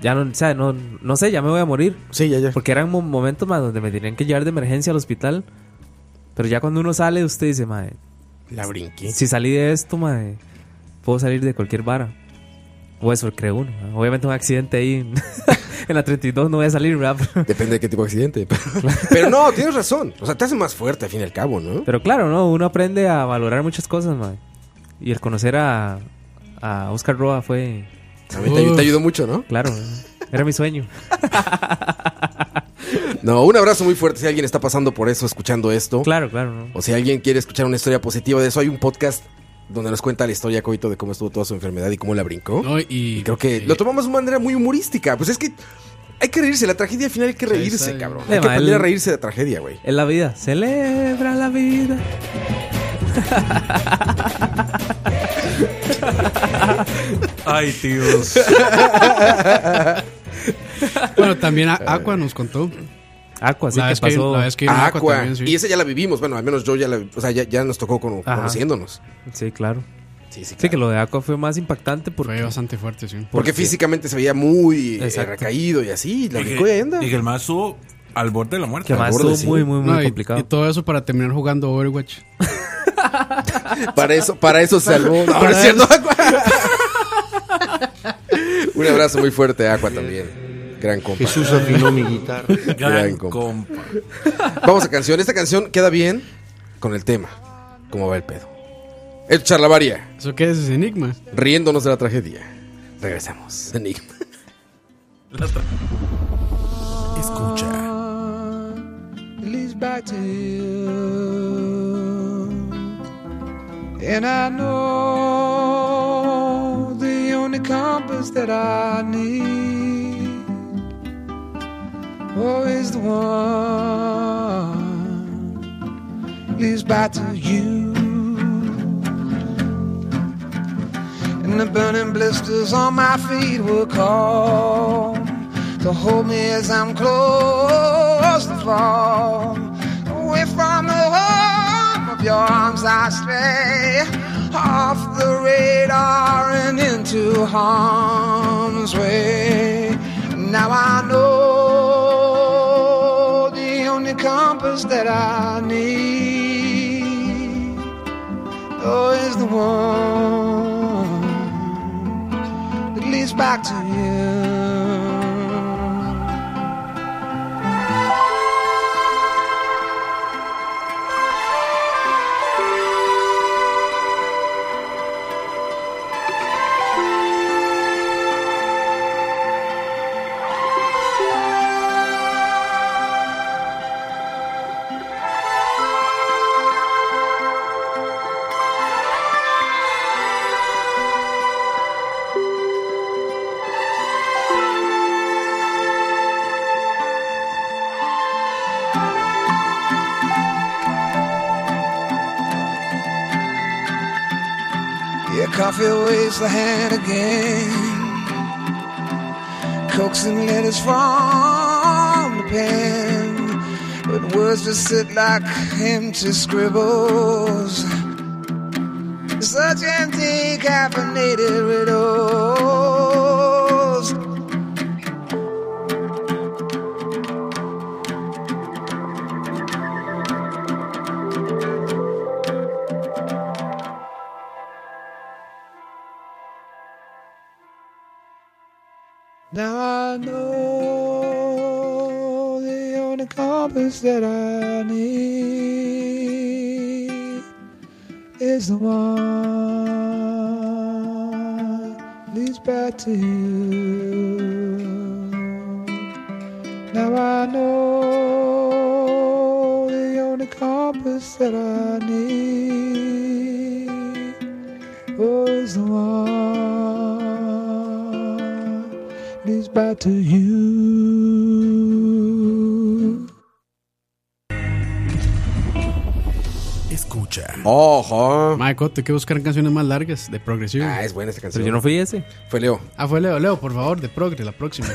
ya no, o sea, no, no sé, ya me voy a morir. Sí, ya, ya. Porque eran mo- momentos, más donde me tenían que llevar de emergencia al hospital. Pero ya cuando uno sale, usted dice, madre, La brinqué. si salí de esto, madre, puedo salir de cualquier vara. O eso cree uno. ¿no? Obviamente un accidente ahí en, en la 32 no voy a salir, ¿verdad? Depende de qué tipo de accidente. Pero, pero no, tienes razón. O sea, te hace más fuerte al fin y al cabo, ¿no? Pero claro, ¿no? Uno aprende a valorar muchas cosas, man. Y el conocer a, a Oscar Roa fue, También te, ayu- te ayudó mucho, ¿no? claro, era mi sueño. No, un abrazo muy fuerte si alguien está pasando por eso, escuchando esto. Claro, claro, ¿no? O si alguien quiere escuchar una historia positiva de eso, hay un podcast donde nos cuenta la historia, Coito, de cómo estuvo toda su enfermedad y cómo la brincó. ¿no? Y Y, creo que eh, lo tomamos de una manera muy humorística. Pues es que hay que reírse. La tragedia al final hay que reírse, está. cabrón. Le Hay que va, aprender a el- reírse de la tragedia, güey. Es la vida, celebra la vida. Ay, tíos. Bueno, también a- Aqua nos contó. Aqua, sí, La que vez que- pasó. la vez que- Ah, Aqua Aqua. también, sí. Y esa ya la vivimos. Bueno, al menos yo ya la. O sea, ya, ya nos tocó cono- Ajá. conociéndonos. Sí, claro. Sí, sí, Sí, que lo de Aqua fue más impactante porque. Fue bastante fuerte, sí. Porque físicamente se veía muy eh, Exacto. recaído y así. La Y que- ubicó y ahí anda. y que el más estuvo al borde de la muerte. Que más borde, estuvo sí. muy, muy, muy No, y- complicado. Y, todo eso para terminar jugando Overwatch. Para eso, para eso se salvó. No, no es cierto, Aqua. Un abrazo muy fuerte a Aqua también. Gran compa. Jesús afinó mi guitarra. Gran Gran compa. Vamos a canción. Esta canción queda bien con el tema. ¿Cómo va el pedo? El charlavaria, ¿Eso qué es? ¿Es Enigma? riéndonos de la tragedia. Regresamos. Enigma. Escucha. leads back to you. And I know the only compass that I need oh, is the one leads back to you. And the burning blisters on my feet will call to hold me as I'm close to fall. Away from the home of your arms I stray, off the radar and into harm's way. Now I know the only compass that I need oh, is the one that leads back to you. Yeah, coffee waves the hand again. Coaxing letters from the pen. But words just sit like empty scribbles. Such empty caffeinated riddles. Now I know the only compass that I need is the one that leads back to you. Now I know the only compass that I need was the one leads back to you. Escucha. Ojo. Mae, Cote, hay que buscar canciones más largas de progresivo. Ah, es buena esta canción. Pero yo no fui ese. Fue Leo. Ah, fue Leo. Leo, por favor, de progre, la próxima.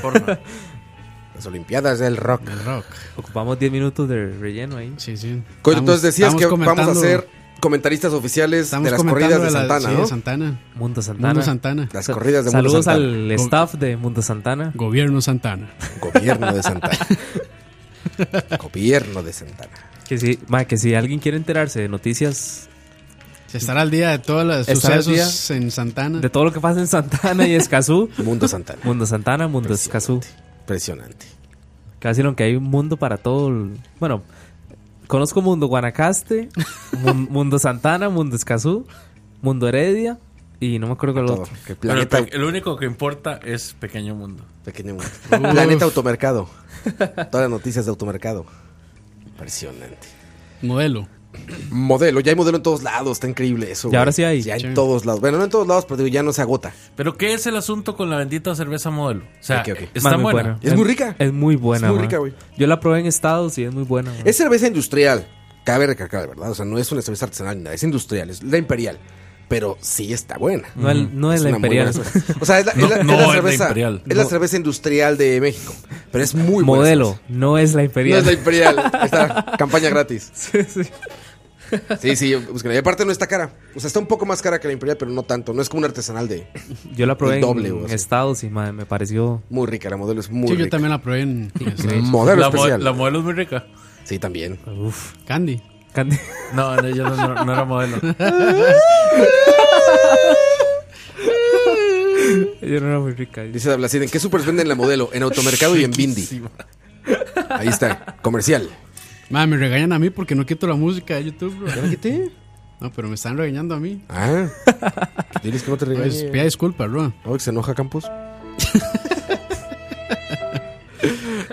Las Olimpiadas del Rock. El rock. Ocupamos 10 minutos de relleno ahí. Sí, sí. Coito, Estamos- entonces decías estamos que vamos a comentando- ser comentaristas oficiales estamos de las comentando corridas de la- Santana, sí, ¿no? de Santana. Mundo Santana. Mundo Santana. Las Sa- corridas de Mundo Saludos Santana. al staff de Mundo Santana. Gobierno Santana. Gobierno de Santana. Gobierno de Santana. Que si, ma, que si alguien quiere enterarse de noticias, Se estará al día de todos los Estar al sucesos en Santana. de todo lo que pasa en Santana y Escazú, Mundo Santana. Mundo Santana, Mundo Escazú. Impresionante. Casi lo que hay un mundo para todo. el- Bueno, conozco Mundo Guanacaste, Mun- Mundo Santana, Mundo Escazú, Mundo Heredia y no me acuerdo cuál Todo. otro. Que Pero el, planeta, pe- el único que importa es Pequeño Mundo. pequeño mundo. planeta Automercado. Todas las noticias de Automercado. Impresionante. Modelo. Modelo, ya hay modelo en todos lados, está increíble Y eso. güey. ahora sí hay. Ya en Sí. todos lados. Bueno, no en todos lados, pero digo, ya no se agota. Pero ¿qué es el asunto con la bendita cerveza modelo? O sea, Ok, ok. está Ma, muy buena. buena. Es muy rica. Es muy buena. Es muy ma. rica, güey. Yo la probé en Estados y es muy buena. ma. Es cerveza industrial. Cabe recalcar, de verdad, o sea, no es una cerveza artesanal ni nada, es industrial, es la imperial. Pero sí está buena. No el- no es la una muy Imperial. buena cerveza. O sea, es la, es No, la- es no la es la cerveza, Imperial. es la No. cerveza industrial de México. Pero es muy buena. Modelo, no es la No imperial. es la Imperial. Ahí Está campaña gratis. Sí, sí. Sí, búsquenla. Y aparte no está cara. O sea, está un poco más cara que la Imperial, pero no tanto. No es como un artesanal de. Yo la probé El doble, en, o en sea. Estados y madre, me pareció Muy rica, la modelo es muy Sí, yo rica. también la probé en. Modelo la, mo- especial. la modelo es muy rica. Sí, también. Uf. Candy. Candy. No, no, yo no, no era modelo. Yo no era muy rica. Dice Dablacid, ¿en qué supers venden la modelo? En Automercado y en Bindi. Ahí está, comercial. Madre, me regañan a mí porque no quito la música de YouTube, bro. la quité? No, pero me están regañando a mí. Ah. Diles que no te regañes. Pues, pida disculpas, bro. ¿No que se enoja Campos?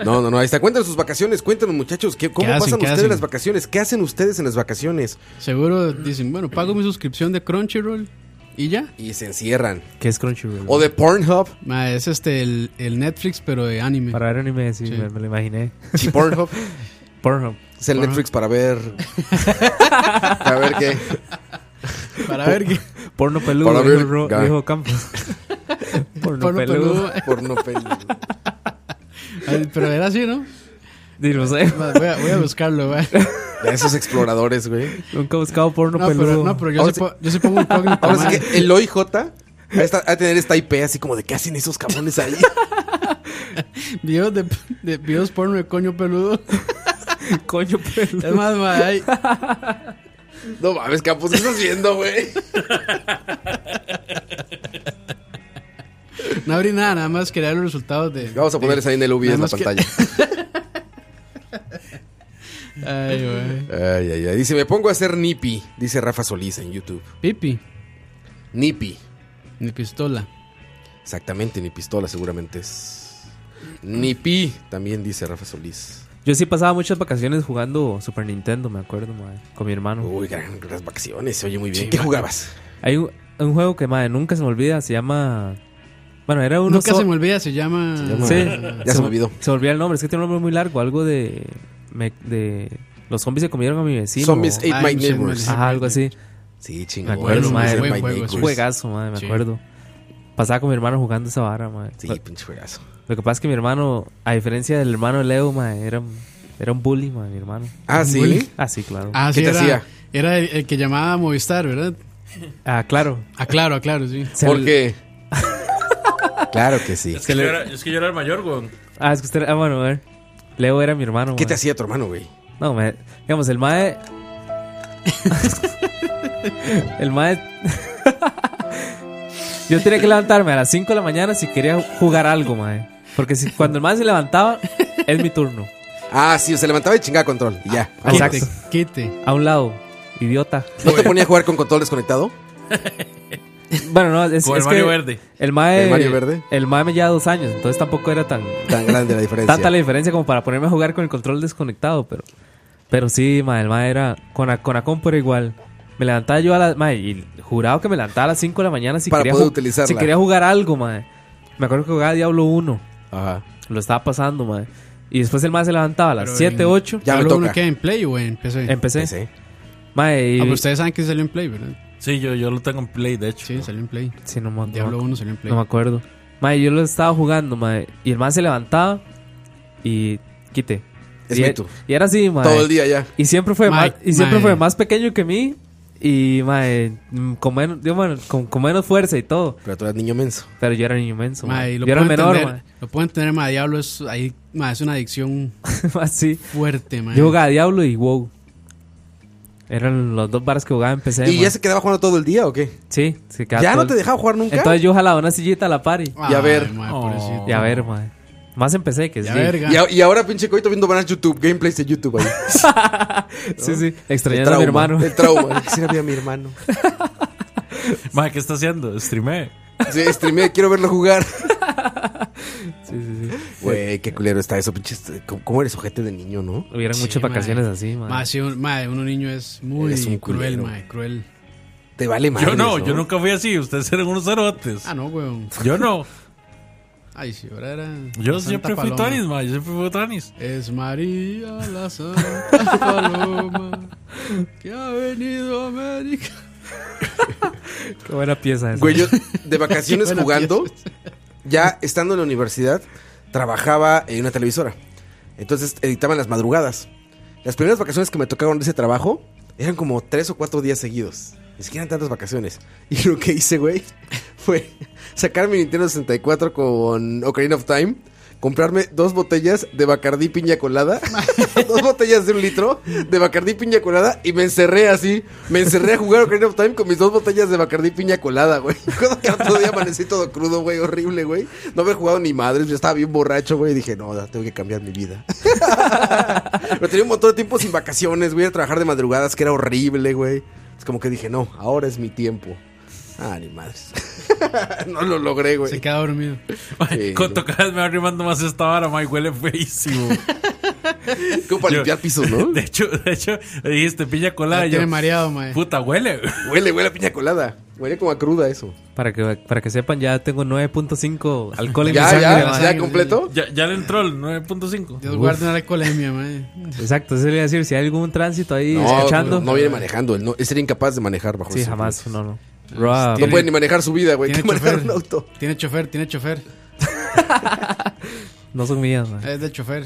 No, no, no, ahí está. Cuéntanos sus vacaciones, cuéntanos muchachos, ¿qué, ¿cómo ¿Qué hacen? pasan ¿Qué ustedes hacen? las vacaciones? ¿Qué hacen ustedes en las vacaciones? Seguro dicen, bueno, pago mi suscripción de Crunchyroll y ya. Y se encierran. ¿Qué es Crunchyroll? O de Pornhub. Ma, es este el, el Netflix, pero de anime. Para ver anime, sí, Me, me lo imaginé. ¿Y Pornhub? Pornhub. Es el Netflix para ver. para ver qué. Para ver qué. Porno peludo, Para ver- dijo, Ro- Ga- dijo Campos. Porno, Porno peludo. peludo. Porno peludo. Ay, Pero era así, ¿no? Di, no sé. Ma, Voy a, voy a buscarlo, va. De esos exploradores, güey. Nunca he buscado porno No, peludo. pero, no, pero yo, Ahora sí, sí- po- yo sí pongo incógnito. Ahora sí ma. que el OIJ va a estar- a tener esta IP así como de qué hacen esos cabrones ahí. Videos, de, de- videos porno de coño peludo. Coño peludo. Es más, ma, hay- No mames, Campos, ¿qué estás viendo, güey? no abrí nada, nada más quería los resultados de. Vamos a ponerles ahí en el UBI en la Nada más que- pantalla. Ay, güey. Ay, ay, ay. Dice, me pongo a hacer nipi, dice Rafa Solís en YouTube. Pipi, Nipi. mi pistola. Exactamente, ni pistola seguramente es. Nipi, también dice Rafa Solís. Yo sí pasaba muchas vacaciones jugando Super Nintendo, me acuerdo, madre, con mi hermano. Uy, gran, las vacaciones, se oye muy bien. ¿Qué jugabas? Hay un, un juego que, madre, nunca se me olvida, se llama... Bueno, era uno Nunca so- se me olvida, se llama. Sí. Ya se me olvidó. Se me olvida el nombre, es que tiene un nombre muy largo, algo de... me- de los zombies se comieron a mi vecino. Zombies Ate Ay, My sí, Neighbors. me- Ajá, Ah, algo así. Sí, Me chingón. acuerdo, Zombies madre. Ate buen My juego, Es Neighbors. un juegazo, madre, me Sí. acuerdo. Pasaba con mi hermano jugando esa vara, madre. Sí, pinche juegazo. Lo que pasa es que mi hermano, a diferencia del hermano de Leo, madre, era, un- era un bully, madre, mi hermano. Ah, sí. Ah, sí, claro. Ah, Ah, ¿Qué sí, te era, hacía? Era el, el que llamaba a Movistar, ¿verdad? Ah, claro. Aclaro, aclaro, sí. Se ¿Por le- qué? Claro que sí. Es que, yo era, es que yo era el mayor, güey. Ah, es que usted... Ah, bueno, a ver. Leo era mi hermano, ¿Qué te madre. hacía tu hermano, güey? No, me, digamos, el mae. el mae. Yo tenía que levantarme a las 5 de la mañana si quería jugar algo, mae. Porque si, cuando el mae se levantaba, es mi turno. Ah, sí, se levantaba y chingaba control. Y ya. Ah, vámonos. exacto. Quite. A un lado, idiota. ¿No te ponía a jugar con control desconectado? Bueno, no, es, Con el es Mario que verde. El mae. ¿El Mario verde? El mae me lleva dos años, entonces tampoco era tan. Tan grande la diferencia. Tanta la diferencia como para ponerme a jugar con el control desconectado, pero. Pero sí, mae, el mae era. Con la, con la compu era igual. Me levantaba yo a las. Mae, y jurado que me levantaba a las 5 de la mañana si Para quería. poder ju- utilizarla. Si quería jugar algo, mae. Me acuerdo que jugaba Diablo 1. Ajá. Lo estaba pasando, mae. Y después el mae se levantaba a las Pero 7, en- 8. Ya me Diablo uno toca. queda en Play o en PC? Empecé. Sí. Mae, y. Ah, pero ustedes saben que salió en Play, ¿verdad? Sí, yo, yo lo tengo en Play, de hecho. Sí, salió en Play. sí, no me- no me Diablo 1 salió en Play. No me acuerdo. Mae, yo lo estaba jugando, mae. Y el mae se levantaba y quite. Es y, mi e- turno. y era así, mae. Todo el día ya. Y siempre fue, Mae, más, y siempre mae. fue más pequeño que mí. Y, mae, mm, con menos, digo, bueno, con, con menos fuerza y todo. Pero tú eras niño menso. Pero yo era niño inmenso. Ma, mae. y Yo lo era puedo menor, entender, Lo puedo entender, ma, Diablo es, ahí, ma, es una adicción mae. Así. fuerte, ma. Yo jugaba Diablo y WoW. Eran los dos bares que jugaba en PC. ¿Y mae. ya se quedaba jugando todo el día o qué? Sí, se quedaba ¿Ya todo no el- te dejaba jugar nunca? Entonces yo jalaba una sillita a la pari. Ay, y a ver. ma, Oh. pobrecito. Y a ver, mae. Más en PC que Y sí. a verga. Y, a- y ahora pinche coito viendo vanas YouTube, gameplays de YouTube ahí. Sí, sí. El Extrañando a trauma, mi hermano. El trauma. Quisiera ver a mi hermano. Mae, ¿qué está haciendo? Streamé. Sí, streamé, quiero verlo jugar. Sí, sí, sí. Güey, qué culero está eso, pinche. ¿Cómo, cómo eres ojete de niño, no? Hubieran Sí, muchas mae. vacaciones así, mae. Ma, sí, un, ma, uno niño es muy Eres un cruel, culero. ma, cruel. Te vale más. Yo no, yo nunca fui así. Ustedes eran unos cerotes. Ah, no, weón. Yo no. Ah, Ay, sí, ahora era. Yo la Santa siempre fui Paloma. Tonis, ma. Yo siempre fui Tonis. Es María la Santa Paloma que ha venido a América. Qué buena pieza esa. Güey, yo de vacaciones Qué buena jugando, ya estando en la universidad, trabajaba en una televisora. Entonces editaban las madrugadas. Las primeras vacaciones que me tocaron de ese trabajo eran como tres o cuatro días seguidos. Ni siquiera eran tantas vacaciones. Y lo que hice, güey, fue sacar mi Nintendo 64 con Ocarina of Time. Comprarme dos botellas de Bacardí piña colada, dos botellas de un litro de Bacardí piña colada y me encerré así, me encerré a jugar Ocarina of Time con mis dos botellas de Bacardí piña colada, güey. Cuando que al otro día amanecí todo crudo, güey, horrible, güey. No había jugado ni madres, yo estaba bien borracho, güey, y dije, no, tengo que cambiar mi vida. Pero tenía un montón de tiempo sin vacaciones, güey, a trabajar de madrugadas, que era horrible, güey. Es como que dije, no, ahora es mi tiempo. Ah, ni madres. no lo logré, güey. Se queda dormido. Sí, Cuanto cada vez me va arrimando más esta vara, ma, y huele feísimo. Como para Yo- limpiar pisos, ¿no? De hecho, de hecho, este, dijiste piña colada. Me y tiene yo, mareado, ma. Puta, huele. Huele, huele a piña colada. Huele como a cruda eso. Para que, para que sepan, ya tengo 9.5 alcohol en Ya, mi sangre. ya, ma. ya completo. Ya, ya le entró el 9.5. Dios Uf. guarde una alcoholemia, ma. Exacto, eso le iba a decir. Si hay algún tránsito ahí No, escuchando. no viene manejando. Él no, es incapaz de manejar bajo Sí, esos jamás. influencias. No, no. Roa, No puede ni manejar su vida, güey. Tiene que manejar chofer. un auto. Tiene chofer, tiene chofer. no son mías, ma. Eh. Es del chofer.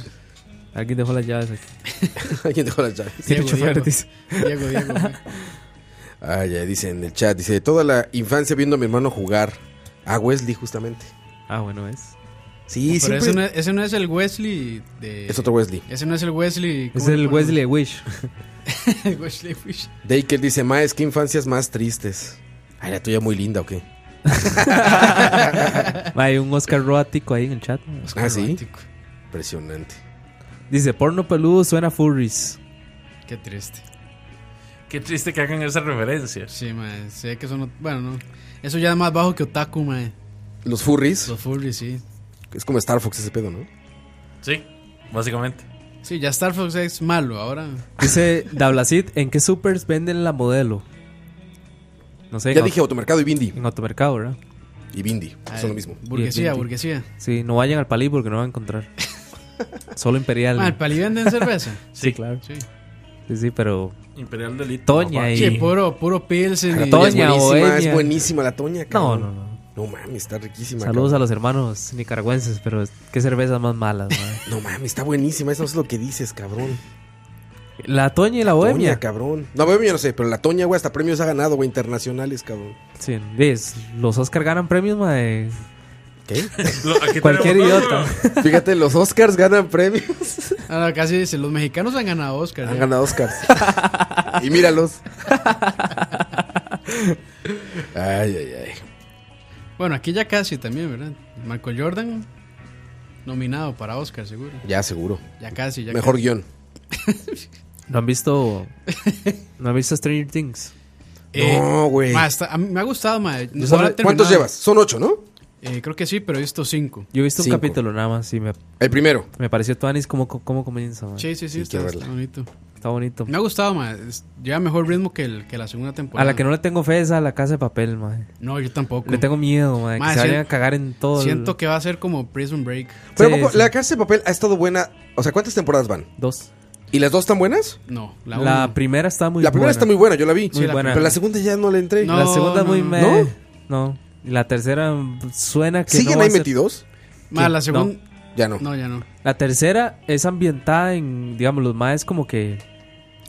Alguien dejó las llaves aquí. Alguien dejó las llaves. Tiene Diego, chofer, Diego. dice. Diego, Diego, ma. Ah, ya dice en el chat. Dice, toda la infancia viendo a mi hermano jugar a Wesley justamente. Ah, bueno, es. Sí, Pero siempre... ese no, es, ese no es el Wesley de. Es otro Wesley. Ese no es el Wesley. ¿cómo Es le el ponen? Wesley Wish. el Wesley Fish. Daker dice, ma, es que infancias más tristes. Ay, la tuya muy linda, ¿o qué? Ma, Hay un Oscar Roatico ahí en el chat. ma. Ah, sí. Romántico. Impresionante. Dice, porno peludo suena furries. Qué triste. Qué triste que hagan esa referencia. Sí, ma. Sé que eso no. Bueno, no. Eso ya es más bajo que Otaku, ma. Los furries. Los furries, sí. Es como Star Fox ese pedo, ¿no? Sí, básicamente. Sí, ya Star Fox es malo ahora. Dice, Dablacid, ¿en qué supers venden la modelo? No sé, Ya en, dije automercado y Bindi. au- en automercado, ¿verdad? Y Bindi. Ah, Son lo mismo. Ah, Burguesía, Bien, burguesía. Sí, no vayan al palí porque no van a encontrar. Solo Imperial. Ma, Ah, el palí venden cerveza. Sí, claro. Sí. Sí, sí, pero Imperial delito. Toña Sí, y... puro, puro Pilsen. y- Toña. es buenísima, Bohemia. es buenísima la Toña, No, cabrón. no, no. No mames, está riquísima. Saludos a cabrón. los hermanos nicaragüenses, pero qué cervezas más malas, ma. No mames, está buenísima. Eso es lo que dices, cabrón. La Toña y la Bohemia. Toña, cabrón. No, Bohemia no sé, pero la Toña, güey, hasta premios ha ganado, güey, internacionales, cabrón. Sí, ves, los Oscar ganan premios, ma, de ¿Qué? Cualquier idiota. Fíjate, los Oscars ganan premios. Ah, no, casi dice, los mexicanos han ganado Oscar. Han ya. ganado Oscars. y míralos. ay, ay, ay. Bueno, aquí ya casi también, ¿verdad? Michael Jordan nominado para Oscar, seguro. Ya, seguro. Ya casi, ya Mejor guión. ¿No han visto... ¿No han visto Stranger Things? casi. Eh, no, güey. ma, está- a mí me ha gustado, ma. No Son- la he ¿Cuántos terminado. llevas? Son ocho, ¿no? Eh, creo que sí, pero he visto cinco. Yo he visto Cinco. un capítulo nada más y me, El primero. me pareció Tuanis como cómo comienza, ma. Sí, sí, sí, Ah, Sí, está, quiero verla. está bonito. Está bonito. Me ha gustado, ma. es- Lleva mejor ritmo que, el, que la segunda A temporada. la que no le tengo fe es a la casa de papel, ma. No, yo tampoco. Le tengo miedo, ma, de Ma, que se vayan sien- a cagar en todo. el- Siento que va a ser como Prison Break. Pero Sí, ¿a poco sí. la Casa de Papel ha estado buena. O sea, ¿cuántas temporadas van? Dos. ¿Y las dos están buenas? No, la, La, una. primera está muy la primera buena. está muy buena, yo la vi. Muy la buena. Pero la segunda ya no le entré. No, La segunda no, muy no. meh. ¿No? No. Y La tercera suena que ¿Siguen no va ahí a ser- metidos? Ma, la No. segunda. Ya no. No. ya no. La tercera es ambientada en, digamos, los maes como que...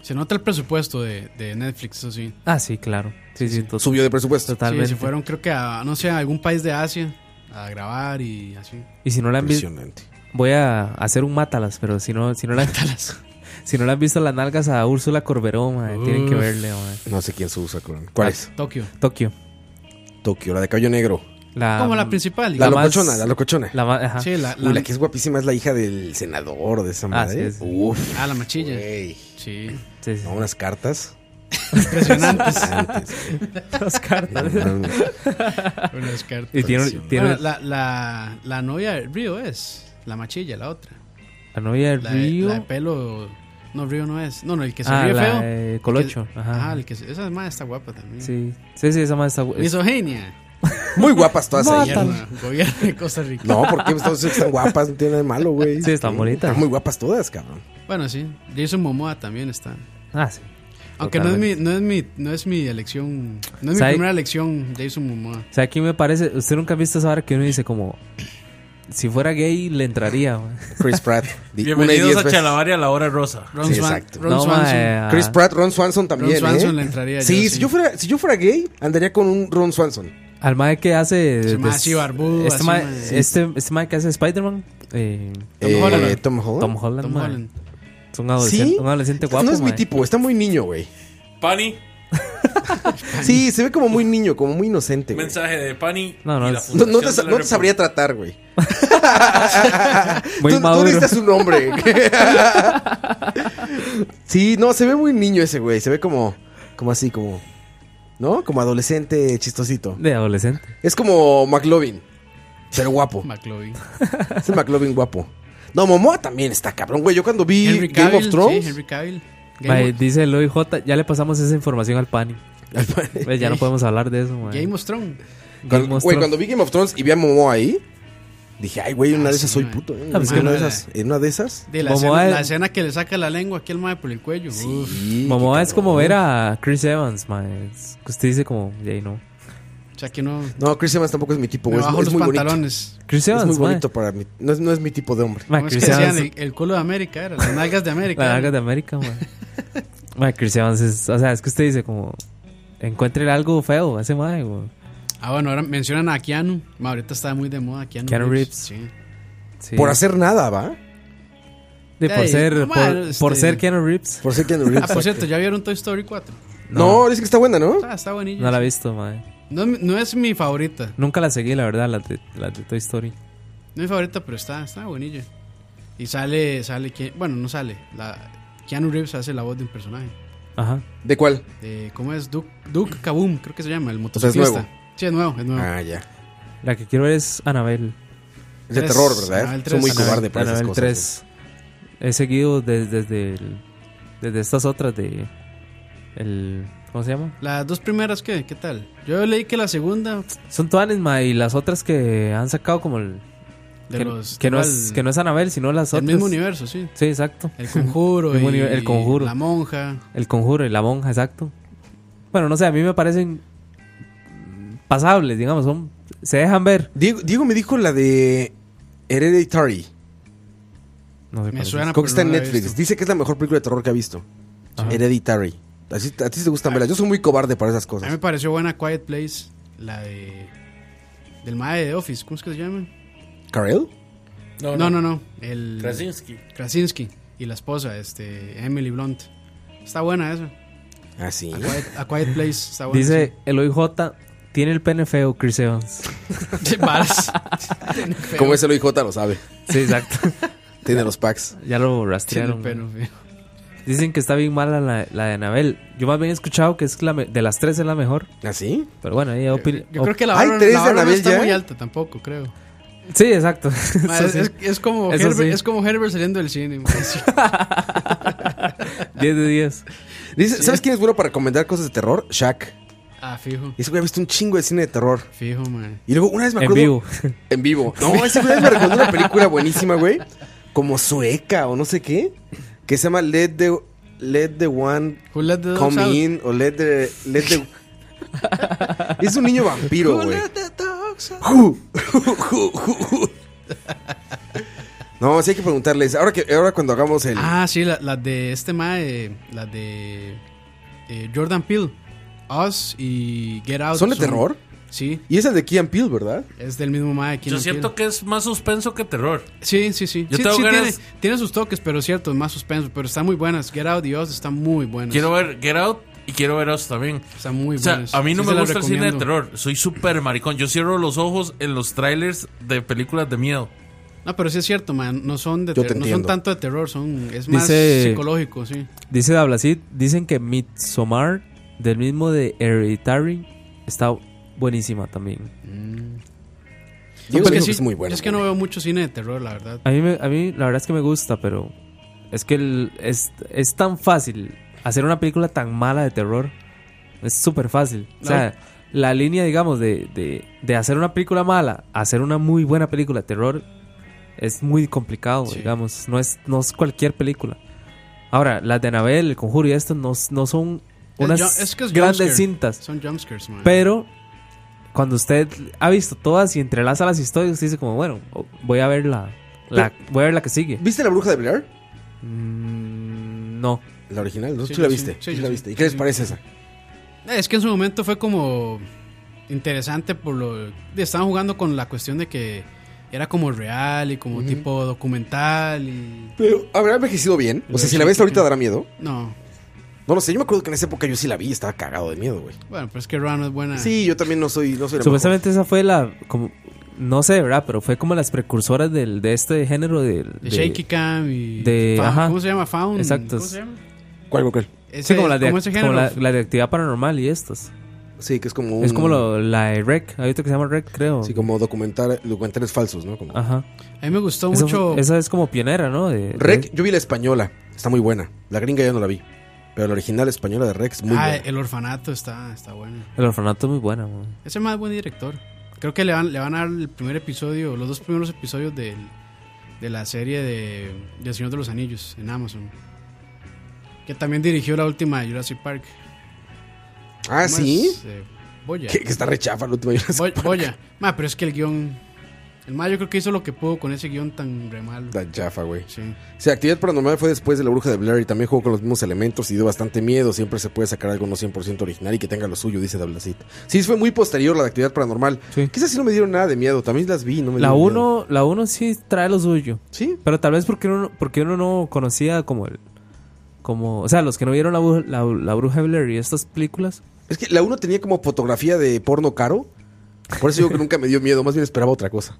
Se nota el presupuesto de, de Netflix, eso sí. Ah, sí, claro. Sí, sí, to- Subió de presupuesto. totalmente. Sí, se fueron, creo que a, no sé, a algún país de Asia a grabar y así. Y si no la han visto, Impresionante. voy a hacer un mátalas, pero si no, si no la Si no la han visto las nalgas a Úrsula Corberó, ma, tienen que Uf. verle, ma. No sé quién se usa, cabrón. Ah. ¿Cuál es? Tokio. Tokio. Tokio, la de cabello negro. La, Como la principal. La, Ah, mm. La más- locochona, la locochona. la ma- ajá. Sí, la, la- Uy, la que es guapísima es la hija del senador de esa madre. sí, sí. Uf. Ah, la machilla. güey. Sí. Sí, sí. No, unas cartas. Impresionantes. Antes, Las cartas. no mames. con las cartas. Y tiene, Bueno, tiene Bueno, la, la, la novia de Río es. La machilla, la otra. la novia de La, de- Río. la de pelo. No, Río no es. No, no, el que se ah, ríe la feo. de El que- Colocho. Ajá. Ajá, el que se- esa es más está guapa también. Sí. sí, sí, esa más está... es- Misoginia. Muy guapas todas Ah, ellas. Gobierno, gobierno de Costa Rica. No, porque están, están guapas, no tiene nada de malo, güey. Sí, están bonitas. Están muy guapas todas, cabrón. Bueno, sí. Jason Momoa también está. Ah, sí. Aunque no es, mi, no, es mi, no es mi elección. No es mi ¿Sabe? primera elección, Jason Momoa. O sea, aquí me parece. Usted nunca ha visto esa hora que uno dice como. Si fuera gay, le entraría. güey. Chris Pratt. Di- una y Bienvenidos diez a veces. Chalabaria a la hora rosa. Ron Sí, Swan- exacto. Ron No, Swanson. mae, Chris Pratt, Ron Swanson también. Swanson ¿eh? le entraría yo, Sí, sí. si yo fuera, si yo fuera gay, andaría con un Ron Swanson. Al mae que hace. Se llama des- así, barbudo, Este así, mae mae. este, este mae que hace Spider-Man. eh, Tom eh, Holland. Tom Holland. Tom Holland, Tom mae. Holland. Es un adolescente, un adolescente guapo. no es mi mae. tipo, está muy niño, güey. Pani, Sí, se ve como muy niño, como muy inocente, güey. mensaje de Pani. No, no, y la es- No, no Fundación te, de sa- la no te sabría República. tratar, güey. Muy tú, tú maduro. diste su nombre. sí, no, se ve muy niño ese, güey. Se ve como, como así, como, ¿no? Como adolescente chistosito. De adolescente. Es como McLovin, pero guapo. McLovin. Es el McLovin guapo. No, Momoa también está cabrón, güey. Yo cuando vi Henry Game Cavill. of Sí, Thrones. Henry Cavill. Game, Mae, of, dice el OIJ. Ya le pasamos esa información al Pani. Pues ya no podemos hablar de eso, mae. Game of Thrones. Game cuando, of güey, Thrones. cuando vi Game of Thrones y vi a Momoa ahí, dije, ay, güey, en una Ah, de esas sí, soy güey. puto. ¿eh? Ah, pues En una que- de esas- en una de esas. De la, Momoa escena, es- la escena que le saca la lengua aquí el mae por el cuello. Uf. Sí, Momoa qué es como cabrón. ver a Chris Evans, mae. Es que Usted dice como, "Y ahí no. O sea que no. No, Chris Evans tampoco es mi tipo, Me güey. Es, bajo es los muy bonito. pantalones. Chris Es Evans, muy mae. bonito para mí. No es, no es mi tipo de hombre. Mae, ¿Cómo es que Chris decían? Evans. El, el culo de América era. Las nalgas de América. La era. larga de América, mae. mae, Chris Evans es. O sea, es que usted dice como. Encuentre algo feo a ese mae, güey. Ah, bueno, ahora mencionan a Keanu. Ma, ahorita está muy de moda Keanu, Keanu Sí. Sí. Por hacer nada, ¿va? De por Ey, ser, bueno, por, este- por ser Keanu Reeves. Por ser Keanu Ah, Reeves. por cierto, ¿ya vieron Toy Story 4? No, dice que está buena, ¿no? Ah, está bonito. No la he visto, mae. No, es mi- no es mi favorita. Nunca la seguí, la verdad, la de, la de Toy Story. No es mi favorita, pero está, está bonilla. Y sale, sale, Ke- bueno, no sale. La, Keanu Reeves hace la voz de un personaje. Ajá. ¿De cuál? De, ¿Cómo es? Duke, Duke Kaboom, creo que se llama, sea, el es motociclista. nuevo. Sí, es nuevo, es nuevo. Ah, ya. La que quiero ver es Annabelle. Es de Tres. terror, Ah, el ¿verdad? Soy tres. muy Ah, cobarde para esas Annabelle cosas. 3. He seguido desde, desde, el- desde estas otras de. El, ¿Cómo se llama? Las dos primeras, ¿qué? ¿Qué tal? Yo leí que la segunda, Son Tuanes, ma, y las otras que han sacado como el. de que, los. que no igual, es, que no es Anabel, sino las del otras. mismo universo, sí. Sí, exacto. El conjuro, Mismo y, nivel- el Conjuro. La monja. El conjuro y la monja, exacto. Bueno, no sé, a mí me parecen. pasables, digamos. son Se dejan ver. Diego, Diego me dijo la de Hereditary. No sé Me cuál es. suena. Creo que está en Ah, pero no la he Netflix. visto. Dice que es la mejor película de terror que ha visto. Hereditary. Así, a ti te gustan velas. Yo soy muy cobarde para esas A mí me cosas. pareció buena Quiet Place, la de. Del Mae de Office, ¿cómo es que se llama? ¿Carell? No, No, no, no. El, Krasinski. Krasinski y la esposa, este, Emily Blunt. Está buena esa. Ah, sí. A Quiet, A Quiet Place está buena. Dice el OIJ. Tiene el pene feo, Chris Evans. sí. Varas. Como ese OIJ lo sabe. Sí, exacto. Tiene los packs. ya lo Tiene rastrearon. pelo, feo. Dicen que está bien mala la, la de Anabel. Yo más bien he escuchado que es la me- de las tres es la mejor. ¿Ah, sí? Pero bueno, ahí opin- Yo creo que la Hay barra, tres de la barra no Anabel está ya. muy alta tampoco, creo. op- Sí, exacto. Ma, Eso es, sí. es- es como Eso sí. Herbert, es como Herbert saliendo del cine. ma. Sí. 10 de 10. Dice, ¿Sabes quién es bueno para recomendar cosas de terror? Shaq. Ah, fijo. Y ese güey ha visto un chingo de cine de terror. Fijo, man. Y luego una vez me En acuerdo. vivo. En vivo. No, ese güey me recomendó una película buenísima, güey. Como sueca o no sé qué. Que se llama Let the, Let the One Who let the dogs Come out? In o Let the. Let the... es un niño vampiro, Who güey. let the dogs out? No, sí hay que preguntarles. Ahora que ahora cuando hagamos el. Ah, sí, la- las de este mae, las de eh, Jordan Peele, Us y Get Out. ¿Son de terror? Sí, Y es el de Kean Peele, ¿verdad? es del mismo mae. Key Yo and siento que es más suspenso que terror. Peele. Sí, sí, sí. Yo sí, tengo sí tiene, ganas- tiene sus toques, pero cierto, es más suspenso. Pero están muy buenas. Get Out y Us están muy buenas. Quiero ver Get Out y quiero ver Us también. Están muy O sea, buenas. a mí no Sí se me las gusta el cine de recomiendo. terror. Soy súper maricón. Yo cierro los ojos en los trailers de películas de miedo. No, pero sí es cierto, man. No son, de Yo ter- te no son entiendo. tanto de terror, son es más Dice- psicológico, sí. Dice Dablacid, dicen que Midsommar, del mismo de Hereditary, está buenísima también. Diego Porque dijo sí, que es muy bueno. pues Es que no veo mucho cine de terror, la verdad. A mí, me- a mí la verdad es que me gusta, pero es que el- es, es tan fácil hacer una película tan mala de terror. Es súper fácil. O sea, la línea, digamos, de, de, de hacer una película mala a hacer una muy buena película de terror es muy complicado, digamos. No es, no es cualquier película. Ahora, las de Anabel, El Conjuro y esto no, no son Es unas ju- es que es grandes jumpscare. cintas. Son jumpscares, man. Pero cuando usted ha visto todas y entrelaza las historias, usted dice como, bueno, o- voy a ver la, la- voy a ver la que sigue. ¿Viste la bruja de Blair? no. La original, ¿no? Sí, ¿Tú la sí, viste? sí, ¿Tú sí, la sí. viste? ¿Y qué les parece esa? Eh, Es que en su momento fue como interesante por lo... Estaban jugando con la cuestión de que era como real y como tipo documental y... Pero, ¿habrá envejecido bien? O sea, si la ves ahorita dará miedo. No, No lo sé, yo me acuerdo que en esa época yo sí la vi y estaba cagado de miedo, güey. bueno, pero es que Rano es buena. Sí, yo también no soy, no soy la Ah. Supuestamente esa fue la, como, no sé, ¿verdad? Pero fue como las precursoras del, de este género del- de... De Shaky Cam y... de- Found- ajá. ¿Cómo se llama? Found... Exacto. ¿Cómo se llama? ¿Cuál, cuál, cuál? sí, Ese- como la de, ¿cómo ese como la, género? la de actividad paranormal y estas. Sí, que es como Es un- como lo- la de Rec, hay otro que se llama Rec, creo. Mm. Sí, como documentar, documentales falsos, ¿no? Como... Ajá. A mí me gustó Esa mucho... fue- esa es como pionera, ¿no? De, Rec, yo vi la española, está muy buena. La gringa ya no la vi. Pero la original española de Rex, muy ah, buena. eh, el orfanato está, está bueno. El orfanato es muy buena, man. Ese más buen director. Creo que le van, le van a dar el primer episodio, los dos primeros episodios del- de la serie de, de El Señor de los Anillos en Amazon. Que también dirigió la última de Jurassic Park. Ah, ¿Cómo ¿sí? es? Eh, Boya. Que, que está rechafa la última. Boy- Boya. Ma, pero es que el guión. El ma, yo creo que hizo lo que pudo con ese guión tan re malo. Tan chafa, güey. Sí. Sí, Actividad Paranormal fue después de La Bruja de Blair y también jugó con los mismos elementos y dio bastante miedo. Siempre se puede sacar algo no 100% original y que tenga lo suyo, dice Dablacit. Sí, fue muy posterior la de Actividad Paranormal. Quizás sí no me dieron nada de miedo. También las vi, no me La dieron 1 la uno sí trae lo suyo. Sí. Pero tal vez porque uno, porque uno no conocía como el... Como, o sea, los que no vieron la, bu- la, la Bruja de Blair y estas películas. miedo. Es que la 1 tenía como fotografía de porno caro. Por eso digo que nunca me dio miedo. Más bien esperaba otra cosa.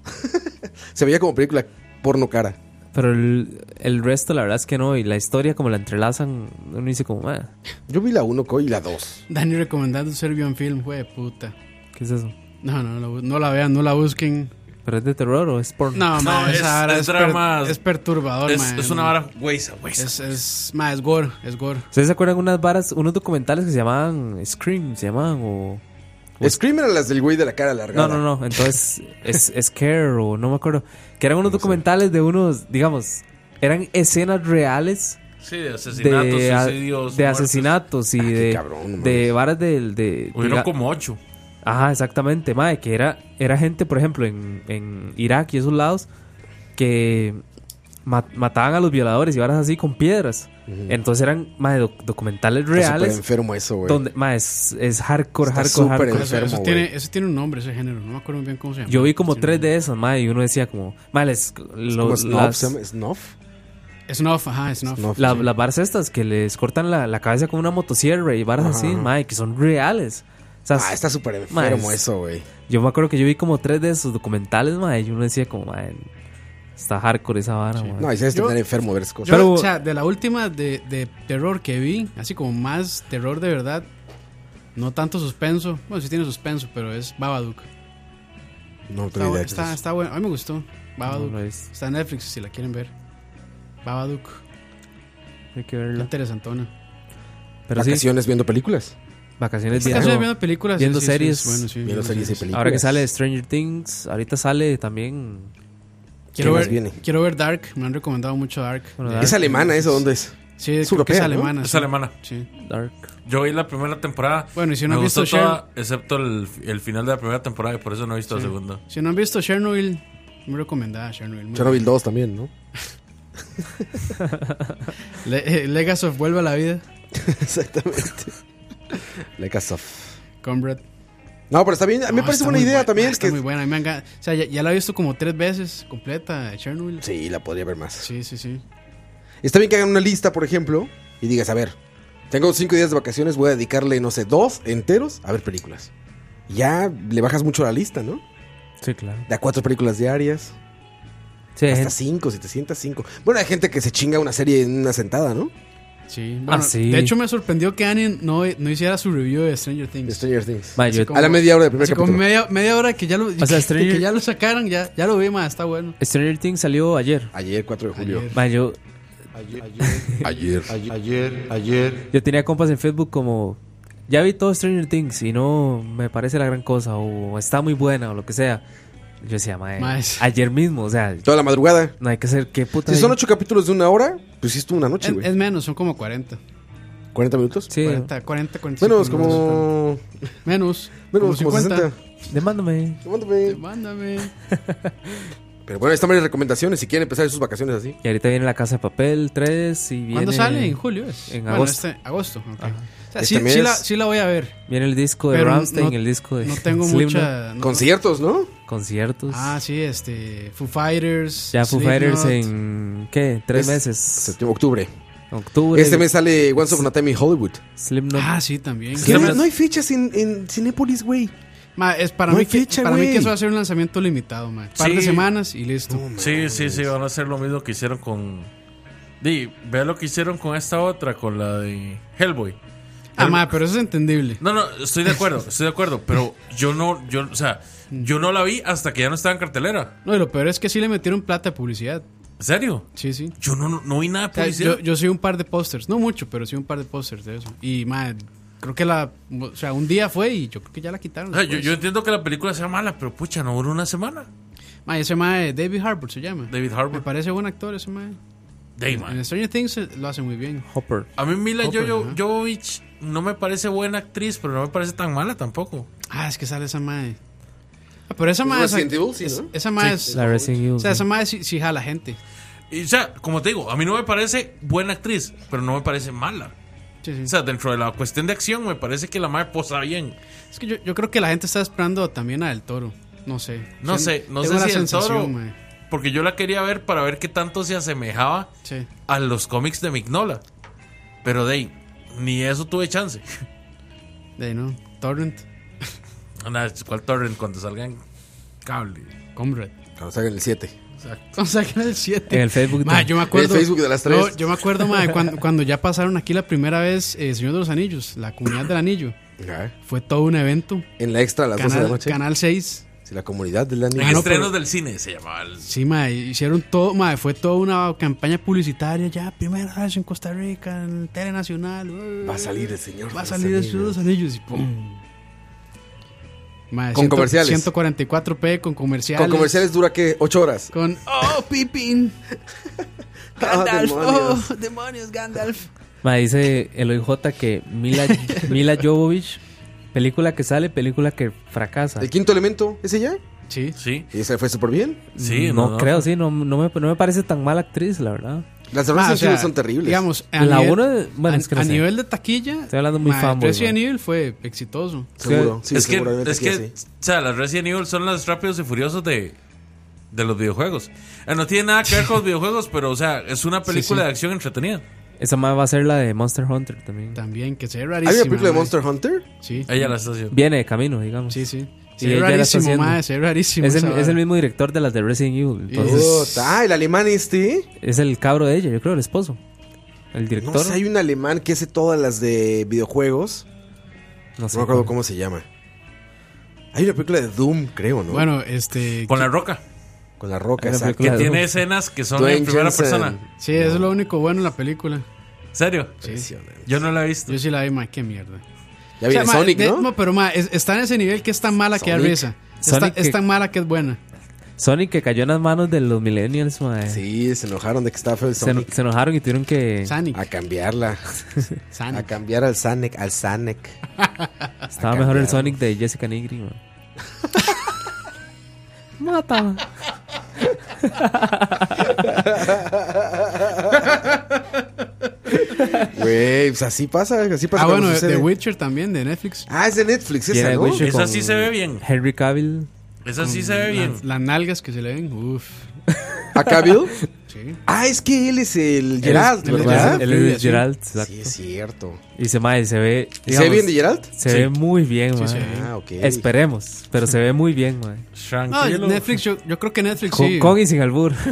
se veía como película porno cara. Pero el, el resto la verdad es que no. Y la historia como la entrelazan, uno dice como... "Ah, Yo vi la 1 y la 2. Dani recomendando un Serbian Film, güey, puta. ¿Qué es eso? No, no, no, la bu- no la vean, no la busquen. ¿Pero es de terror o es porno? No, ma, es- esa vara es es, per- drama. es perturbador, Es- ma, es una no. vara güeyza, güeyza, Oh, Es, eh, es, ma, es gore, es gore. ¿Ustedes se acuerdan unas varas, unos documentales que se llamaban Scream, se llamaban o... Scream eran las del güey de la cara No, larga. no, no, entonces es, Scare o no me acuerdo. Que eran unos documentales de unos, digamos, eran escenas reales. Sí, de asesinatos, a- suicidios, de muertes. asesinatos Ah, y de, de varas del... De, Hubieron diga- como ocho. Ajá, exactamente, mae, que era, era gente, por ejemplo, en, en Irak y esos lados que ma- mataban a los violadores y varas así con piedras. Entonces eran mae, doc- documentales Está súper reales. enfermo eso, güey. Donde, mae, es, es hardcore, Está hardcore, súper hardcore. Eso, eso tiene, eso tiene un nombre, ese género. No me acuerdo muy bien cómo se llama. Yo vi como Sí, tres de esas, mae, y uno decía como, mae, les- como los, snuff, las, se llama snuff. Snuff, ajá, Snuff. la- las varas estas que les cortan la, la cabeza con una motosierra y varas Ajá, así, ajá. mae, que son reales. O sea, Ah, está súper mae, enfermo es- eso, güey. Yo me acuerdo que yo vi como tres de esos documentales, mae, y uno decía como, mae, está hardcore esa vara, mae. No, y se debe Yo- tener enfermo ver esas Yo, cosas. o sea, de la última de, de terror que vi, así como más terror de verdad, no tanto suspenso. Bueno, sí tiene suspenso, pero es Babadook. no Está, tengo idea. que bu- está, es- está bueno, a mí me gustó. Babadook. No, no es. está en Netflix si la quieren ver. Babadook, Hay que qué verla. interesantona. Pero sí, Vacaciones Este viendo películas. vacaciones Sí, viendo, estoy viendo películas, sí, viendo sí, sí, series. es bueno, sí, Viendo viendo series y series. películas. Ahora que sale Stranger Things, ahorita sale también. Quiero más ver, viene? quiero ver Dark, me han recomendado mucho Dark. Bueno, De- Dark. ¿Es alemana eso? ¿Dónde es? Sí, creo europea, que es ¿no? alemana. Es Ah, sí. alemana. Sí. Dark. Yo vi la primera temporada. Bueno, y si no me han gustó visto toda, excepto el, el final de la primera temporada, y por eso no he visto la segunda. Si no han visto Chernobyl, muy recomendada Chernobyl. muy Chernobyl 2 también, ¿no? buena. Le- eh, Legacy of Vuelve a la Vida, Exactamente. La casa. Comrade. No, pero está bien. A mí me No, parece está buena muy idea buena, también. Está que... muy buena. a mí me han gan- o sea, ya, ya la he visto como tres veces completa, Chernobyl. Sí, la podría ver más. Sí, sí, sí. Está bien que hagan una lista, por ejemplo, y digas, a ver, tengo cinco días de vacaciones, voy a dedicarle, no sé, dos enteros a ver películas. Ya le bajas mucho la lista, ¿no? Sí, claro. De a cuatro películas diarias. Sí, hay Hasta gente- cinco, si te sientas cinco. Bueno, hay gente que se chinga una serie en una sentada, ¿no? Sí. Bueno, Ah, sí. De hecho, me sorprendió que Annie no, no hiciera su review de Stranger De Things. Stranger Things. mae, yo- Así como- a la media hora del primer Así como capítulo. media, media hora que ya lo, sea, que- Stranger- que ya lo sacaron, ya, ya lo vi, más está bueno. Stranger Things salió ayer. Ayer, 4 de julio. Ayer. Mae, yo, Ayer, ayer, Ayer. ayer, ayer, yo tenía compas en Facebook como ya vi todo Stranger Things y no me parece la gran cosa, o está muy buena, o lo que sea. Yo decía, mae, Maes. ayer mismo, o sea. Toda la madrugada. No hay que hacer qué puta. Si son ocho capítulos de una hora, pues sí estuvo una noche, Es, güey. es menos, son como 40. ¿40 minutos? Sí. 40, 40, 45. Menos, minutos. como. Menos. Menos, como 60. Demándame. Mándame. Mándame. Pero bueno, ahí están varias recomendaciones si quieren empezar sus vacaciones así. Y ahorita viene La Casa de Papel 3 y viene... ¿Cuándo sale? ¿En julio es? En Bueno, agosto. este- agosto, ok. Ajá. O sea, sí- Este mes- sí la- sí la voy a ver. Viene el disco de Pero no- Rammstein, no- el disco de... no tengo Slipknot. mucha- no- Conciertos, ¿no? Conciertos. Ah, sí, este. Foo Fighters. ya Foo Fighters Slipknot. en... ¿Qué? ¿Tres Es meses? Septiembre, octubre. Octubre. Este mes sale Once Upon a Time in Hollywood. Slipknot. Ah, sí, también. Es que no, no hay fechas en, en Cinépolis, güey. Ma, es para, No mí, hay fecha, que, para mí güey. que eso va a ser un lanzamiento limitado, ma. Par de Sí. semanas y listo. Sí, sí, sí, van a hacer lo mismo que hicieron con. Di, vea lo que hicieron con esta otra, con la de Hellboy. Ah, ma, pero eso es entendible. No, no, estoy de acuerdo, estoy de acuerdo, pero yo no, yo, o sea, yo no la vi hasta que ya no estaba en cartelera. No, y lo peor es que sí le metieron plata a publicidad. ¿En serio? Sí, sí. Yo no, no, no vi nada de O sea, publicidad. yo, yo soy un par de pósters, no mucho, pero sí un par de pósters de eso. Y, ma, creo que la. O sea, un día fue y yo creo que ya la quitaron. O sea, Ah, yo, después. yo entiendo que la película sea mala, pero pucha, no duró una semana. Ma, ese ma, eh, David Harbour se llama. David Me Harbour. parece buen actor ese ma. Day, en, ma. en Stranger Things eh, lo hace muy bien. Hopper. A mí Mila Hopper, Jojo- ajá. Jovovich no me parece buena actriz, pero no me parece tan mala tampoco. Ah, es que sale esa mae. Ah, pero esa Es mae es, Resident Evil, sí, es- ¿no? esa mae Sí. es- La Resident Evil, O sea, sí. esa mae sí, sí jala gente. Y, o sea, como te digo, a mí no me parece buena actriz, pero no me parece mala. sí. O sea, dentro de la cuestión de acción, me parece que la madre posa bien. Es que yo, yo creo que la gente está esperando también a El Toro. No sé. No Tien- sé, no tengo la sé si el sensación, toro. mae. Porque yo la quería ver para ver qué tanto se asemejaba Sí. a los cómics de Mignola. Pero de ahí, ni eso tuve chance. De ahí, no. Torrent. Nada, ¿Cuál torrent cuando salgan cable? Ah, Comrade. Cuando salgan el 7. Exacto. O sea, que era el 7. En el Facebook Mae, de- yo me acuerdo. el Facebook de las tres. No, yo me acuerdo, mae, cuando, cuando ya pasaron aquí la primera vez eh, Señor de los Anillos, la comunidad del anillo. Fue todo un evento. En la extra a las 12 de la Canal, noche. Canal 6. Sí, la comunidad del anime. En estrenos del cine se llamaba. el- Sí, mae, hicieron todo, mae, fue toda una campaña publicitaria ya, primera vez en Costa Rica, en Tele Nacional. uy, Va a salir el señor. Va a de salir el los Señor de Anillos. los Anillos y pum. Mae, Con comerciales. 144p con comerciales. Con comerciales dura que 8 horas. Con oh, Pippin. Ah, Gandalf, oh, demonios, Gandalf. Me dice Eloy J que Mila, Mila Jovovich, película que sale, película que fracasa. El quinto elemento, ¿ese ya? Sí. Sí. Y ese fue súper bien. no, creo, sí, no, no me, no me parece tan mala actriz, la verdad. Las Ah, cervezas o sea, son terribles. Digamos, a La nivel, uno de- bueno, a, es que no a sé. nivel de taquilla, Estoy hablando muy mae, fanboy, Resident Evil fue exitoso. Seguro, sí, es que, seguramente es que que sí. o sea, las Resident Evil son las rápidos y furiosos de, de los videojuegos. Eh, no tiene nada que ver con los videojuegos, pero, o sea, es una película sí. de acción entretenida. Esa más va a ser la de Monster Hunter también. También, que se ve ¿Hay una rarísimo. película de Monster Hunter? Sí. Ella la está haciendo. Viene de camino, digamos. Sí, sí. Y Se ve ella la está rarísimo, haciendo. mae, se ve rarísimo Es el, esa es el vara. mismo director de las de Resident Evil. Entonces, Puta, Ah, el alemán este. es el cabro de ella, yo creo, el esposo. El No director. sé, hay un alemán que hace todas las de videojuegos. No No me acuerdo cómo se llama. Hay una película de Doom, creo, ¿no? Bueno, este. Con la roca. Con la roca, Hay una exacto. película de Tiene Doom. escenas que son en primera persona. Sí, eso es lo único bueno en la película. ¿En serio? Yo no la he visto. Yo sí la vi, ma, qué mierda. Ya O sea, viene ma, Sonic, de- ¿no? Pero, ma, es- está en ese nivel que es tan mala que da Sonic. risa. Está- Sonic que- es tan mala que es buena. Sonic que cayó en las manos de los millennials, mae. Sí, se enojaron de que estaba feo el Se, Sonic. se enojaron y tuvieron que... Sonic. Ah, A cambiarla. A cambiar al Sonic, al Sonic. Estaba a mejor el cambiarlo. Sonic de Jessica Nigri, mae. Mata. Güey, pues así pasa, así pasa Ah, cuando bueno, sucede. The Witcher también, de Netflix. Ah, es de Netflix Viene esa, de ¿no? Witcher Esa con sí se ve bien. Henry Cavill. Esa sí se ve bien. Mm. Las, las nalgas que se le ven, uff. ¿Acá, Bill? Sí. Ah, es que él es el Geralt, Él es- ¿verdad? Él es Sí. Geralt, Sí, exacto. es cierto. Y se, mae, se ve... ¿Se ve bien de Geralt? Se Sí. ve muy bien, mae. se ve bien. Ah, ok. Esperemos, pero se ve muy bien, mae. No, Tranquilo. Netflix, yo, yo creo que Netflix Con, sí. con y sin albur.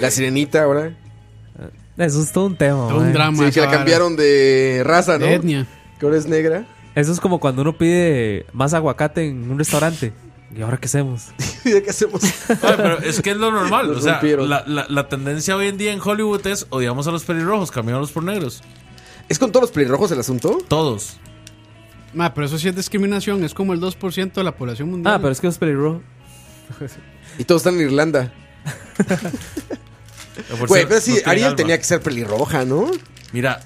La sirenita ahora. Eso es todo un tema, Todo un mae. drama. Sí, esa que la vara. cambiaron de raza, ¿no? De etnia. Que ahora es negra. Eso es como cuando uno pide más aguacate en un restaurante. ¿Y ahora qué hacemos? ¿Y de qué hacemos? Ay, pero es que es lo normal. Los o sea, rompieron. la, la- la tendencia hoy en día en Hollywood es odiamos a los pelirrojos, cambiamos por negros. ¿Es con todos los pelirrojos el asunto? Todos. Ma, pero eso sí es discriminación, es como el 2% de la población mundial. Ah, pero es que los pelirrojos. Y todos están en Irlanda. Eh, Por Güey, ser- pero no sí, tienen Ariel alma. tenía que ser pelirroja, ¿no? Mira,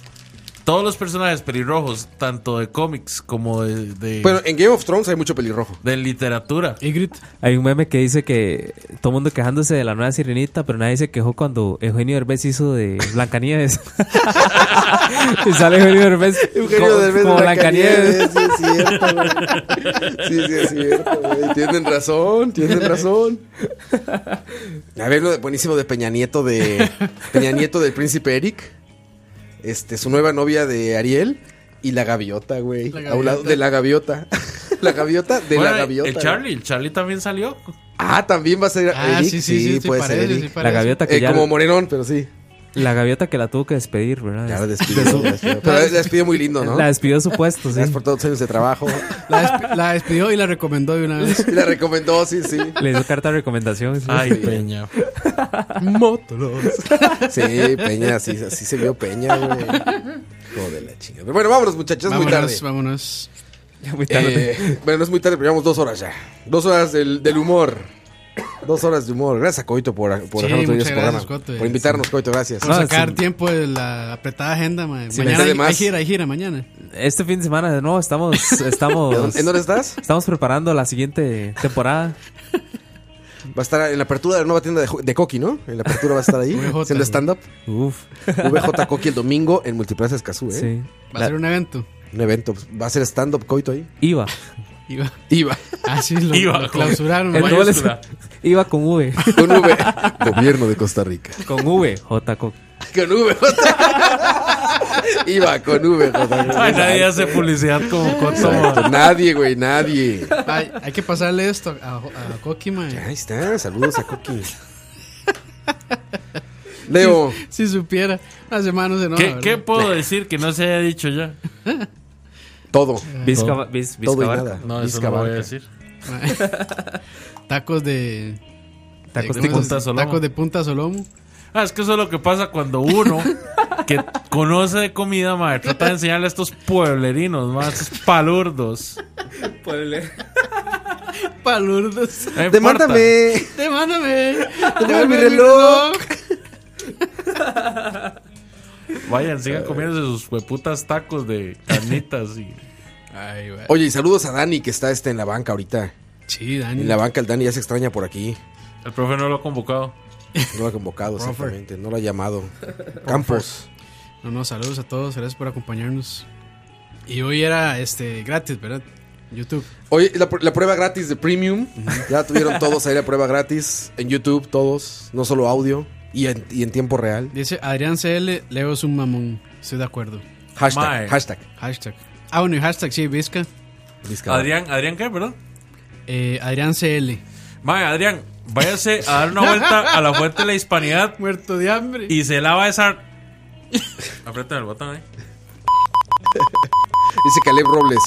todos los personajes pelirrojos, tanto de cómics como de, de, Bueno, en Game of Thrones hay mucho pelirrojo. de literatura. Hay un meme que dice que todo el mundo quejándose de la nueva sirenita, pero nadie se quejó cuando Eugenio Derbez hizo de Blancanieves. y sale Eugenio Derbez Eugenio co- Derbez como de Blancanieves. Blancanieves, Sí, es cierto, güey. Sí, sí, es cierto, güey. Tienen razón, tienen razón. A ver, lo de- buenísimo de Peña Nieto de Peña Nieto del príncipe Eric. Este, su nueva novia de Ariel y la gaviota, güey. La A un lado gaviota. de la gaviota. la gaviota de Bueno, la gaviota. El Charlie, el Charlie también salió. Ah, también va a ser Ah, Eric. sí, sí, Sí, sí, sí, puede parece, ser sí, Eric. La gaviota que Eh, ya- como Morenón, pero sí. La gaviota que la tuvo que despedir, ¿verdad? Ya la despidió, la despidió. Pero la despidió muy lindo, ¿no? La despidió de su puesto, sí. Gracias por todos los años de trabajo. La, desp- la despidió y la recomendó de una vez. Y la recomendó, sí, sí. Le hizo carta de recomendación. sí. Ay, Sí. Peña. Mótolos. Sí, Peña, así, así se vio Peña, güey. Hijo de la chingada. Pero bueno, vámonos, muchachos, vámonos, muy tarde. vámonos. muy Eh, bueno, no es muy tarde, pero llevamos dos horas ya. Dos horas del, del humor. Dos horas de humor. Gracias a Coito por, por Sí, dejarnos venir a muchas su gracias, programa. Coito. Por invitarnos, Coito, gracias. Por sacar tiempo de la apretada agenda, ma. Sí, mañana me- hay, además- hay gira, hay gira mañana. Este fin de semana, de nuevo, estamos. estamos ¿En dónde estás? Estamos preparando la siguiente temporada. Va a estar en la apertura de la nueva tienda de, jo- de Coqui, ¿no? En la apertura va a estar ahí, VJ, haciendo güey. stand-up. Uf. ¿eh? VJ Coqui el domingo en Multiplaza Escazú, ¿eh? Sí. Va La- a ser un evento. Un evento. pues, Va a ser stand-up Coito ahí. Iba. Iba. Iba. Ah, sí, lo, Iba, lo joder. clausuraron. El ma. doble- Iba con V. Con V. Gobierno de Costa Rica. Con V. J. Coco. Con V. Iba con V. Jota. Ay, nadie hace publicidad como Coto. Exacto. Nadie, güey, nadie. Ay, hay que pasarle esto a, a Coqui, ma. Ahí está, saludos a Coqui. Leo, Si supiera. Las semanas se enoja, ¿Qué, ¿verdad? qué puedo decir que no se haya dicho ya? todo. Vizca, Todo. Viz- Todo y Vizcabarca. nada. No, eso Vizca no lo voy a Barca. decir. Tacos de. Tacos de- de ¿cómo se- punta solomo. Tacos de punta solomo. Ah, es que eso es lo que pasa cuando uno que conoce de comida, madre, trata de enseñarle a estos pueblerinos, madre, estos palurdos. Palurdos. No importa. Demándame. Demándame. Devuelve mi reloj. Vayan, sigan comiéndose sus hueputas tacos de carnitas y... Ay, güey. Oye, y saludos a Dani que está este en la banca ahorita. Sí, Dani. En la banca el Dani ya se extraña por aquí. El profe no lo ha convocado. No lo ha convocado, exactamente. No lo ha llamado. Campos. No, no, saludos a todos. Gracias por acompañarnos. Y hoy era este gratis, ¿verdad? YouTube. Oye, la, pr- la prueba gratis de Premium. Ya tuvieron todos ahí la prueba gratis. En YouTube, todos. No solo audio. Y en, y en tiempo real. Dice Adrián CL, Leo es un mamón. Estoy de acuerdo. Hashtag. Mae. Hashtag. Hashtag. Ah, bueno, y hashtag, sí, Vizca. Vizca. Adrián, ¿Adrián qué, perdón? Eh, Adrián CL. Madre, Adrián, váyase a dar una vuelta a la fuente de la hispanidad Muerto de hambre. y se lava esa... Aprieten el botón eh. ahí. Dice Caleb Robles.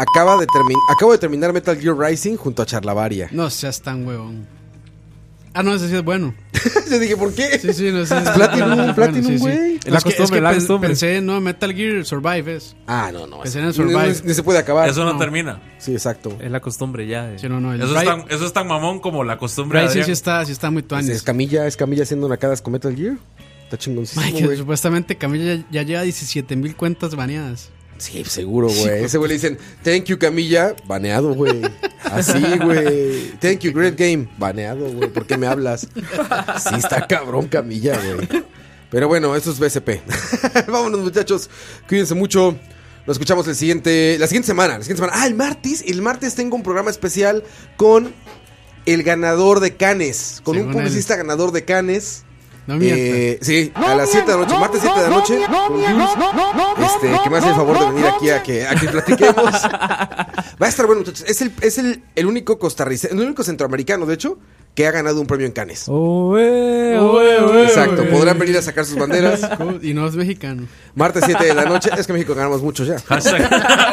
Acaba de termin- acabo de terminar Metal Gear Rising junto a Charlavaria. No seas tan huevón. Ah, no, ese sí es bueno. Yo dije, ¿por qué? Sí, sí, no sé. Platinum, Platinum, güey. La costumbre, la costumbre. Pensé, no, Metal Gear Survive es. Ah, no, no. Que es- será en ni- Survive. ni- ni se puede acabar. Eso no, No. termina. Sí, exacto. Es la costumbre ya. de- Sí, no, no. El Eso es, Ri- tan, eso es tan mamón como la costumbre de Rising Adrián. sí está, sí está muy Es, tuanis. es Camilla, es Camilla haciendo una cadas con Metal Gear. Está chingoncísimo, Ay, que güey. supuestamente Camilla ya, ya lleva 17 mil cuentas baneadas. Sí, seguro, güey. Ese güey le dicen, thank you, Camilla, baneado, güey. Así, güey. Thank you, great game, baneado, güey. ¿Por qué me hablas? Sí, está cabrón, Camilla, güey. Pero bueno, eso es BSP. Vámonos, muchachos. Cuídense mucho. Nos escuchamos el siguiente, la siguiente semana. La siguiente semana. Ah, el martes. El martes tengo un programa especial con el ganador de Canes. Con un Según él. publicista ganador de Canes. No mientas. Eh, sí, a las 7 de la noche, martes 7 de la noche. Este, que me hace el favor de venir aquí a que, a que platiquemos. Va a estar bueno, muchachos. Es el, es el, el único costarricense, el único centroamericano, de hecho, que ha ganado un premio en Cannes. Exacto, Exacto, podrán venir a sacar sus banderas. Y no es mexicano. Martes 7 de la noche. Es que en México ganamos muchos ya.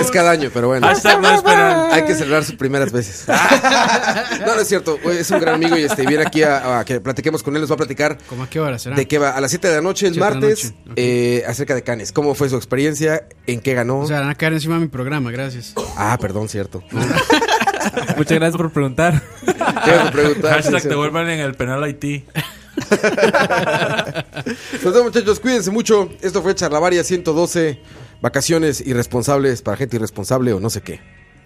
Es cada año, pero bueno. Oh, Hashtag no esperar. Hay que celebrar sus primeras veces. no, no es cierto. Es un gran amigo y este viene aquí a, a que platiquemos con él. Nos va a platicar ¿Cómo a qué hora será? de qué va a las 7 de la noche el Siete de la martes noche, eh, acerca de Canes. ¿Cómo fue su experiencia? ¿En qué ganó? O sea, van a caer encima de mi programa, gracias. Ah, perdón, cierto. Muchas gracias por preguntar. Tengo que preguntar. sí, Hashtag te cierto. vuelvan en el penal Haití. Nos vemos, "Pues muchachos. Cuídense mucho. Esto fue Charlavaria 112. Vacaciones irresponsables para gente irresponsable o no sé qué.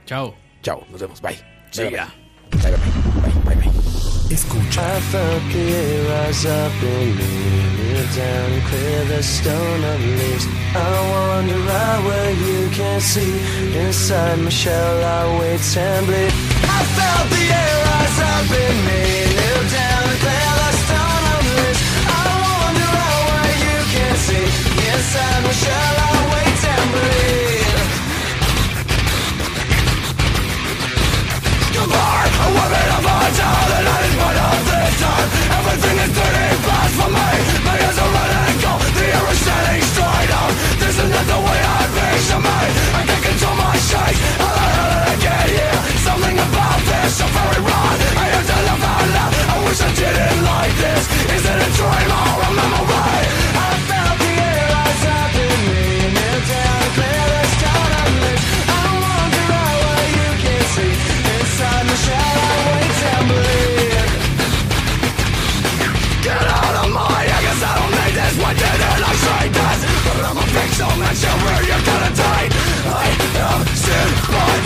Chao. Chao. Nos vemos. Bye. Sí, Bye, bye. ya. Bye, bye. Bye, bye, bye. Escucha. I felt it rise up in me, kneel down and clear the stone of leaves. I wander out where you can see. Inside my shell, I wait trembly. I felt the air rise up in me, kneel down and clear the stone of leaves. I wander out where you can see. Inside my shell, I wait trembly.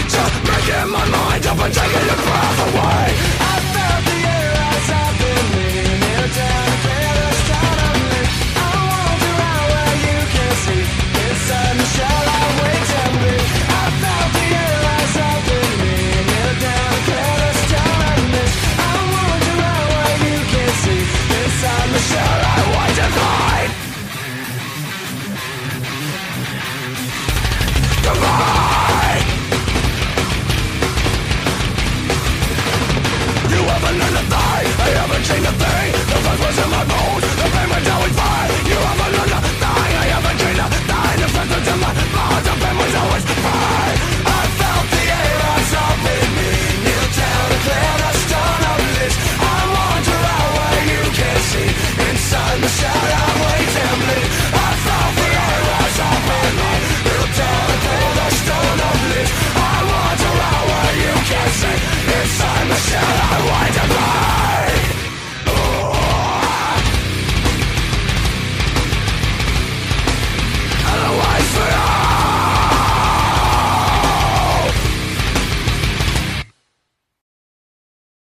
Just making my mind up and taking the breath away